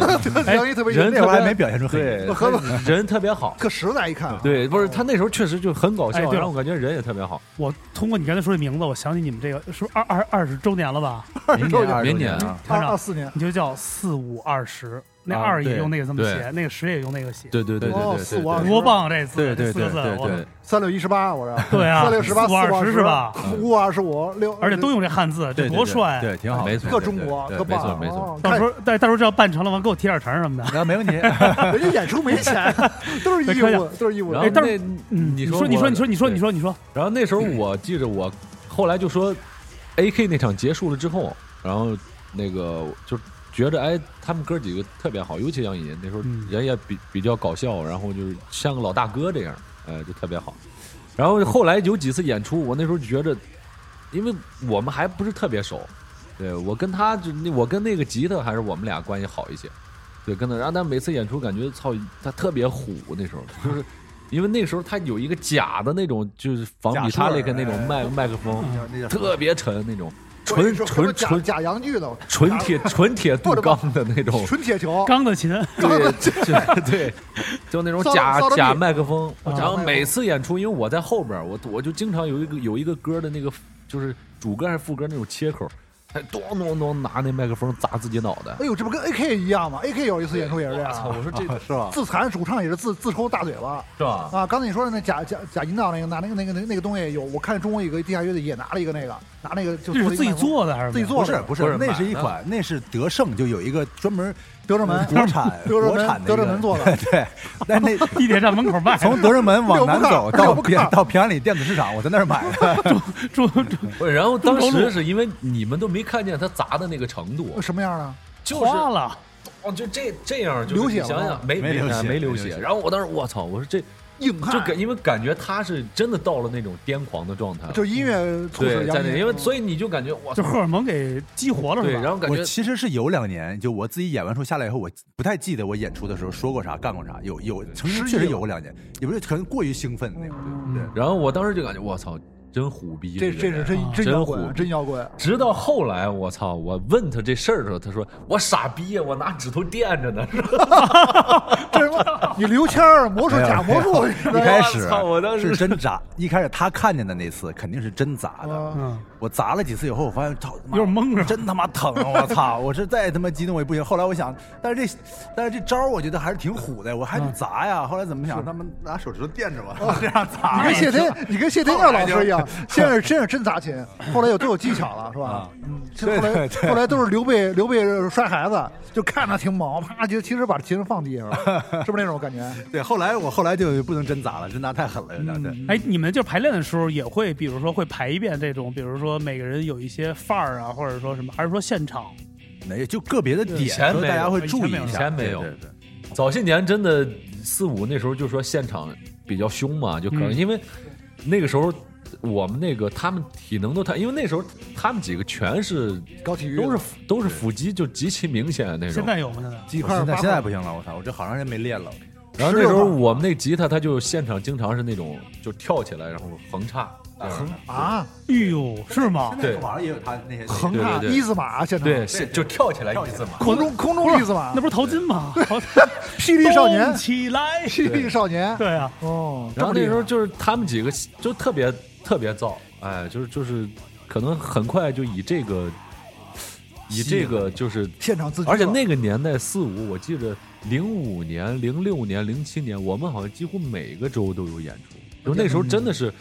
Speaker 4: 杨一特别淫，
Speaker 6: 人
Speaker 5: 那会儿还没表现出很
Speaker 6: 对
Speaker 4: 我喝了
Speaker 6: 人特别好。
Speaker 4: 特实在，一看啊
Speaker 6: 对，不是他那时候确实就很搞
Speaker 3: 哎
Speaker 6: 笑，
Speaker 3: 对了
Speaker 6: 然后我感觉人也特别好。
Speaker 3: 我通过你刚才说这名字，我想起你们这个是不是二二二十周年了吧？
Speaker 5: 明
Speaker 4: 年
Speaker 5: 年
Speaker 6: 明年
Speaker 5: 啊，
Speaker 3: 团
Speaker 4: 二二
Speaker 3: 长，
Speaker 4: 四年，
Speaker 3: 你就叫四五二十，那
Speaker 6: 啊
Speaker 3: 二也
Speaker 6: 对
Speaker 3: 用那个这么
Speaker 6: 对
Speaker 3: 写，那个十也用那个写，
Speaker 6: 对对对对
Speaker 4: 哦
Speaker 6: 对对
Speaker 4: 四
Speaker 6: 对
Speaker 4: 五二
Speaker 6: 对
Speaker 3: 多棒啊这字，
Speaker 5: 对对
Speaker 3: 这四个字，
Speaker 5: 对对
Speaker 3: 我
Speaker 5: 对
Speaker 4: 三六一十八，我 <laughs> 这
Speaker 3: 对啊
Speaker 4: 三六十八，
Speaker 3: 四五二十是吧？
Speaker 4: 五五二十五六，
Speaker 3: 而且都用这汉字，这
Speaker 5: 对
Speaker 4: 啊
Speaker 3: 多帅！啊
Speaker 5: 对，对挺好，
Speaker 6: 没错
Speaker 4: 各中国
Speaker 6: 对
Speaker 4: 各
Speaker 6: 没
Speaker 4: 棒，
Speaker 6: 错没错。
Speaker 4: 哦
Speaker 3: 到时候到到时候这要办成了，完给我贴点成什么的。
Speaker 5: 然啊后没
Speaker 4: <laughs>
Speaker 5: 问题，
Speaker 4: 看人家演出没钱，都是义
Speaker 3: 可以
Speaker 4: 务，都是义务
Speaker 6: 然。后
Speaker 3: 哎但是
Speaker 6: 那
Speaker 3: 嗯，你
Speaker 6: 你说
Speaker 3: 你说
Speaker 6: 我
Speaker 3: 你说你说
Speaker 6: 对
Speaker 3: 你说你说，
Speaker 6: 然后那时候我记着我后来就说，A K 那场结束了之后，然后那个就觉着哎，他们哥几个特别好，尤其杨颖那时候
Speaker 3: 嗯
Speaker 6: 人也比比较搞笑，然后就是像个老大哥这样，哎，就特别好。然后后来有几次演出，我那时候觉着，因为我们还不是特别熟，对我跟他就那我跟那个吉他还是我们俩关系好一些，对，跟他。然后但每次演出感觉操他特别虎，那时候就是。因为那时候他有一个假的那种，就是仿比他那个那种麦麦克风，
Speaker 5: 那叫
Speaker 6: 特别沉那种，
Speaker 4: 我跟
Speaker 6: 纯
Speaker 4: 你说什么
Speaker 6: 纯
Speaker 4: 假
Speaker 6: 纯
Speaker 4: 假洋剧的，
Speaker 6: 纯铁纯铁镀钢的那种，
Speaker 4: 纯铁球，
Speaker 3: 钢的琴，
Speaker 6: <laughs> 对对对，就那种
Speaker 4: 骚
Speaker 6: 假
Speaker 4: 骚扰你
Speaker 6: 假麦克风。
Speaker 3: 啊
Speaker 6: 然后每次演出，因为我在后边儿，我我就经常有一个有一个歌的那个就是主歌还是副歌那种切口，他咚咚咚拿那麦克风砸自己脑袋。
Speaker 4: 哎呦，这不跟 AK 一样吗？AK 有一次演出也是这
Speaker 6: 我操！
Speaker 4: 样，啊
Speaker 6: 我说这个
Speaker 5: 是吧？
Speaker 4: 自残主唱也是自自抽大嘴巴。
Speaker 6: 是吧？
Speaker 4: 啊，刚才你说的那假假假引导那个拿那个那个那个那个东西有，我看中国有个地下乐队也拿了一个那个，拿那个就
Speaker 3: 这是自己
Speaker 4: 做
Speaker 3: 做的还是
Speaker 4: 自己做
Speaker 5: 不是不
Speaker 6: 不
Speaker 5: 是
Speaker 6: 是，
Speaker 5: 那是
Speaker 6: 买
Speaker 5: 一
Speaker 6: 的
Speaker 5: 款，那是德胜，就有一个专门
Speaker 4: 德胜门
Speaker 5: 国产
Speaker 4: 德胜
Speaker 5: 国
Speaker 4: 门
Speaker 5: 产的一个
Speaker 4: 德胜门做的
Speaker 5: <laughs> 对，但那
Speaker 3: <laughs> 地铁站门口卖？<laughs>
Speaker 5: <laughs> 从德胜门往南走
Speaker 4: 六
Speaker 5: 到
Speaker 4: 不靠
Speaker 5: 平
Speaker 4: 六不靠
Speaker 5: 到平安里电子市场，我在那儿买的。
Speaker 3: 住住
Speaker 6: 不是然后当
Speaker 3: 中轴路
Speaker 6: 时是因为你们都没看见他砸的那个程度，
Speaker 4: 什么样的？
Speaker 6: 就是
Speaker 3: 花了，
Speaker 6: 哦，就这这样，就是
Speaker 4: 流血
Speaker 6: 你
Speaker 4: 了
Speaker 6: 想想，没
Speaker 5: 没流血
Speaker 6: 哎没流
Speaker 5: 没流
Speaker 6: 血。
Speaker 5: 血
Speaker 6: 然后我当时我操，我说这
Speaker 4: 硬汉
Speaker 6: 就感因为感觉他是真的到了那种癫狂的状态了，
Speaker 4: 就是音乐促使
Speaker 6: 啊对，在
Speaker 4: 杨
Speaker 6: 那
Speaker 4: 幂，
Speaker 6: 因为所以你就感觉我
Speaker 3: 就
Speaker 6: 操，
Speaker 3: 荷尔蒙给激活了
Speaker 6: 对，
Speaker 3: 是
Speaker 6: 然
Speaker 3: 吧？
Speaker 6: 后感
Speaker 5: 我
Speaker 6: 觉
Speaker 5: 其实是有两年，就我自己演完出下来以后，我不太记得我演出的时候说过啥、干过啥，有有曾经确实有过两年，也不是可能过于兴奋那会儿，对
Speaker 6: 然后我当时就感觉我操，真虎逼
Speaker 4: 这
Speaker 6: 这
Speaker 4: 这
Speaker 6: 个
Speaker 4: 是
Speaker 6: 人。啊
Speaker 4: 真真
Speaker 6: 真
Speaker 4: 摇
Speaker 6: 虎
Speaker 4: 滚，啊真摇滚。
Speaker 6: 直到后来，我操！我问他这事儿的时候，他说：“我傻逼呀，我拿指头垫着呢。是
Speaker 4: <laughs>
Speaker 6: 吧
Speaker 4: 这什么？你刘谦儿魔术
Speaker 5: 哎呀
Speaker 4: 假魔术，
Speaker 5: 一开始
Speaker 6: 我操我当时
Speaker 5: 是真砸，一开始他看见的那次肯定是真砸的。
Speaker 4: 嗯
Speaker 3: 嗯，
Speaker 5: 我砸了几次以后，我发现操，他妈
Speaker 3: 有点懵是吧
Speaker 5: 真他妈疼！啊我操，我是再他妈激动我也不行。后来我想，但是这但是这招儿我觉得还是挺虎的，我还得砸呀。后来怎么想，他们哦拿手指头垫着我，这样砸。
Speaker 4: 你跟谢天，你跟谢天笑老师一样，先是先是真砸琴，后来有都有技巧了，是吧
Speaker 5: 啊？
Speaker 4: 嗯，
Speaker 5: 对
Speaker 4: 后来
Speaker 5: 对对
Speaker 4: 后来都是刘备刘备摔孩子，就看着挺猛，啪就其实把琴放地上了，是不是那种感年，
Speaker 5: 对，后来我后来就不能真砸了，真砸太狠了，有点对。
Speaker 3: 哎，你们就排练的时候也会，比如说会排一遍这种，比如说每个人有一些范儿啊，或者说什么，还是说现场？
Speaker 5: 没，就个别的点，
Speaker 6: 以前
Speaker 5: 说
Speaker 6: 没
Speaker 5: 大家
Speaker 6: 有
Speaker 5: 会
Speaker 3: 以
Speaker 5: 注
Speaker 3: 前
Speaker 5: 意
Speaker 3: 没有
Speaker 5: 一下。
Speaker 6: 以前没有
Speaker 5: 对对对
Speaker 6: 早些年真的四五那时候就说现场比较凶嘛，就可能、
Speaker 3: 嗯
Speaker 6: 因为那个时候我们那个他们体能都太，因为那时候他们几个全是
Speaker 4: 高体育
Speaker 6: 都是都是腹肌，就极其明显的那种
Speaker 3: 现。在有吗？现在？
Speaker 4: 几
Speaker 5: 我
Speaker 4: 块
Speaker 5: 现在
Speaker 4: 八
Speaker 5: 现在
Speaker 4: 块
Speaker 5: 不行了，我操！我这好长时间没练了。
Speaker 6: 然后那时
Speaker 4: 16
Speaker 6: 候
Speaker 4: 块
Speaker 6: 我们那吉他，它就现场经常是那种就跳起来，然后横叉，这样
Speaker 4: 啊，
Speaker 3: 哎呦，是吗？
Speaker 6: 对
Speaker 5: 网上也有他那些
Speaker 4: 横
Speaker 6: 对
Speaker 4: 叉
Speaker 6: 对
Speaker 4: 一字马，现在
Speaker 6: 对，是就跳起来一字马。
Speaker 4: 空中空中一字马
Speaker 3: 那，不是淘金吗？淘
Speaker 4: 霹雳少年
Speaker 3: 动，起来！
Speaker 4: 霹雳少年，
Speaker 3: 对啊，
Speaker 4: 哦，
Speaker 6: 然后
Speaker 4: 这么
Speaker 6: 那
Speaker 4: 厉害
Speaker 6: 时候就是他们几个就特别特别燥，哎，就是就是可能很快就以这个以这个就是
Speaker 4: 现场自己，
Speaker 6: 而且那个年代四五，我记着零五年、零六年、零七年，我们好像几乎每个周都有演出，就那时候
Speaker 5: 嗯
Speaker 6: 真的是，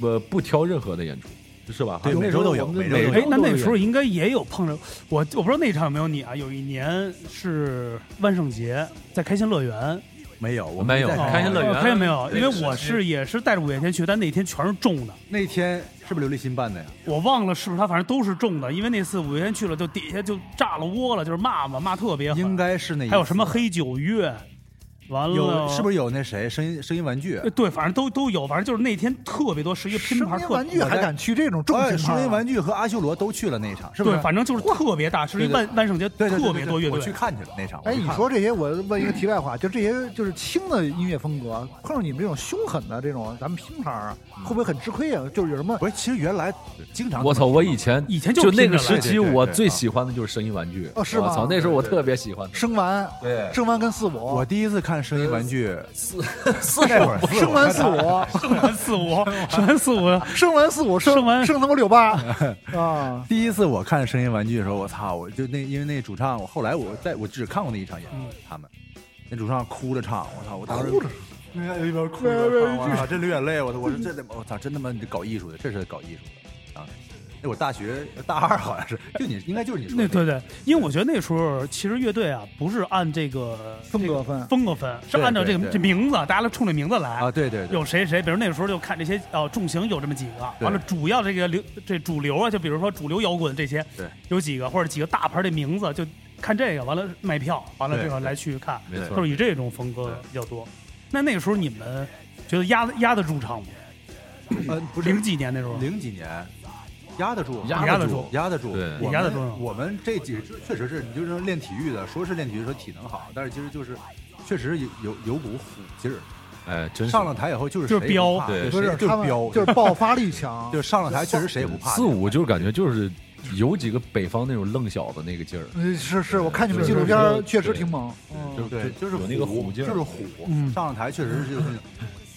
Speaker 6: 呃，不挑任何的演出，是吧？
Speaker 5: 对
Speaker 6: 好像
Speaker 5: 每
Speaker 6: 那时候
Speaker 5: 周都有
Speaker 6: 我们
Speaker 5: 每周
Speaker 6: 每
Speaker 5: 都
Speaker 3: 哎
Speaker 5: 有，
Speaker 3: 那
Speaker 6: 都有
Speaker 3: 那时候
Speaker 6: 演
Speaker 3: 应该也有碰着我，我不知道那场有没有你啊。有一年是万圣节，在开心乐园，
Speaker 5: 没有，我
Speaker 6: 没有
Speaker 5: 在
Speaker 6: 开心乐园
Speaker 3: 哦开心没有？
Speaker 6: 对
Speaker 3: 因为我是也是带着五月天去，但那天全是中的，
Speaker 5: 那天是不是刘立新办的呀？
Speaker 3: 我忘了是不是他，反正都是中的。因为那次五月天去了，就底下就炸了窝了，就是骂嘛，骂特别狠。
Speaker 5: 应该是那一次。
Speaker 3: 还有什么黑啊九月，完了
Speaker 5: 有是不
Speaker 3: 是？
Speaker 5: 是有那谁声音声音玩具？
Speaker 3: 对，反正都都有，反正就是那天特别多，是一个拼
Speaker 4: 声
Speaker 3: 盘
Speaker 4: 音
Speaker 3: 特
Speaker 4: 玩具
Speaker 5: 我在
Speaker 4: 还敢去这种重啊
Speaker 5: 哎，
Speaker 4: 型
Speaker 3: 啊
Speaker 5: 声音
Speaker 4: 号，
Speaker 5: 玩具和阿修罗都去了那一场，是不是
Speaker 3: 对，？反正就是特别大，是一
Speaker 5: 对对
Speaker 3: 万万圣节
Speaker 5: 对对对对
Speaker 3: 特别多乐
Speaker 5: 对我
Speaker 3: 队 <laughs>
Speaker 5: 去。看去了那场。我
Speaker 4: 哎，
Speaker 5: 去
Speaker 4: 你
Speaker 5: 看
Speaker 4: 说
Speaker 5: 了
Speaker 4: 这些，我问一个题外话，就这些就是轻的音乐风格，碰上你们这种凶狠的这种，咱们拼盘啊，会不会很吃亏啊？就是有什么
Speaker 5: 不是？其实原来经常
Speaker 6: 我操！我以前
Speaker 3: 以前就
Speaker 6: 就那个时
Speaker 5: 对对
Speaker 6: 期，
Speaker 5: 对
Speaker 6: 我
Speaker 5: 对
Speaker 6: 最
Speaker 5: 啊
Speaker 6: 喜欢的就是声音玩具。
Speaker 4: 哦是吗
Speaker 6: 我操！那时候我特别喜欢。
Speaker 4: 生完，
Speaker 6: 对
Speaker 4: 生完跟四五
Speaker 5: 我，第一次看声音玩具，
Speaker 6: 呃四四
Speaker 5: <laughs> 那会儿
Speaker 4: 生完四五，
Speaker 3: 生完四五，生完四五，
Speaker 4: 生完四五，
Speaker 3: 生
Speaker 4: 生
Speaker 3: 完
Speaker 4: 生他妈六八啊！
Speaker 5: 第一次我看声音玩具的时候，我操！我就那因为那主唱，我后来我在我只看过那一场演出，他们那主唱哭着唱，我操！
Speaker 3: <laughs>
Speaker 5: 我当时
Speaker 4: 哭着
Speaker 5: 对啊，一边哭一边唱，我操，真流眼泪！我操，我说这他妈，我操，真他妈你这搞艺术的，这是搞艺术的啊！那我大学大二好像是，就你应该就是你说
Speaker 3: 那
Speaker 5: 的
Speaker 3: 对对，因为我觉得那时候其实乐队啊，不是按这个
Speaker 4: 风格
Speaker 3: 这个
Speaker 4: 分
Speaker 3: 风格分，是
Speaker 5: 对
Speaker 3: 按照这个
Speaker 5: 对对
Speaker 3: 这名字，大家冲这名字来
Speaker 5: 啊，。对对对
Speaker 3: 有谁谁，比如那时候就看这些呃重型有这么几个，
Speaker 5: 对
Speaker 3: 完了主要这个流这主流啊，就比如说主流摇滚这些，
Speaker 5: 对，
Speaker 3: 有几个或者几个大牌的名字，就看这个，完了卖票，完了
Speaker 5: 对
Speaker 3: 这个
Speaker 5: 对
Speaker 3: 来去看，
Speaker 6: 没错
Speaker 3: 都是以这种风格比较多。那那个时候你们觉得压得压得住场吗？
Speaker 5: 呃，不是
Speaker 3: 零几年那时候，
Speaker 5: 零几年，压得住，
Speaker 6: 压
Speaker 3: 得住
Speaker 5: 压得住，
Speaker 6: 对
Speaker 5: 我们
Speaker 3: 压得住
Speaker 5: 我们这几个确实是，你就是练体育的，说是练体育，说体能好，但是其实就是。确实有有有股虎劲儿，
Speaker 6: 哎，真是
Speaker 5: 上了台以后就是
Speaker 3: 就是
Speaker 5: 谁也
Speaker 3: 飙
Speaker 5: 不怕
Speaker 6: 对
Speaker 4: 不
Speaker 5: 谁
Speaker 4: 是
Speaker 5: 就
Speaker 4: 他们
Speaker 5: 飙，
Speaker 4: 就是爆发力强，
Speaker 5: 就上了台，确实谁也不怕。
Speaker 6: 四五就是感觉就是有几个北方那种愣小子那个劲儿，
Speaker 4: 呃是是，我看你们纪
Speaker 6: 就是
Speaker 4: 录片
Speaker 6: 就
Speaker 4: 儿
Speaker 6: 是
Speaker 4: 确实挺猛，
Speaker 6: 就
Speaker 5: 对，就是
Speaker 6: 有那个虎劲儿，
Speaker 5: 就是虎
Speaker 3: 嗯。
Speaker 5: 上了台确实是就是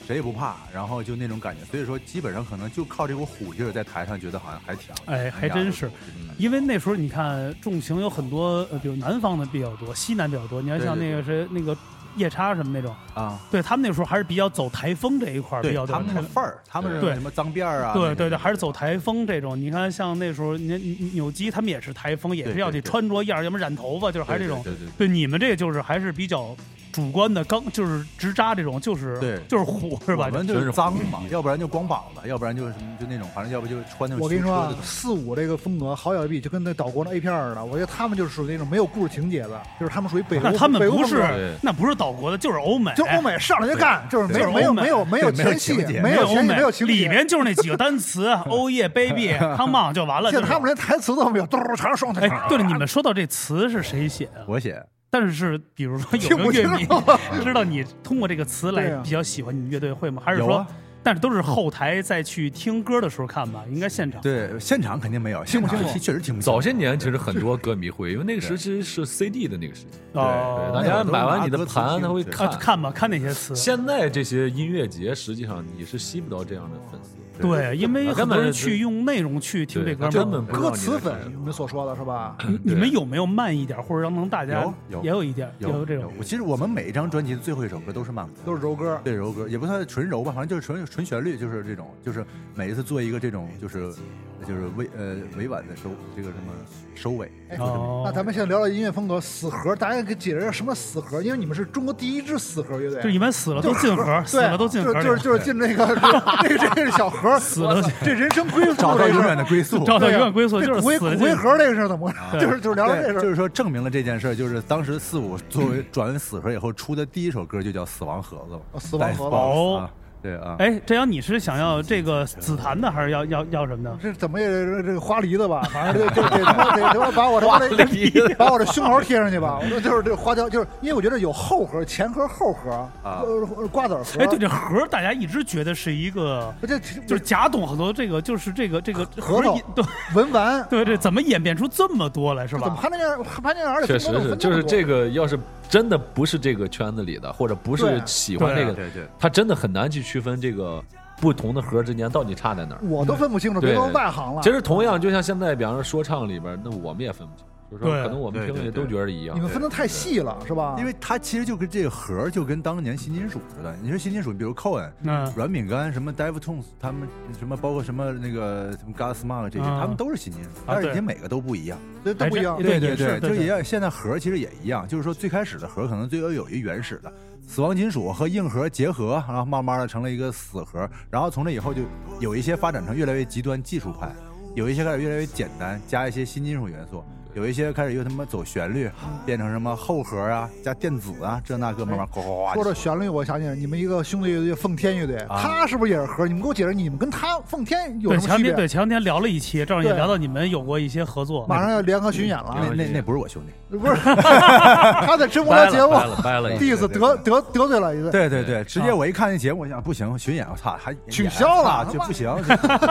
Speaker 5: 谁也不怕，然后就那种感觉。所以说，基本上可能就靠这股虎劲儿在台上，觉得好像还挺。
Speaker 3: 哎，还
Speaker 5: 压
Speaker 3: 真
Speaker 5: 得
Speaker 3: 是
Speaker 5: 住，
Speaker 3: 因为那时候你看重型有很多，呃，比如南方的比较多，西南比较多。你看
Speaker 5: 对
Speaker 3: 像那
Speaker 5: 对
Speaker 3: 个谁，那个夜叉什么那种，
Speaker 5: 啊，
Speaker 3: 对他们那时候还是比较走台风这一块儿比
Speaker 5: 对
Speaker 3: 较多。
Speaker 5: 他们那个范儿，他们
Speaker 3: 对
Speaker 5: 是什么脏辫儿啊？那
Speaker 3: 对
Speaker 5: 个
Speaker 3: 对对，还是走台风这种。你看，像那时候，你看扭扭机他们也是台风，也是
Speaker 5: 对
Speaker 3: 要
Speaker 5: 对
Speaker 3: 得
Speaker 5: 对
Speaker 3: 穿着样儿，要么染头发，就是还是这种。
Speaker 5: 对对对
Speaker 3: 对你们这就是还是比较主观的，刚就是直扎这种，就是
Speaker 5: 对
Speaker 3: 就是虎是吧
Speaker 5: 我？们就是脏嘛，要不然就光膀子，要不然就是什么就那种，反正要不就穿那种。
Speaker 4: 我跟你说啊，四五这个风格好有一比，就跟那岛国那 A 片儿似的。我觉得他们就是属于那种没有故事情节的，就是他们属于北
Speaker 3: 那
Speaker 4: 欧，
Speaker 3: 他们
Speaker 4: 北
Speaker 3: 不
Speaker 4: 欧风格
Speaker 6: 对
Speaker 3: 是，那不是岛国的，就是欧美，
Speaker 4: <laughs> 就是欧美上来就干，就是没有
Speaker 3: 对
Speaker 4: 没有
Speaker 3: 欧美
Speaker 4: 没有没有
Speaker 5: 对没有
Speaker 4: 前戏，
Speaker 5: 情节
Speaker 4: 没
Speaker 3: 没
Speaker 4: 有
Speaker 3: 欧
Speaker 4: 前戏，
Speaker 3: 美
Speaker 4: 没有情节。
Speaker 3: 里面就是那几个单词，Oh yeah baby，Come on 就完了。
Speaker 4: 现
Speaker 3: 就
Speaker 4: 在
Speaker 3: 是
Speaker 4: 他们连台词都没有，嘟儿长双腿
Speaker 3: 哎，，对了，你们说到这词是谁写的？
Speaker 5: 我写
Speaker 3: 但是是比如说有
Speaker 4: 听
Speaker 3: 没有
Speaker 4: 不清
Speaker 3: 乐迷
Speaker 4: 楚？
Speaker 3: <laughs> 知道你通过这个词
Speaker 4: 对
Speaker 3: 来
Speaker 4: 啊
Speaker 3: 比较喜欢你们乐队会吗？还是
Speaker 5: 有
Speaker 3: 说
Speaker 5: 啊，
Speaker 3: 但是都是后台再去听歌的时候看吧？应该现场。
Speaker 5: 对，现场肯定没有，现
Speaker 4: 不清
Speaker 5: 场
Speaker 4: 楚
Speaker 5: 确实听不清。
Speaker 6: 早些年其实很多歌迷会，因为那个时期是 CD 的那个时期，
Speaker 3: 哦
Speaker 6: 对，
Speaker 5: 那
Speaker 6: 大
Speaker 5: 会儿
Speaker 6: 家
Speaker 5: 都
Speaker 6: 买完
Speaker 5: 拿
Speaker 6: 你的
Speaker 5: 歌词
Speaker 6: 盘，
Speaker 5: 听
Speaker 6: 他会
Speaker 5: 对
Speaker 3: 啊，
Speaker 6: 看。
Speaker 3: 看吧，看那些词。
Speaker 6: 现在这些音乐节，实际上你是吸不到这样的粉丝，
Speaker 3: 对，因为很多人去用内容去听这
Speaker 6: 对
Speaker 3: 歌
Speaker 6: 他
Speaker 3: 嘛
Speaker 6: 根。本不知道
Speaker 4: 歌
Speaker 6: 你
Speaker 4: 词
Speaker 6: 在说
Speaker 4: 粉，
Speaker 6: 什
Speaker 4: 你
Speaker 6: 么
Speaker 4: 们所说的是吧？
Speaker 3: 你们有没有慢一点，或者让能大家
Speaker 5: 有有
Speaker 3: 也有一点
Speaker 5: 有
Speaker 3: 有这种？
Speaker 5: 我其实我们每一张专辑的最后一首歌都是慢歌，
Speaker 4: 都是柔歌。
Speaker 5: 对柔歌，也不算纯柔吧，反正就是纯纯旋律，就是这种，就是每一次做一个这种，就是就是委呃委婉的收这个什么收尾。
Speaker 3: 哦
Speaker 4: 那咱们现在聊聊音乐风格，死核，大家给解释一下什么死核？因为你们是中国第一支死核乐队，
Speaker 3: 就你们死了都进盒，死
Speaker 4: 对，
Speaker 3: 了都进盒
Speaker 4: 就
Speaker 3: 里，
Speaker 4: 是就是就是
Speaker 3: <laughs>
Speaker 4: 进这个这个这个小盒，
Speaker 3: 死了都进
Speaker 4: 这人生归宿，
Speaker 5: 找到
Speaker 4: 这
Speaker 5: 永
Speaker 4: 是
Speaker 5: 远的归宿。
Speaker 3: 找到
Speaker 4: 对
Speaker 3: 永
Speaker 4: 呀
Speaker 3: 远归宿，就
Speaker 4: 这
Speaker 3: 是
Speaker 4: 骨灰
Speaker 3: 死
Speaker 4: 骨
Speaker 3: 了
Speaker 4: 灰
Speaker 3: 进
Speaker 4: 盒这个事儿怎么回事？就是就是聊聊这
Speaker 5: 对，
Speaker 4: 事
Speaker 5: 就
Speaker 4: 儿。
Speaker 5: 是说证明了这件事儿，就是当时四五作为转为死核以后出的第一首歌就叫《死亡盒子》嘛，
Speaker 4: 哦死亡盒子
Speaker 5: 哦，啊对啊，
Speaker 3: 哎，这阳，你是想要这个紫檀的，还是要要要什么的？
Speaker 4: 这怎么也这这个花梨的吧，反正这这这他妈得他妈把我他妈的把我的胸毛贴上去吧，我说就是这花椒，就是因为我觉得有后核、前核、后核，
Speaker 5: 啊
Speaker 4: 呃瓜子儿核，
Speaker 3: 哎，对，这盒儿大家一直觉得是一个，
Speaker 4: 这
Speaker 3: 就是假懂很多这个，就是这个这个
Speaker 4: 核
Speaker 3: 盒
Speaker 4: 桃
Speaker 3: 儿一对
Speaker 4: 文玩，
Speaker 3: 对对，怎么演变出这么多来是
Speaker 4: 怎么
Speaker 3: 吧？
Speaker 4: 潘那样潘那样儿的
Speaker 6: 确
Speaker 4: 分
Speaker 6: 实
Speaker 4: 工都
Speaker 6: 是，
Speaker 4: 分
Speaker 6: 就
Speaker 4: 那么
Speaker 6: 是
Speaker 4: 多
Speaker 6: 这个，要是真的不是这个圈子里的，或者不
Speaker 4: 对
Speaker 6: 是
Speaker 4: 啊
Speaker 6: 喜欢这
Speaker 3: 对
Speaker 6: 个
Speaker 3: 啊
Speaker 6: 的，
Speaker 5: 对对
Speaker 6: 他真的很难去区分这个不同的盒之间到底差在哪儿。
Speaker 4: 我都分不清楚，
Speaker 6: 对
Speaker 4: 别说外行了
Speaker 6: 其。实同样，就像现在，比方说说唱里边，那我们也分不清，就是说
Speaker 3: 对
Speaker 6: 可能我们
Speaker 5: 对
Speaker 6: 听
Speaker 5: 对
Speaker 6: 也都
Speaker 5: 对
Speaker 6: 觉得一样
Speaker 4: 你。们分的太细了，是吧？
Speaker 5: 因为它其实就跟这个盒儿就跟当年新金属似的。你说新金属，你比如 Cohen、
Speaker 3: 嗯
Speaker 5: 软饼干、什么 Deftones，他们什么包括什么那个什么 Godsmack 这些，
Speaker 3: 啊
Speaker 5: 他们都是新金属，但是
Speaker 3: 对
Speaker 5: 已经每个都不一样。
Speaker 4: 这都不一样
Speaker 3: 哎。对
Speaker 5: 对
Speaker 3: 也是对
Speaker 5: 就
Speaker 3: 对
Speaker 5: 一样。现在盒儿其实也一样，就是说最开始的盒儿可能最有有一原始的死亡金属和硬核结合，然后慢慢的成了一个死核，然后从这以后就有一些发展成越来越极端技术派，有一些开始越来越简单，加一些新金属元素，有一些开始又他妈走旋律，变成什么后核啊，加电子啊，这那个慢慢呱呱呱。
Speaker 4: 说到旋律，我想起来，你们一个兄弟乐队奉天乐队，
Speaker 5: 啊
Speaker 4: 他是不是也是核？你们给我解释，你们跟他奉天有
Speaker 3: 对，
Speaker 4: 什
Speaker 3: 前两
Speaker 4: 么区
Speaker 3: 天
Speaker 4: 别
Speaker 3: 对？前两天聊了一期，正好也
Speaker 4: 对
Speaker 3: 聊到你们有过一些合作，
Speaker 4: 马上要联合巡演
Speaker 5: 那
Speaker 3: 啊
Speaker 4: 了，
Speaker 5: 那那不是我兄弟。
Speaker 4: 不是？他在真无聊节
Speaker 6: 掰了
Speaker 4: 目
Speaker 6: 掰了一下，
Speaker 4: 第一次
Speaker 5: 对
Speaker 4: 得得得罪了一次，
Speaker 5: <laughs> 对对对，直接我一看那节目，我想不行，巡演，我啊操，还
Speaker 4: 取消了他
Speaker 5: 演就
Speaker 4: 妈
Speaker 5: 不行。 <laughs>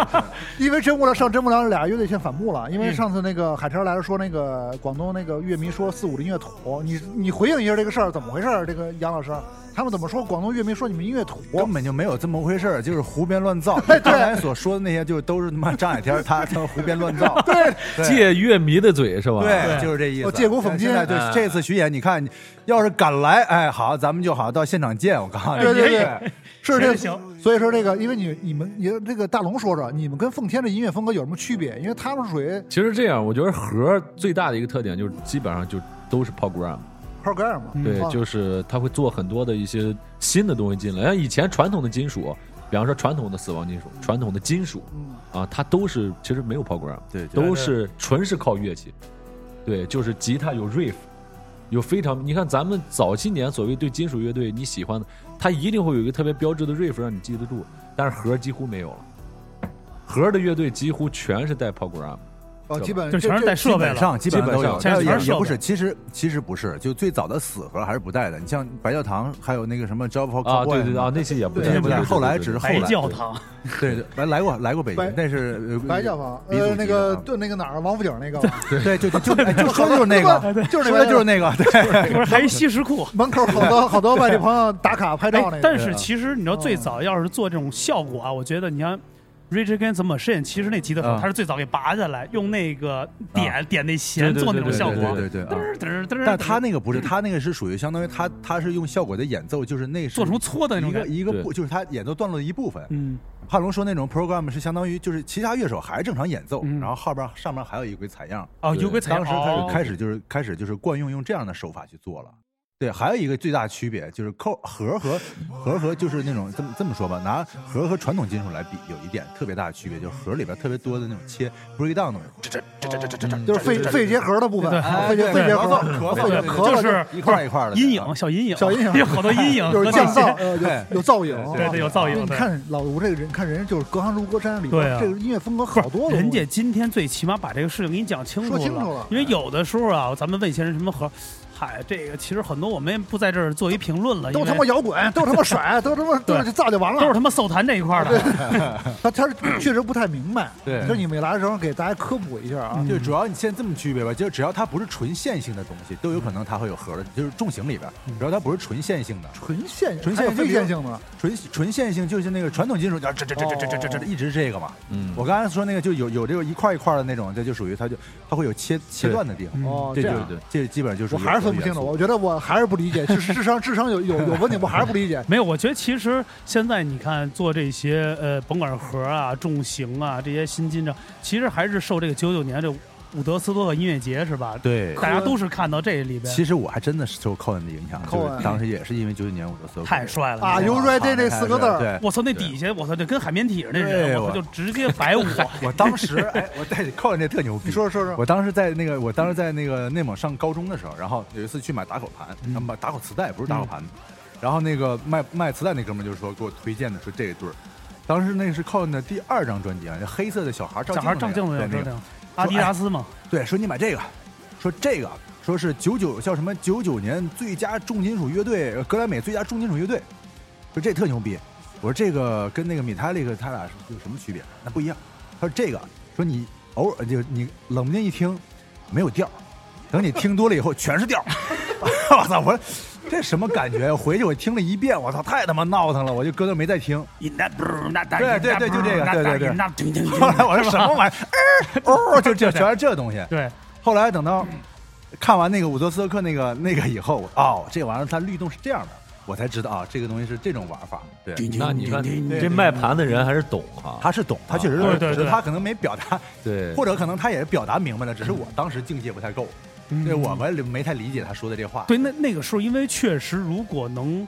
Speaker 4: 因为真无聊上真无聊俩乐队现反目了，因为上次那个海天来了说那个广东那个乐迷说四五的音乐土，你你回应一下这个事儿怎么回事儿？这个杨老师他们怎么说？广东乐迷说你们音乐土，
Speaker 5: 根本就没有这么回事儿，就是胡编乱造。
Speaker 4: 对
Speaker 5: <laughs> 刚才所说的那些，就是都是他妈张海天儿他他胡编乱造。
Speaker 4: 对，
Speaker 6: 借啊乐迷的嘴是吧？
Speaker 5: 对，就是这意思。
Speaker 4: 哦借古讽今
Speaker 5: 现在对
Speaker 6: 哎
Speaker 5: 这次巡演，你看，要是敢来，哎，好，咱们就好，到现场见。我告诉你，
Speaker 4: 对对对，是这
Speaker 3: 谁行
Speaker 4: 所以说这个，因为你你们你这个大龙说说，你们跟奉天的音乐风格有什么区别？因为他们是属于
Speaker 6: 其实这样，我觉得盒最大的一个特点就是基本上就都是 program，
Speaker 4: program
Speaker 5: 嗯
Speaker 4: 嘛，
Speaker 6: 对，
Speaker 4: 啊
Speaker 6: 就是它会做很多的一些新的东西进来。像以前传统的金属，比方说传统的死亡金属、传统的金属
Speaker 4: 嗯
Speaker 6: 啊，它都是其实没有 program，
Speaker 5: 对
Speaker 6: 都是纯是靠乐器。对，就是吉他有 riff，有非常你看咱们早些年所谓对金属乐队你喜欢的，它一定会有一个特别标志的 riff 让你记得住，但是盒几乎没有了。盒的乐队几乎全是带 program，
Speaker 4: 哦，基本
Speaker 3: 就全是带
Speaker 5: 基
Speaker 3: 设备
Speaker 5: 本
Speaker 3: 了。
Speaker 5: 上基本上都有，
Speaker 3: 基本上全是
Speaker 5: 但也也
Speaker 3: 设
Speaker 5: 不
Speaker 3: 备
Speaker 5: 是，其实其实不是，就最早的死核还是不带的。你像白教堂，还有那个什么 Job for
Speaker 6: 啊，对
Speaker 5: Cowboy
Speaker 6: 对对啊，那些也不
Speaker 5: 对
Speaker 6: 在
Speaker 5: 也不在
Speaker 6: 对对对
Speaker 5: 后来
Speaker 6: 对
Speaker 5: 只是
Speaker 6: 对
Speaker 5: 后
Speaker 3: 白
Speaker 5: 来
Speaker 3: 教堂，
Speaker 5: 对对来来过来过北
Speaker 4: 白
Speaker 5: 京，但是呃
Speaker 4: 白教坊，
Speaker 5: 鼻祖
Speaker 4: 呃，
Speaker 5: 级的
Speaker 4: 那个
Speaker 5: 啊
Speaker 4: 对那个哪儿王府井那个
Speaker 5: 对，
Speaker 4: <laughs>
Speaker 5: 就就就哎就说的就是那个，
Speaker 4: 就是
Speaker 5: 说
Speaker 4: 那
Speaker 5: 的
Speaker 4: 个
Speaker 5: 就是那个，对。
Speaker 3: 不是还一西石库。
Speaker 4: 门口好多好多外地朋友打卡拍
Speaker 3: 哎
Speaker 4: 照那个，，啊
Speaker 3: 但是其实你知道，最早要是做这种效果啊，我觉得你像 Rage Against the Machine，其实那吉他手
Speaker 5: 啊
Speaker 3: 他是最早给拔下来，用那个点点那
Speaker 6: 对
Speaker 3: 弦
Speaker 6: 对
Speaker 3: 做那
Speaker 6: 对
Speaker 3: 种效果，
Speaker 5: 对对对
Speaker 3: 嘚
Speaker 4: <laughs>
Speaker 5: 对啊
Speaker 3: 儿嘚儿嘚儿。
Speaker 5: 但他那个不是，他那个是属于相当于他他是用效果的演奏，就是那是
Speaker 3: 做成搓的那
Speaker 5: 一
Speaker 3: 种感
Speaker 5: 个
Speaker 3: 觉，
Speaker 5: 一个
Speaker 6: 对
Speaker 5: 部，就是他演奏段落的一部分。
Speaker 3: 嗯，
Speaker 5: 帕龙说那种 program 是相当于就是其他乐手还正常演奏，
Speaker 3: 嗯
Speaker 5: 然后后边上面还有一个采样。
Speaker 3: 哦，
Speaker 6: 对
Speaker 3: 有鬼采
Speaker 5: <laughs> 当时开
Speaker 3: 哦
Speaker 5: 始开始就是开始就是惯用用这样的手法去做了。对，还有一个最大区别就是扣盒和盒和就是那种这么这么说吧，拿盒和传统金属来比，有一点特别大的区别，就是盒里边特别多的那种切 breakdown 的那种，
Speaker 4: 就是肺肺结核的部分，啊
Speaker 3: 哎
Speaker 4: 肺结肺结核，
Speaker 5: 咳
Speaker 4: 肺结
Speaker 5: 嗽
Speaker 4: 核
Speaker 3: 就
Speaker 4: 了
Speaker 3: 是
Speaker 5: 一块儿一块儿的
Speaker 3: 阴影，小阴影，
Speaker 4: 小阴
Speaker 3: <laughs>
Speaker 4: 影
Speaker 3: 有好多阴
Speaker 4: <laughs>
Speaker 3: 影
Speaker 4: 就
Speaker 3: 和那
Speaker 4: 是降噪，
Speaker 3: 些。
Speaker 4: 呃，
Speaker 5: 对
Speaker 4: 有有噪影，
Speaker 5: 对
Speaker 3: 对有噪影
Speaker 4: 你
Speaker 3: 对
Speaker 4: 看老吴这个人，看人就是隔行如隔山，里
Speaker 3: 对啊
Speaker 4: 边这个音乐风格好多
Speaker 3: <laughs>
Speaker 4: 了。
Speaker 3: 人家今天最起码把这个事情给你讲清楚
Speaker 4: 说清楚了
Speaker 3: 因为有的时候啊，咱们问一些人什么盒，嗨，这个其实很多我们也不在这儿做一评论了，
Speaker 4: 都
Speaker 3: 因为
Speaker 4: 他妈摇滚，都他妈甩，都他妈都
Speaker 3: 对
Speaker 4: 造就完了，
Speaker 3: 都是他妈搜坛这一块儿的。。
Speaker 4: <laughs> 他他是确实不太明白，
Speaker 5: 对
Speaker 4: 就是你们来的时候给大家科普一下啊。
Speaker 5: 就主要你现在这么区别吧，就是只要它不是纯线性的东西，都有可能它会有核的，就是重型里边，只要它不是纯线性的，
Speaker 4: 纯线
Speaker 5: 纯
Speaker 4: 还有
Speaker 5: 线
Speaker 4: 非
Speaker 5: 性
Speaker 4: 线性的，
Speaker 5: 纯纯线性就是那个传统金属，啊这这这这这这这
Speaker 4: 哦
Speaker 5: 这这一直这个嘛。
Speaker 6: 嗯，
Speaker 5: 我刚才说那个就有有这个一块一块的那种，这就属于它就它会有切切断的地方，
Speaker 4: 哦，
Speaker 5: 这
Speaker 4: 这
Speaker 5: 就
Speaker 4: 样。
Speaker 6: 对
Speaker 5: 这基本上就是
Speaker 4: 我还是分不清楚，
Speaker 5: 了。
Speaker 4: 我觉得我还是不理解，智智商智商有有有问题，我还是不理解
Speaker 3: 没有，我觉得其实现在你看做这些呃，甭管是核啊、重型啊这些新金的，其实还是受这个九九年这伍德斯托克音乐节是吧？
Speaker 5: 对，
Speaker 3: 大家都是看到这里边
Speaker 5: 其实我还真的是受寇恩的影响，
Speaker 4: 寇恩
Speaker 5: 就是当时也是因为九九年我的所有
Speaker 3: 太帅了
Speaker 4: 啊
Speaker 3: 那个
Speaker 4: 有 Right Day 这四个字儿
Speaker 5: 对，
Speaker 3: 我操，那底下我操，就跟海绵体似的那人，
Speaker 5: 对
Speaker 3: 我操，
Speaker 5: 我
Speaker 3: 就直接
Speaker 5: <laughs>
Speaker 3: 摆我。
Speaker 5: 我当时哎，我对寇恩这特牛逼。
Speaker 4: 你说说说，
Speaker 5: 我当时在那个，我当时在那个内蒙上高中的时候，然后有一次去买打口盘，
Speaker 3: 嗯
Speaker 5: 他买打口磁带，不是打口盘。然后那个卖卖磁带那哥们儿就说给我推荐的，说这一对儿。当时那是靠的第二张专辑啊，那黑色的小孩儿照
Speaker 3: 小
Speaker 5: 镜
Speaker 3: 孩儿
Speaker 5: 子那个
Speaker 3: 照镜子有照
Speaker 5: 对哎那个
Speaker 3: 镜，阿迪达斯嘛，
Speaker 5: 对，说你买这个，说这个，说是九九叫什么九九年最佳重金属乐队，呃格莱美最佳重金属乐队，说这特牛逼。我说这个跟那个米泰利克他俩是有什么区别？那不一样。他说这个，说你偶尔就你冷不丁一听，没有调儿，等你听多了以后全是调儿。 <laughs> 我操！我说这什么感觉？回去我听了一遍，我操，太他妈闹腾了，我就搁那没再听。对对对，就这个，对对对。后来我说什么玩意儿？哦，就这全是这东西。
Speaker 3: 对，
Speaker 5: 后来等到看完那个伍德斯托克那个那个以后，我哦，这玩意儿它律动是这样的，我才知道啊，这个东西是这种玩法。对，
Speaker 6: 那你看
Speaker 5: 对
Speaker 6: 这卖盘的人还是懂啊，
Speaker 5: 他是懂，他确实是
Speaker 3: 对
Speaker 5: 懂，
Speaker 3: 对
Speaker 5: 只是
Speaker 3: 对
Speaker 5: 他可能没表达，
Speaker 6: 对
Speaker 5: 或者可能他也表达明白了，只是我当时境界不太够，
Speaker 3: 嗯
Speaker 5: 对我们没太理解他说的这话。
Speaker 3: 对，那那个时候，因为确实如果能，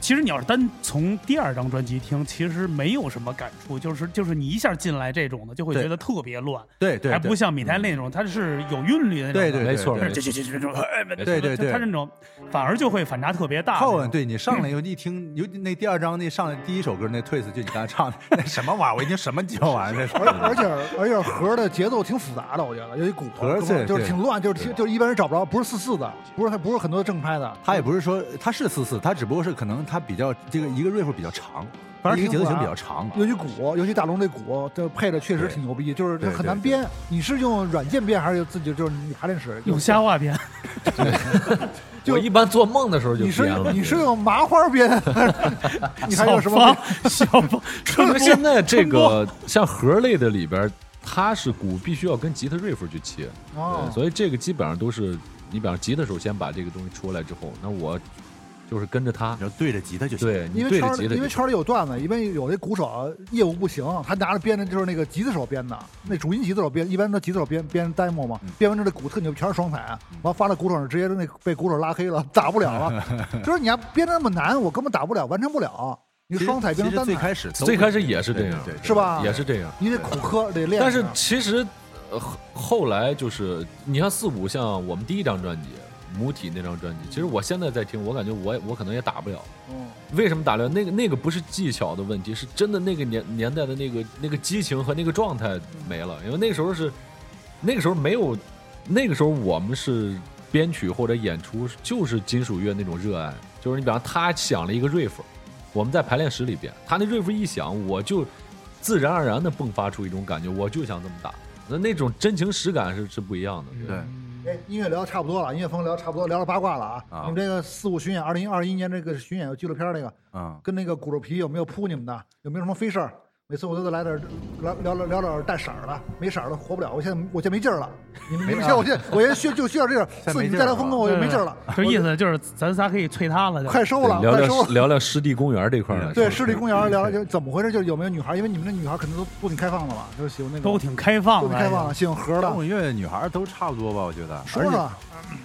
Speaker 3: 其实你要是单从第二张专辑听，其实没有什么感触，就是就是你一下进来这种的，就会
Speaker 5: 对
Speaker 3: 觉得特别乱，
Speaker 5: 对对，
Speaker 3: 还不像米台那种，它是有韵律的那种
Speaker 5: 对
Speaker 3: 的。
Speaker 5: 对
Speaker 6: 没错
Speaker 5: 对对
Speaker 3: 这这这这这种，哎
Speaker 6: 对
Speaker 5: 对对对
Speaker 3: 它它这种反而就会反差特别大。
Speaker 5: 靠啊恩，对你上来以后一听，尤其那第二章那上来第一首歌那 twist 就你刚才唱的 <laughs> 那什么玩意儿，我一听什么鸡巴玩意儿，这
Speaker 4: 而而且而且盒的节奏挺复杂的，我觉得有一鼓
Speaker 5: 盒
Speaker 4: 头，
Speaker 5: 儿对
Speaker 4: 就是
Speaker 5: 对
Speaker 4: 挺乱，就是挺就是一般人找不着，不是四四的，不是不是很多正拍的，
Speaker 5: 他也不是说他是四四，他只不过是可能他比较这个一个 riff 比较长，
Speaker 4: 反正
Speaker 5: 一个
Speaker 4: 挺
Speaker 5: 节奏型
Speaker 4: 复杂
Speaker 5: 比较长。
Speaker 4: 尤其鼓，尤其大龙这鼓，这配的确实
Speaker 5: 对
Speaker 4: 挺牛逼，就是
Speaker 5: 对
Speaker 4: 很
Speaker 5: 对
Speaker 4: 难
Speaker 5: 对
Speaker 4: 编。你是用软件编还是自己就是你还得使？
Speaker 3: 用瞎话 <laughs> 编，
Speaker 4: 就
Speaker 7: 我一般做梦的时候就
Speaker 4: 你是
Speaker 7: 编了。
Speaker 4: 你是用麻花编， <laughs> 你还有什么
Speaker 3: 小芳？小芳，春
Speaker 6: 那
Speaker 3: 波
Speaker 6: 现在这
Speaker 3: 春波
Speaker 6: 个像核类的里边，它是鼓必须要跟吉他 riff 去切，
Speaker 4: 哦
Speaker 6: 对，所以这个基本上都是你，比方吉他手先把这个东西出来之后，那我就是跟着他
Speaker 5: 你，就对着吉他就行。
Speaker 6: 对你
Speaker 4: 因为
Speaker 6: 对
Speaker 4: 圈
Speaker 6: 着
Speaker 4: 儿
Speaker 6: 吉
Speaker 4: 里，因为
Speaker 6: 他，
Speaker 4: 圈儿里有段子，因为有那鼓手业务不行，他拿着编的就是那个吉他手编的，那主音吉他手编，一般都吉他手编编 demo
Speaker 6: 嗯
Speaker 4: 嘛，编完之后那鼓特牛，全是双踩，完发到鼓手那儿直接那被鼓手拉黑了，打不了
Speaker 6: <laughs>
Speaker 4: 了。就是你要编的那么难，我根本打不了，完成不了。你
Speaker 5: 其实
Speaker 4: 双踩
Speaker 5: 其
Speaker 4: 变
Speaker 5: 实
Speaker 4: 成
Speaker 5: 最
Speaker 4: 单踩，
Speaker 5: 开始都
Speaker 6: 最开始
Speaker 5: 是
Speaker 6: 也是这样，
Speaker 5: 对对对
Speaker 4: 是吧？
Speaker 6: 也是这样。
Speaker 4: 你得苦磕，得练。啊
Speaker 6: 但是其实，呃，后后来就是你像四五，像我们第一张专辑《母体》那张专辑，其实我现在在听，我感觉我也我可能也打不了。
Speaker 4: 嗯
Speaker 6: 为什么打不了？那个那个不是技巧的问题，是真的那个年年代的那个那个激情和那个状态没了，因为那个时候是那个时候没有，那个时候我们是编曲或者演出就是金属乐那种热爱，就是你比方他想了一个 riff，我们在排练室里边，他那 riff 一响，我就自然而然的迸发出一种感觉，我就想这么打，那那种真情实感是是不一样的。对
Speaker 5: 对
Speaker 4: 哎，音乐聊得差不多了，音乐风聊得差不多，聊聊八卦了啊！
Speaker 5: 啊
Speaker 4: 你们这个四五巡演，二零二一年这个巡演有纪录片儿那个，
Speaker 5: 嗯，
Speaker 4: 跟那个骨肉皮有没有扑你们的？有没有什么非事儿？每次我都得来点儿聊聊聊聊点儿带色儿的，没色儿的活不了。我现在我现在没劲儿了，你们你们现在我现在我现在需就需要这种，
Speaker 5: 啊在
Speaker 4: 自
Speaker 5: 没
Speaker 4: 你
Speaker 5: 劲儿
Speaker 4: 带来风格我就哦没劲儿了，
Speaker 3: 嗯就意思就是咱仨可以催他了，就
Speaker 4: <laughs> 快收了，
Speaker 6: 聊
Speaker 4: 快收
Speaker 6: 聊
Speaker 4: 了。
Speaker 6: 聊聊湿地公园这块儿的，
Speaker 4: 对，市里公园儿聊聊就怎么回事，就是有没有女孩儿？因为你们这女孩儿可能都都挺开放的吧，就是喜欢那种
Speaker 3: 都挺开放
Speaker 4: 都
Speaker 3: 的，
Speaker 4: 挺开放的，喜欢盒儿
Speaker 5: 摇
Speaker 4: 的。
Speaker 5: 滚乐女孩儿都差不多吧，我觉得。
Speaker 4: 说
Speaker 5: 而且
Speaker 4: 说，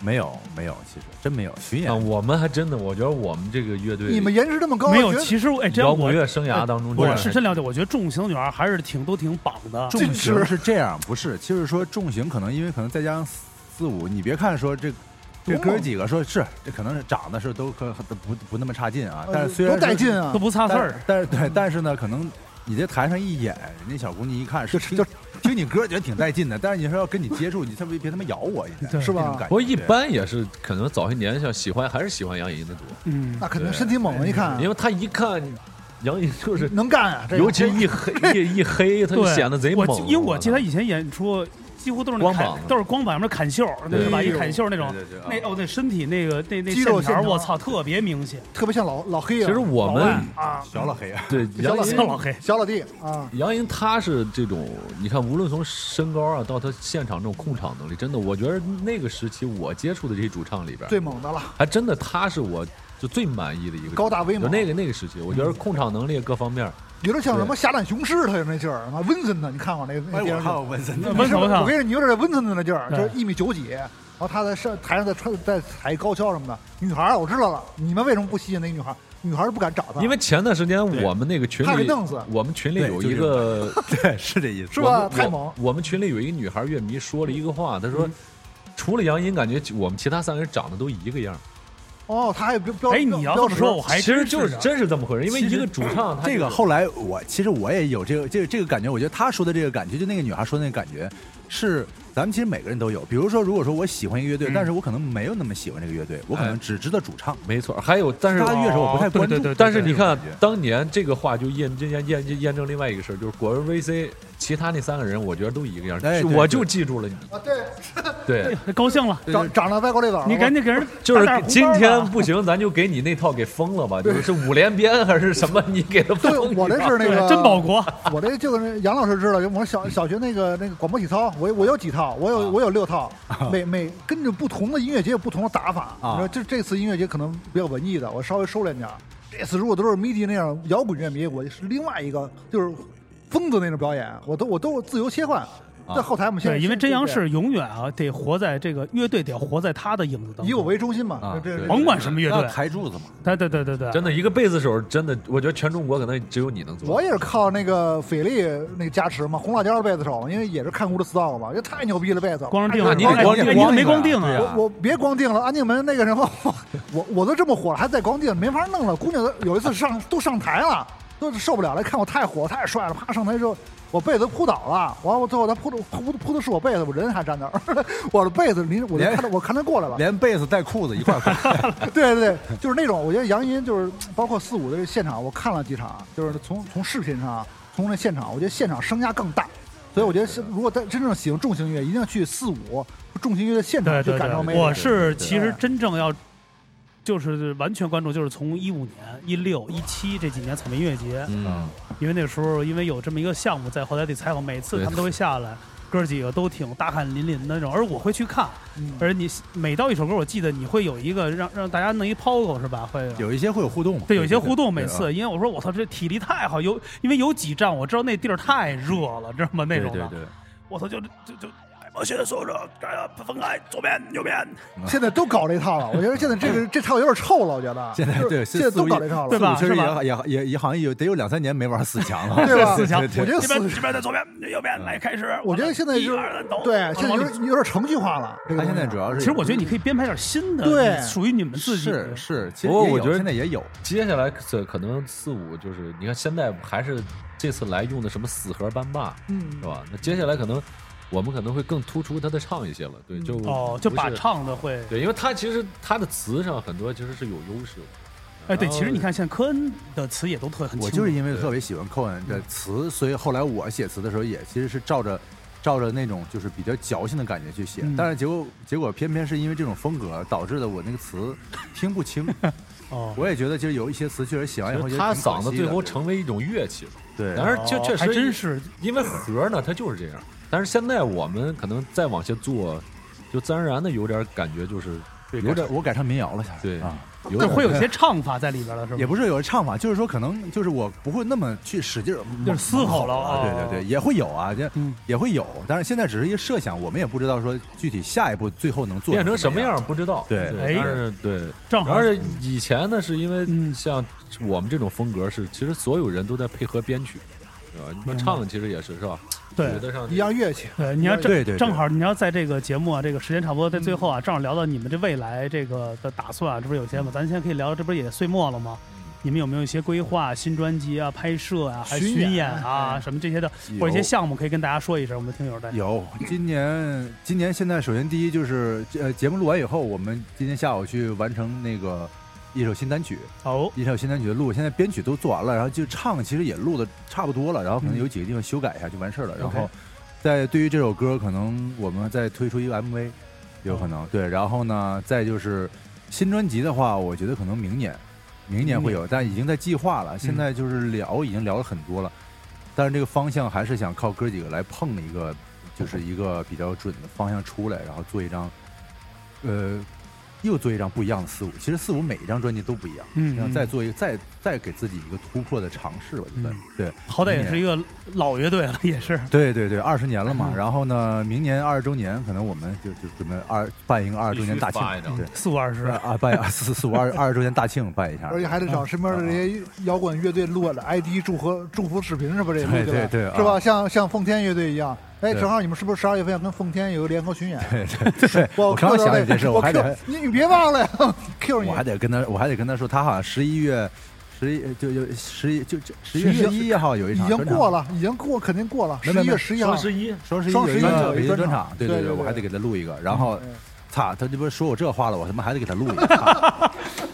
Speaker 5: 没有没有，其实真没有巡
Speaker 6: 啊，
Speaker 5: 演。
Speaker 6: 我们还真的，我觉得我们这个乐队，
Speaker 4: 你们颜值这么高，
Speaker 3: 没
Speaker 4: 我
Speaker 3: 有，
Speaker 4: 觉得
Speaker 3: 其实我哎，这样
Speaker 6: 摇
Speaker 3: 我
Speaker 6: 滚乐生涯当中，
Speaker 3: 我是真了解，我觉得重型女孩还是挺都挺绑的。
Speaker 5: 重型是这样，不是，就是说重型可能因为可能再加上四四五，你别看说这。这哥几个说是，这可能是长得是都可都不不那么差劲啊，
Speaker 4: 呃
Speaker 5: 但是虽然
Speaker 4: 多带劲
Speaker 5: 啊，
Speaker 4: 啊
Speaker 3: 都，不差
Speaker 5: 但
Speaker 3: 事儿，
Speaker 5: 但是对，但是呢，可能你这台上一演，人家小姑娘一看是
Speaker 4: 就就
Speaker 5: 就听你歌觉得挺带劲的，但是你说要跟你接触，你特别别他妈咬我一下，
Speaker 3: 对
Speaker 5: 是吧
Speaker 4: 对？
Speaker 6: 不过一般也是可能早些年像喜欢还是喜欢杨颖的多，
Speaker 3: 嗯，
Speaker 4: 那肯定身体猛，一看
Speaker 6: 因为他一看杨颖就是，
Speaker 3: <laughs>
Speaker 4: 能干啊，这个
Speaker 6: 尤其一黑一一黑，他就
Speaker 3: 对，
Speaker 6: 显得贼
Speaker 3: 我
Speaker 6: 猛。啊
Speaker 3: 记因为我记得他以前演出几乎都是那
Speaker 6: 光
Speaker 3: 砍
Speaker 6: 膀子
Speaker 3: 都是光膀，要么砍袖儿，
Speaker 6: 对
Speaker 3: 是吧？一砍袖儿那种
Speaker 6: 对啊对，对
Speaker 3: 那哦，那身体那个那那
Speaker 4: 肌
Speaker 3: 线
Speaker 4: 肉
Speaker 3: 条儿，
Speaker 4: 线条
Speaker 3: 我操，特别明显。
Speaker 4: 特别像老老黑啊，
Speaker 6: 其实我
Speaker 3: 老
Speaker 6: 们
Speaker 3: 外啊，
Speaker 5: 小老黑啊，
Speaker 6: 对杨
Speaker 3: 小
Speaker 6: 颖
Speaker 3: 老黑，
Speaker 4: 小老弟啊，
Speaker 6: 杨颖她是这种，你看，无论从身高啊到她现场这种控场能力，真的，我觉得那个时期我接触的这些主唱里边，
Speaker 4: 最猛的了，
Speaker 6: 还真的她是我就最满意的一个
Speaker 4: 高大威
Speaker 6: 就
Speaker 4: 猛，
Speaker 6: 那个那个时期，我觉得控场能力各方面，
Speaker 4: 有点像什么侠胆雄狮，他有那劲儿，妈温森的，你看过那个那
Speaker 5: 哎，
Speaker 4: 个电
Speaker 5: 我
Speaker 4: 视
Speaker 5: 看我
Speaker 4: 剧？
Speaker 5: 纹身
Speaker 3: 那
Speaker 5: 的，
Speaker 3: 温头
Speaker 4: 我
Speaker 3: 上
Speaker 4: 跟你说，你有点温森的那劲儿，就
Speaker 3: 对
Speaker 4: 是一米九几，然后他在上台上在穿在踩高跷什么的，女孩儿我知道了，你们为什么不吸引那女孩儿？女孩儿不敢找他，
Speaker 6: 因为前段时间
Speaker 5: 对
Speaker 6: 我们那个群
Speaker 4: 怕给
Speaker 6: 里
Speaker 4: 弄死，
Speaker 6: 我们群里
Speaker 5: 对
Speaker 6: 有
Speaker 5: 就
Speaker 6: 一
Speaker 5: 这
Speaker 6: 个 <laughs>
Speaker 5: 对，是这意思
Speaker 4: 是。
Speaker 6: 我
Speaker 4: 吧？
Speaker 6: 们
Speaker 4: 太
Speaker 6: 我
Speaker 4: 猛，
Speaker 6: 我们群里有一个女孩乐迷说了一个话，她说，除了杨颖，感觉我们其他三个人长得都一个样。
Speaker 4: 哦，他还有标标
Speaker 3: 哎，你要这么
Speaker 4: 标识
Speaker 3: 说，我还
Speaker 6: 其实
Speaker 3: 真
Speaker 6: 就是是
Speaker 3: 的
Speaker 6: 真是这么回事，因为
Speaker 3: 其实
Speaker 6: 一个主唱，她
Speaker 5: 这个
Speaker 6: 就是
Speaker 5: 后来我其实我也有这个这个这个感觉，我觉得他说的这个感觉，就那个女孩说的那个感觉，是咱们其实每个人都有。比如说，如果说我喜欢一个乐
Speaker 3: 嗯
Speaker 5: 队，但是我可能没有那么喜欢这个乐队，我可能只知道主唱，
Speaker 6: 没错，还有，但是哦
Speaker 5: 其他乐手我不太关注。
Speaker 3: 哎哦对对对
Speaker 6: 但是你看
Speaker 5: 这种感，觉
Speaker 6: 当年这个话就验验验验验证另外一个事儿，就是果然 VC 其他那三个人，我觉得都一个样，
Speaker 5: 哎
Speaker 6: 就
Speaker 5: 对
Speaker 6: 我
Speaker 5: 对
Speaker 6: 就记住了你。
Speaker 4: 啊，对，
Speaker 6: 对，
Speaker 3: 高兴了，
Speaker 4: 长长得歪瓜裂枣了，
Speaker 3: 你赶紧给人
Speaker 6: <laughs> 就是
Speaker 3: 打点红包吧
Speaker 6: 今天不行，咱就给你那套给封了吧，就是是五连鞭还是什么，你给他封
Speaker 4: 对
Speaker 6: 一把。
Speaker 4: 我这是那个
Speaker 3: 对真保国，
Speaker 4: <laughs> 我这就跟杨老师知道，就我小小学那个那个广播体操，我我有几套，我
Speaker 5: 啊
Speaker 4: 有我有六套， <laughs> 每每跟着不同的音乐节有不同的打法。
Speaker 5: 啊
Speaker 4: 你说这这次音乐节可能比较文艺的，我稍微收敛点儿。这次如果都是 MIDI 那样摇滚乐迷，我是另外一个就是疯子那种表演，我都我都自由切
Speaker 5: 啊
Speaker 4: 换。在后台我们现在
Speaker 3: 对，因为真
Speaker 4: 阳
Speaker 3: 阳是永远啊，得活在这个乐队得活在他的影子当中，
Speaker 4: 以我为中心嘛，
Speaker 5: 啊
Speaker 4: 这
Speaker 5: 对
Speaker 4: 这
Speaker 3: 甭管什么乐
Speaker 5: 那
Speaker 3: 队，
Speaker 5: 台柱子嘛，
Speaker 3: 对对对对对，
Speaker 6: <laughs> 真的一个贝斯手，真的，我觉得全中国可能只有你能做。
Speaker 4: 我也是靠那个斐利那个加持嘛，红辣椒的贝斯手，因为也是看《乌的 Stock》嘛，这太牛逼了贝斯。
Speaker 3: 光着腚
Speaker 6: 那
Speaker 3: 啊，
Speaker 6: 你得
Speaker 3: 哎
Speaker 6: 光
Speaker 3: 哎
Speaker 6: 腚
Speaker 3: 你
Speaker 5: 光
Speaker 3: 没
Speaker 5: 腚
Speaker 3: 光
Speaker 5: 啊
Speaker 3: 腚
Speaker 5: 对
Speaker 3: 啊
Speaker 5: 啊，
Speaker 4: 我我别光腚了，安定门那个什么， <laughs> 我我我都这么火了，还在光腚，没法弄了。姑娘都有一次上都上台了，都受不了了，看我太火太帅了，啪上台之后，我被子都扑倒了，完我最后他扑的扑扑的是我被子，我人还站那儿， <laughs> 我的被子离我就
Speaker 5: 连
Speaker 4: 看他我看他过来了，
Speaker 5: 连被子带裤子一块儿裤子
Speaker 4: 对对对，就是那种，我觉得杨音就是包括四五的现场，我看了几场，就是从从视频上啊，从那现场，我觉得现场声压更大，所以我觉得是如果真真正喜欢重型音乐，一定要去四五重型音乐现场
Speaker 3: 对
Speaker 4: 去
Speaker 3: 对
Speaker 4: 感受魅
Speaker 3: 对，
Speaker 4: 力。
Speaker 3: 我是其实
Speaker 4: 对
Speaker 3: 真正要。就是完全关注，就是从一五年、一六、一七这几年草莓音乐节，
Speaker 6: 嗯，
Speaker 3: 因为那时候因为有这么一个项目在后台得采访，每次他们都会下来，哥几个都挺大汗淋漓的那种，而我会去看，
Speaker 4: 嗯
Speaker 3: 而你每到一首歌，我记得你会有一个让让大家弄一抛狗是吧？会
Speaker 5: 有一些会有互动嘛，
Speaker 3: 啊对，有一些互动，每
Speaker 5: 对啊
Speaker 3: 次因为我说我操，这体力太好，有因为有几站我知道那地儿太热了，知道吗？那
Speaker 6: 对
Speaker 3: 种
Speaker 6: 对
Speaker 3: 的，
Speaker 6: 对，
Speaker 3: 我操，就就就，哎我现在说着，大家分开，左边右边，
Speaker 4: <laughs> 现在都搞这套
Speaker 5: <laughs>
Speaker 4: 了，我觉得现在这个这套有点臭了，我觉得
Speaker 5: 现在
Speaker 4: 就是
Speaker 5: 对
Speaker 4: 现在都搞这套
Speaker 3: 对
Speaker 4: 了。
Speaker 3: 吧
Speaker 5: 四五确实
Speaker 3: 是吧
Speaker 5: 也也也也好像有得有两三年没玩四强了，
Speaker 4: 对吧
Speaker 3: 四强
Speaker 5: 对对
Speaker 4: 我觉得
Speaker 3: 这
Speaker 4: 四
Speaker 3: 边，这边在左边，右边来开始。
Speaker 4: 我觉得现在
Speaker 3: 一
Speaker 4: 就是
Speaker 3: 二三走
Speaker 4: 对
Speaker 3: 完，了
Speaker 4: 现在有
Speaker 3: 往里
Speaker 4: 点有点程序化了。嗯这个
Speaker 5: 他现在
Speaker 4: 东西
Speaker 5: 主要是
Speaker 3: 其实我觉得你可以编排点新的，
Speaker 4: 对
Speaker 3: 属于你们自己的
Speaker 5: 是。是，其实
Speaker 6: 不过
Speaker 5: 也
Speaker 6: 我
Speaker 5: 有
Speaker 6: 觉得嗯
Speaker 5: 现在也有，
Speaker 6: 接下来这可能四五就是，你看现在还是这次来用的什么死核班霸，
Speaker 4: 嗯
Speaker 6: 是，吧？那接下来可能我们可能会更突出他的唱一些了，对，就
Speaker 3: 哦，就
Speaker 6: 不
Speaker 3: 把
Speaker 6: 是
Speaker 3: 唱的会，
Speaker 6: 对，因为他其实他的词上很多其实是有优势的。
Speaker 3: 哎，对，
Speaker 6: 然后
Speaker 3: 其实你看，现在科恩的词也都特很清楚，
Speaker 5: 我就是因为特别喜欢寇恩的词，所以后来我写词的时候也其实是照着照着那种就是比较矫情的感觉去写，
Speaker 3: 嗯
Speaker 5: 但是结果结果偏偏是因为这种风格导致的我那个词听不清。
Speaker 3: <laughs> 哦，
Speaker 5: 我也觉得就是有一些词确实写完以后
Speaker 6: 其
Speaker 5: 哎觉得
Speaker 6: 实他
Speaker 5: 挺可
Speaker 6: 嗓子
Speaker 5: 惜
Speaker 6: 最
Speaker 5: 的
Speaker 6: 后成为一种乐器了，
Speaker 5: 对，
Speaker 6: 然而确
Speaker 3: 哦
Speaker 6: 确
Speaker 3: 还
Speaker 6: 实
Speaker 3: 真是
Speaker 6: 因为核呢，它就是这样。但是现在我们可能再往下做，就自然而然的有点感觉，就是有
Speaker 5: 有
Speaker 6: 点
Speaker 5: 点我改成民谣了，现在
Speaker 6: 对
Speaker 5: 啊，
Speaker 6: 有
Speaker 3: 就
Speaker 6: 点
Speaker 3: 会有一些唱法在里边了，是吧？
Speaker 5: 也不是有唱法，就是说可能就是我不会那么去使劲儿猛，
Speaker 3: 就是嘶吼了
Speaker 5: 啊对对
Speaker 3: 哦
Speaker 5: 对，也会有啊，这
Speaker 3: 嗯
Speaker 5: 也会有，但是现在只是一个设想，我们也不知道说具体下一步最后能做
Speaker 6: 变成什么
Speaker 5: 样
Speaker 6: 样。不知道。
Speaker 5: 对
Speaker 3: 哎
Speaker 6: 但是对，
Speaker 3: 正
Speaker 6: 然
Speaker 3: 好
Speaker 6: 而以前呢，是因为
Speaker 3: 嗯
Speaker 6: 像我们这种风格是，其实所有人都在配合编曲，对吧？你
Speaker 3: 明白
Speaker 6: 唱其实也是是吧？
Speaker 3: 对
Speaker 6: 觉得上
Speaker 4: 一样乐器。
Speaker 3: 对，呃你要正
Speaker 5: 对对对嗯
Speaker 3: 正好，你要在这个节目啊，这个时间差不多，在最
Speaker 5: 嗯
Speaker 3: 后啊，正好聊到你们这未来这个的打算啊，这不是有些吗？咱先可以聊，这不是也岁末了吗？你们有没有一些规划？新专辑啊、拍摄啊、还有
Speaker 5: 巡演哎
Speaker 3: 巡演啊什么这些的，
Speaker 5: 有
Speaker 3: 或者一些项目可以跟大家说一声，我们的听友的。
Speaker 5: 有，今年今年现在首先第一就是呃节目录完以后，我们今天下午去完成那个一首新单曲，
Speaker 3: 哦，
Speaker 5: 一首新单曲的录，现在编曲都做完了，然后就唱其实也录的差不多了，然后可能
Speaker 3: 嗯
Speaker 5: 有几个地方修改一下就完事儿了。然
Speaker 3: OK
Speaker 5: 后在对于这首歌，可能我们再推出一个 MV，有可能对。然后呢，再就是新专辑的话，我觉得可能明年，明年会有，但已经在计划了。现在就是聊，已经聊了很多了，但是这个方向还是想靠哥几个来碰一个，就是一个比较准的方向出来，然后做一张，呃。又做一张不一样的四五，其实四五每一张专辑都不一样，
Speaker 3: 嗯
Speaker 5: 然
Speaker 3: 嗯
Speaker 5: 后再做一个再再给自己一个突破的尝试吧，我觉得、
Speaker 3: 嗯
Speaker 5: 对，
Speaker 3: 好歹也是一个老乐队了，也是。
Speaker 5: 对对对，二十年了嘛，
Speaker 3: 嗯
Speaker 5: 然后呢，明年二十周年，可能我们就就准备二办一个二十周年大庆
Speaker 6: 必须发一张，
Speaker 5: 对，
Speaker 3: 四五二十，
Speaker 5: 啊办一四四五二二十周年大庆办一下，
Speaker 4: 而且还得找身边的这些摇滚乐队录我的 ID 祝贺祝福视频，是不是？这也录
Speaker 5: 嗯对对
Speaker 4: 起
Speaker 5: 对
Speaker 4: 来
Speaker 5: 啊
Speaker 4: 是吧？像像奉天乐队一样，哎，
Speaker 5: 对
Speaker 4: 正好你们是不是十二月份要跟奉天有个联合巡演？
Speaker 5: 对对对，我刚
Speaker 4: Q
Speaker 5: 刚
Speaker 4: 到
Speaker 5: 想
Speaker 4: 那
Speaker 5: 起这事，
Speaker 4: 我
Speaker 5: 还
Speaker 4: Q-
Speaker 5: 得
Speaker 4: 你你别忘了呀，Q 你
Speaker 5: 我还得跟他我还得跟他说，他好像十一月十一就就十一就就十一月十一号有一
Speaker 4: 已
Speaker 5: 场，
Speaker 4: 经过，了，已经过，肯定过了，
Speaker 5: 没
Speaker 4: 十
Speaker 5: 没
Speaker 4: 一
Speaker 5: 没
Speaker 4: 月十一号
Speaker 7: 双。十一，
Speaker 5: 双十一
Speaker 4: 双十一
Speaker 5: 有
Speaker 4: 有一
Speaker 5: 一个
Speaker 4: 专
Speaker 5: 专
Speaker 4: 场
Speaker 5: 场，对
Speaker 4: 对
Speaker 5: 对，
Speaker 4: 对
Speaker 5: 我还
Speaker 4: 对
Speaker 5: 得给他录一个，然后
Speaker 4: 嗯
Speaker 5: 操，他这不是说我这话了，我他妈还得给他录一个，操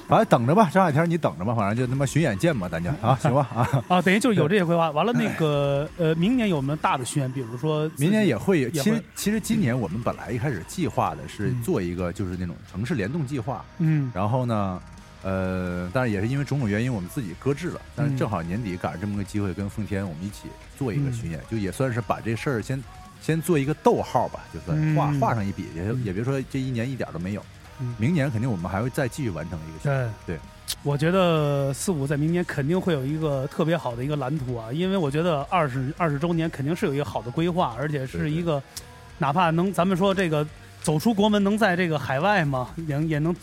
Speaker 5: 反正等着吧，张海天你等着吧，反正就他妈巡演见吧，咱就啊，行吧啊。
Speaker 3: 啊，等于就有这些规划。完了，那个呃，明年有没有大的巡演？比如说自己，
Speaker 5: 哎明年也会有，
Speaker 3: 也
Speaker 5: 其实
Speaker 3: 会
Speaker 5: 其实今年我们本来一开始计划的是做一个就是那种城市联动计划，
Speaker 3: 嗯，
Speaker 5: 然后呢，呃，但是也是因为种种原因我们自己搁置了，但是正好年底赶上这么个机会，跟奉天我们一起做一个巡演，就也算是把这事儿先先做一个逗号吧，就算是画
Speaker 3: 嗯
Speaker 5: 画上一笔，也
Speaker 3: 嗯
Speaker 5: 也别说这一年一点都没有
Speaker 3: 嗯，
Speaker 5: 明年肯定我们还会再继续完成一个巡演。
Speaker 3: 对
Speaker 5: 对，
Speaker 3: 我觉得四五在明年肯定会有一个特别好的一个蓝图啊，因为我觉得二十二十周年肯定是有一个好的规划，而且是一个哪怕能咱们说这个走出国门，能在这个海外嘛，也也能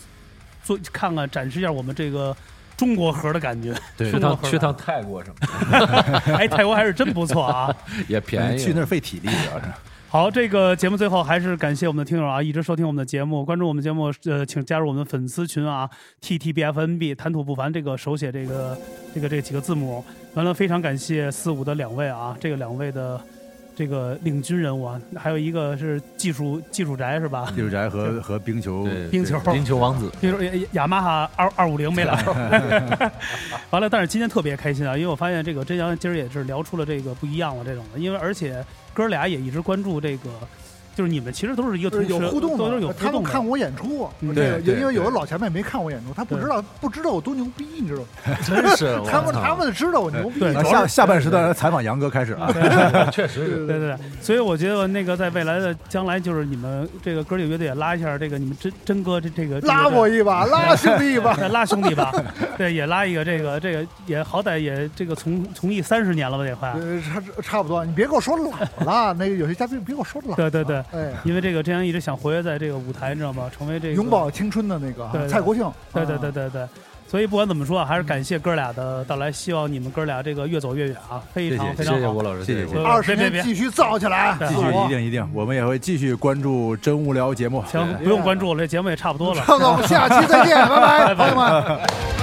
Speaker 3: 做看看展示一下我们这个。中国盒的感觉， <laughs>
Speaker 5: 对
Speaker 7: 去
Speaker 3: 中国
Speaker 7: 趟
Speaker 3: 盒的
Speaker 7: 去趟泰国什么的，
Speaker 3: 哎，泰国还是真不错啊！
Speaker 6: 也便宜。
Speaker 5: 去那儿费体力啊！
Speaker 3: 好，这个节目最后还是感谢我们的听友啊，一直收听我们的节目，关注我们的节目，呃，请加入我们的粉丝群啊，T T B F N B，谈吐不凡，这个手写这个这个这几个字母。完了，非常感谢四五的两位啊，这个两位的这个领军人物啊，还有一个是技术技术宅是吧？
Speaker 5: 地主宅和和冰球，
Speaker 6: 对
Speaker 3: 冰球
Speaker 7: 冰球王子，
Speaker 3: 比如说雅马哈二二五零没
Speaker 4: <laughs>
Speaker 3: 来，完了，但是今天特别开心啊，因为我发现这个真阳今儿也是聊出了这个不一样了这种的，因为而且哥俩也一直关注这个，就是你们其实都是一个同
Speaker 4: 呃
Speaker 3: 时
Speaker 4: 有互动
Speaker 3: 都是有
Speaker 4: 的，他
Speaker 3: 互
Speaker 4: 都
Speaker 3: 动的
Speaker 4: 看我演出，啊
Speaker 3: 嗯
Speaker 4: 这个
Speaker 5: 对对
Speaker 4: 因为有的
Speaker 5: 对
Speaker 4: 老前辈没看我演出，他不
Speaker 3: 对
Speaker 4: 知道不知道我多牛逼，你知道吗？
Speaker 7: 真
Speaker 6: <laughs>
Speaker 7: 是我
Speaker 4: 他们
Speaker 7: 操
Speaker 4: 他们知道我牛逼，
Speaker 3: 对
Speaker 5: 啊
Speaker 4: 主
Speaker 5: 下
Speaker 4: 要是
Speaker 5: 下半时段采访杨哥开始啊，
Speaker 7: 确实是。
Speaker 3: 对对对，所以我觉得那个在未来的将来，就是你们这个哥几个乐队也拉一下这个你们真真哥这这个
Speaker 4: 拉我
Speaker 3: 一，
Speaker 4: 一把，拉兄弟一把
Speaker 3: 拉兄弟吧， <laughs> 对，也拉一个这个这个也好歹也这个从从艺三十年了吧，得快。
Speaker 4: 呃，差差不多。你别给我说老了，那个有些嘉宾别给我说老了，
Speaker 3: 对对对，
Speaker 4: 哎，
Speaker 3: 因为这个真阳一直想活跃在这个舞台，你知道吗？成为这个
Speaker 4: 永葆青春的那个
Speaker 3: 对对
Speaker 4: 蔡国庆，
Speaker 3: 对对对
Speaker 4: 啊，
Speaker 3: 对对，所以不管怎么说啊，还是感谢哥俩的到来，希望你们哥俩这个越走越远啊，非常
Speaker 7: 谢
Speaker 3: 非常好。
Speaker 7: 谢吴老师，
Speaker 5: 谢谢
Speaker 7: 谢
Speaker 5: 谢
Speaker 7: 谢
Speaker 3: 对
Speaker 5: 谢
Speaker 4: 二十
Speaker 3: 别别
Speaker 4: 年
Speaker 3: 别
Speaker 4: 继续造起来，
Speaker 3: 对
Speaker 5: 继
Speaker 4: 好
Speaker 5: 续
Speaker 4: 啊
Speaker 5: 一定一定，我们也会继续关注真无聊节目。
Speaker 3: 行，不用关注了，这节目也差不多了。 <laughs>
Speaker 4: 那我们下期再见，拜拜，
Speaker 3: 拜拜
Speaker 4: 朋友们。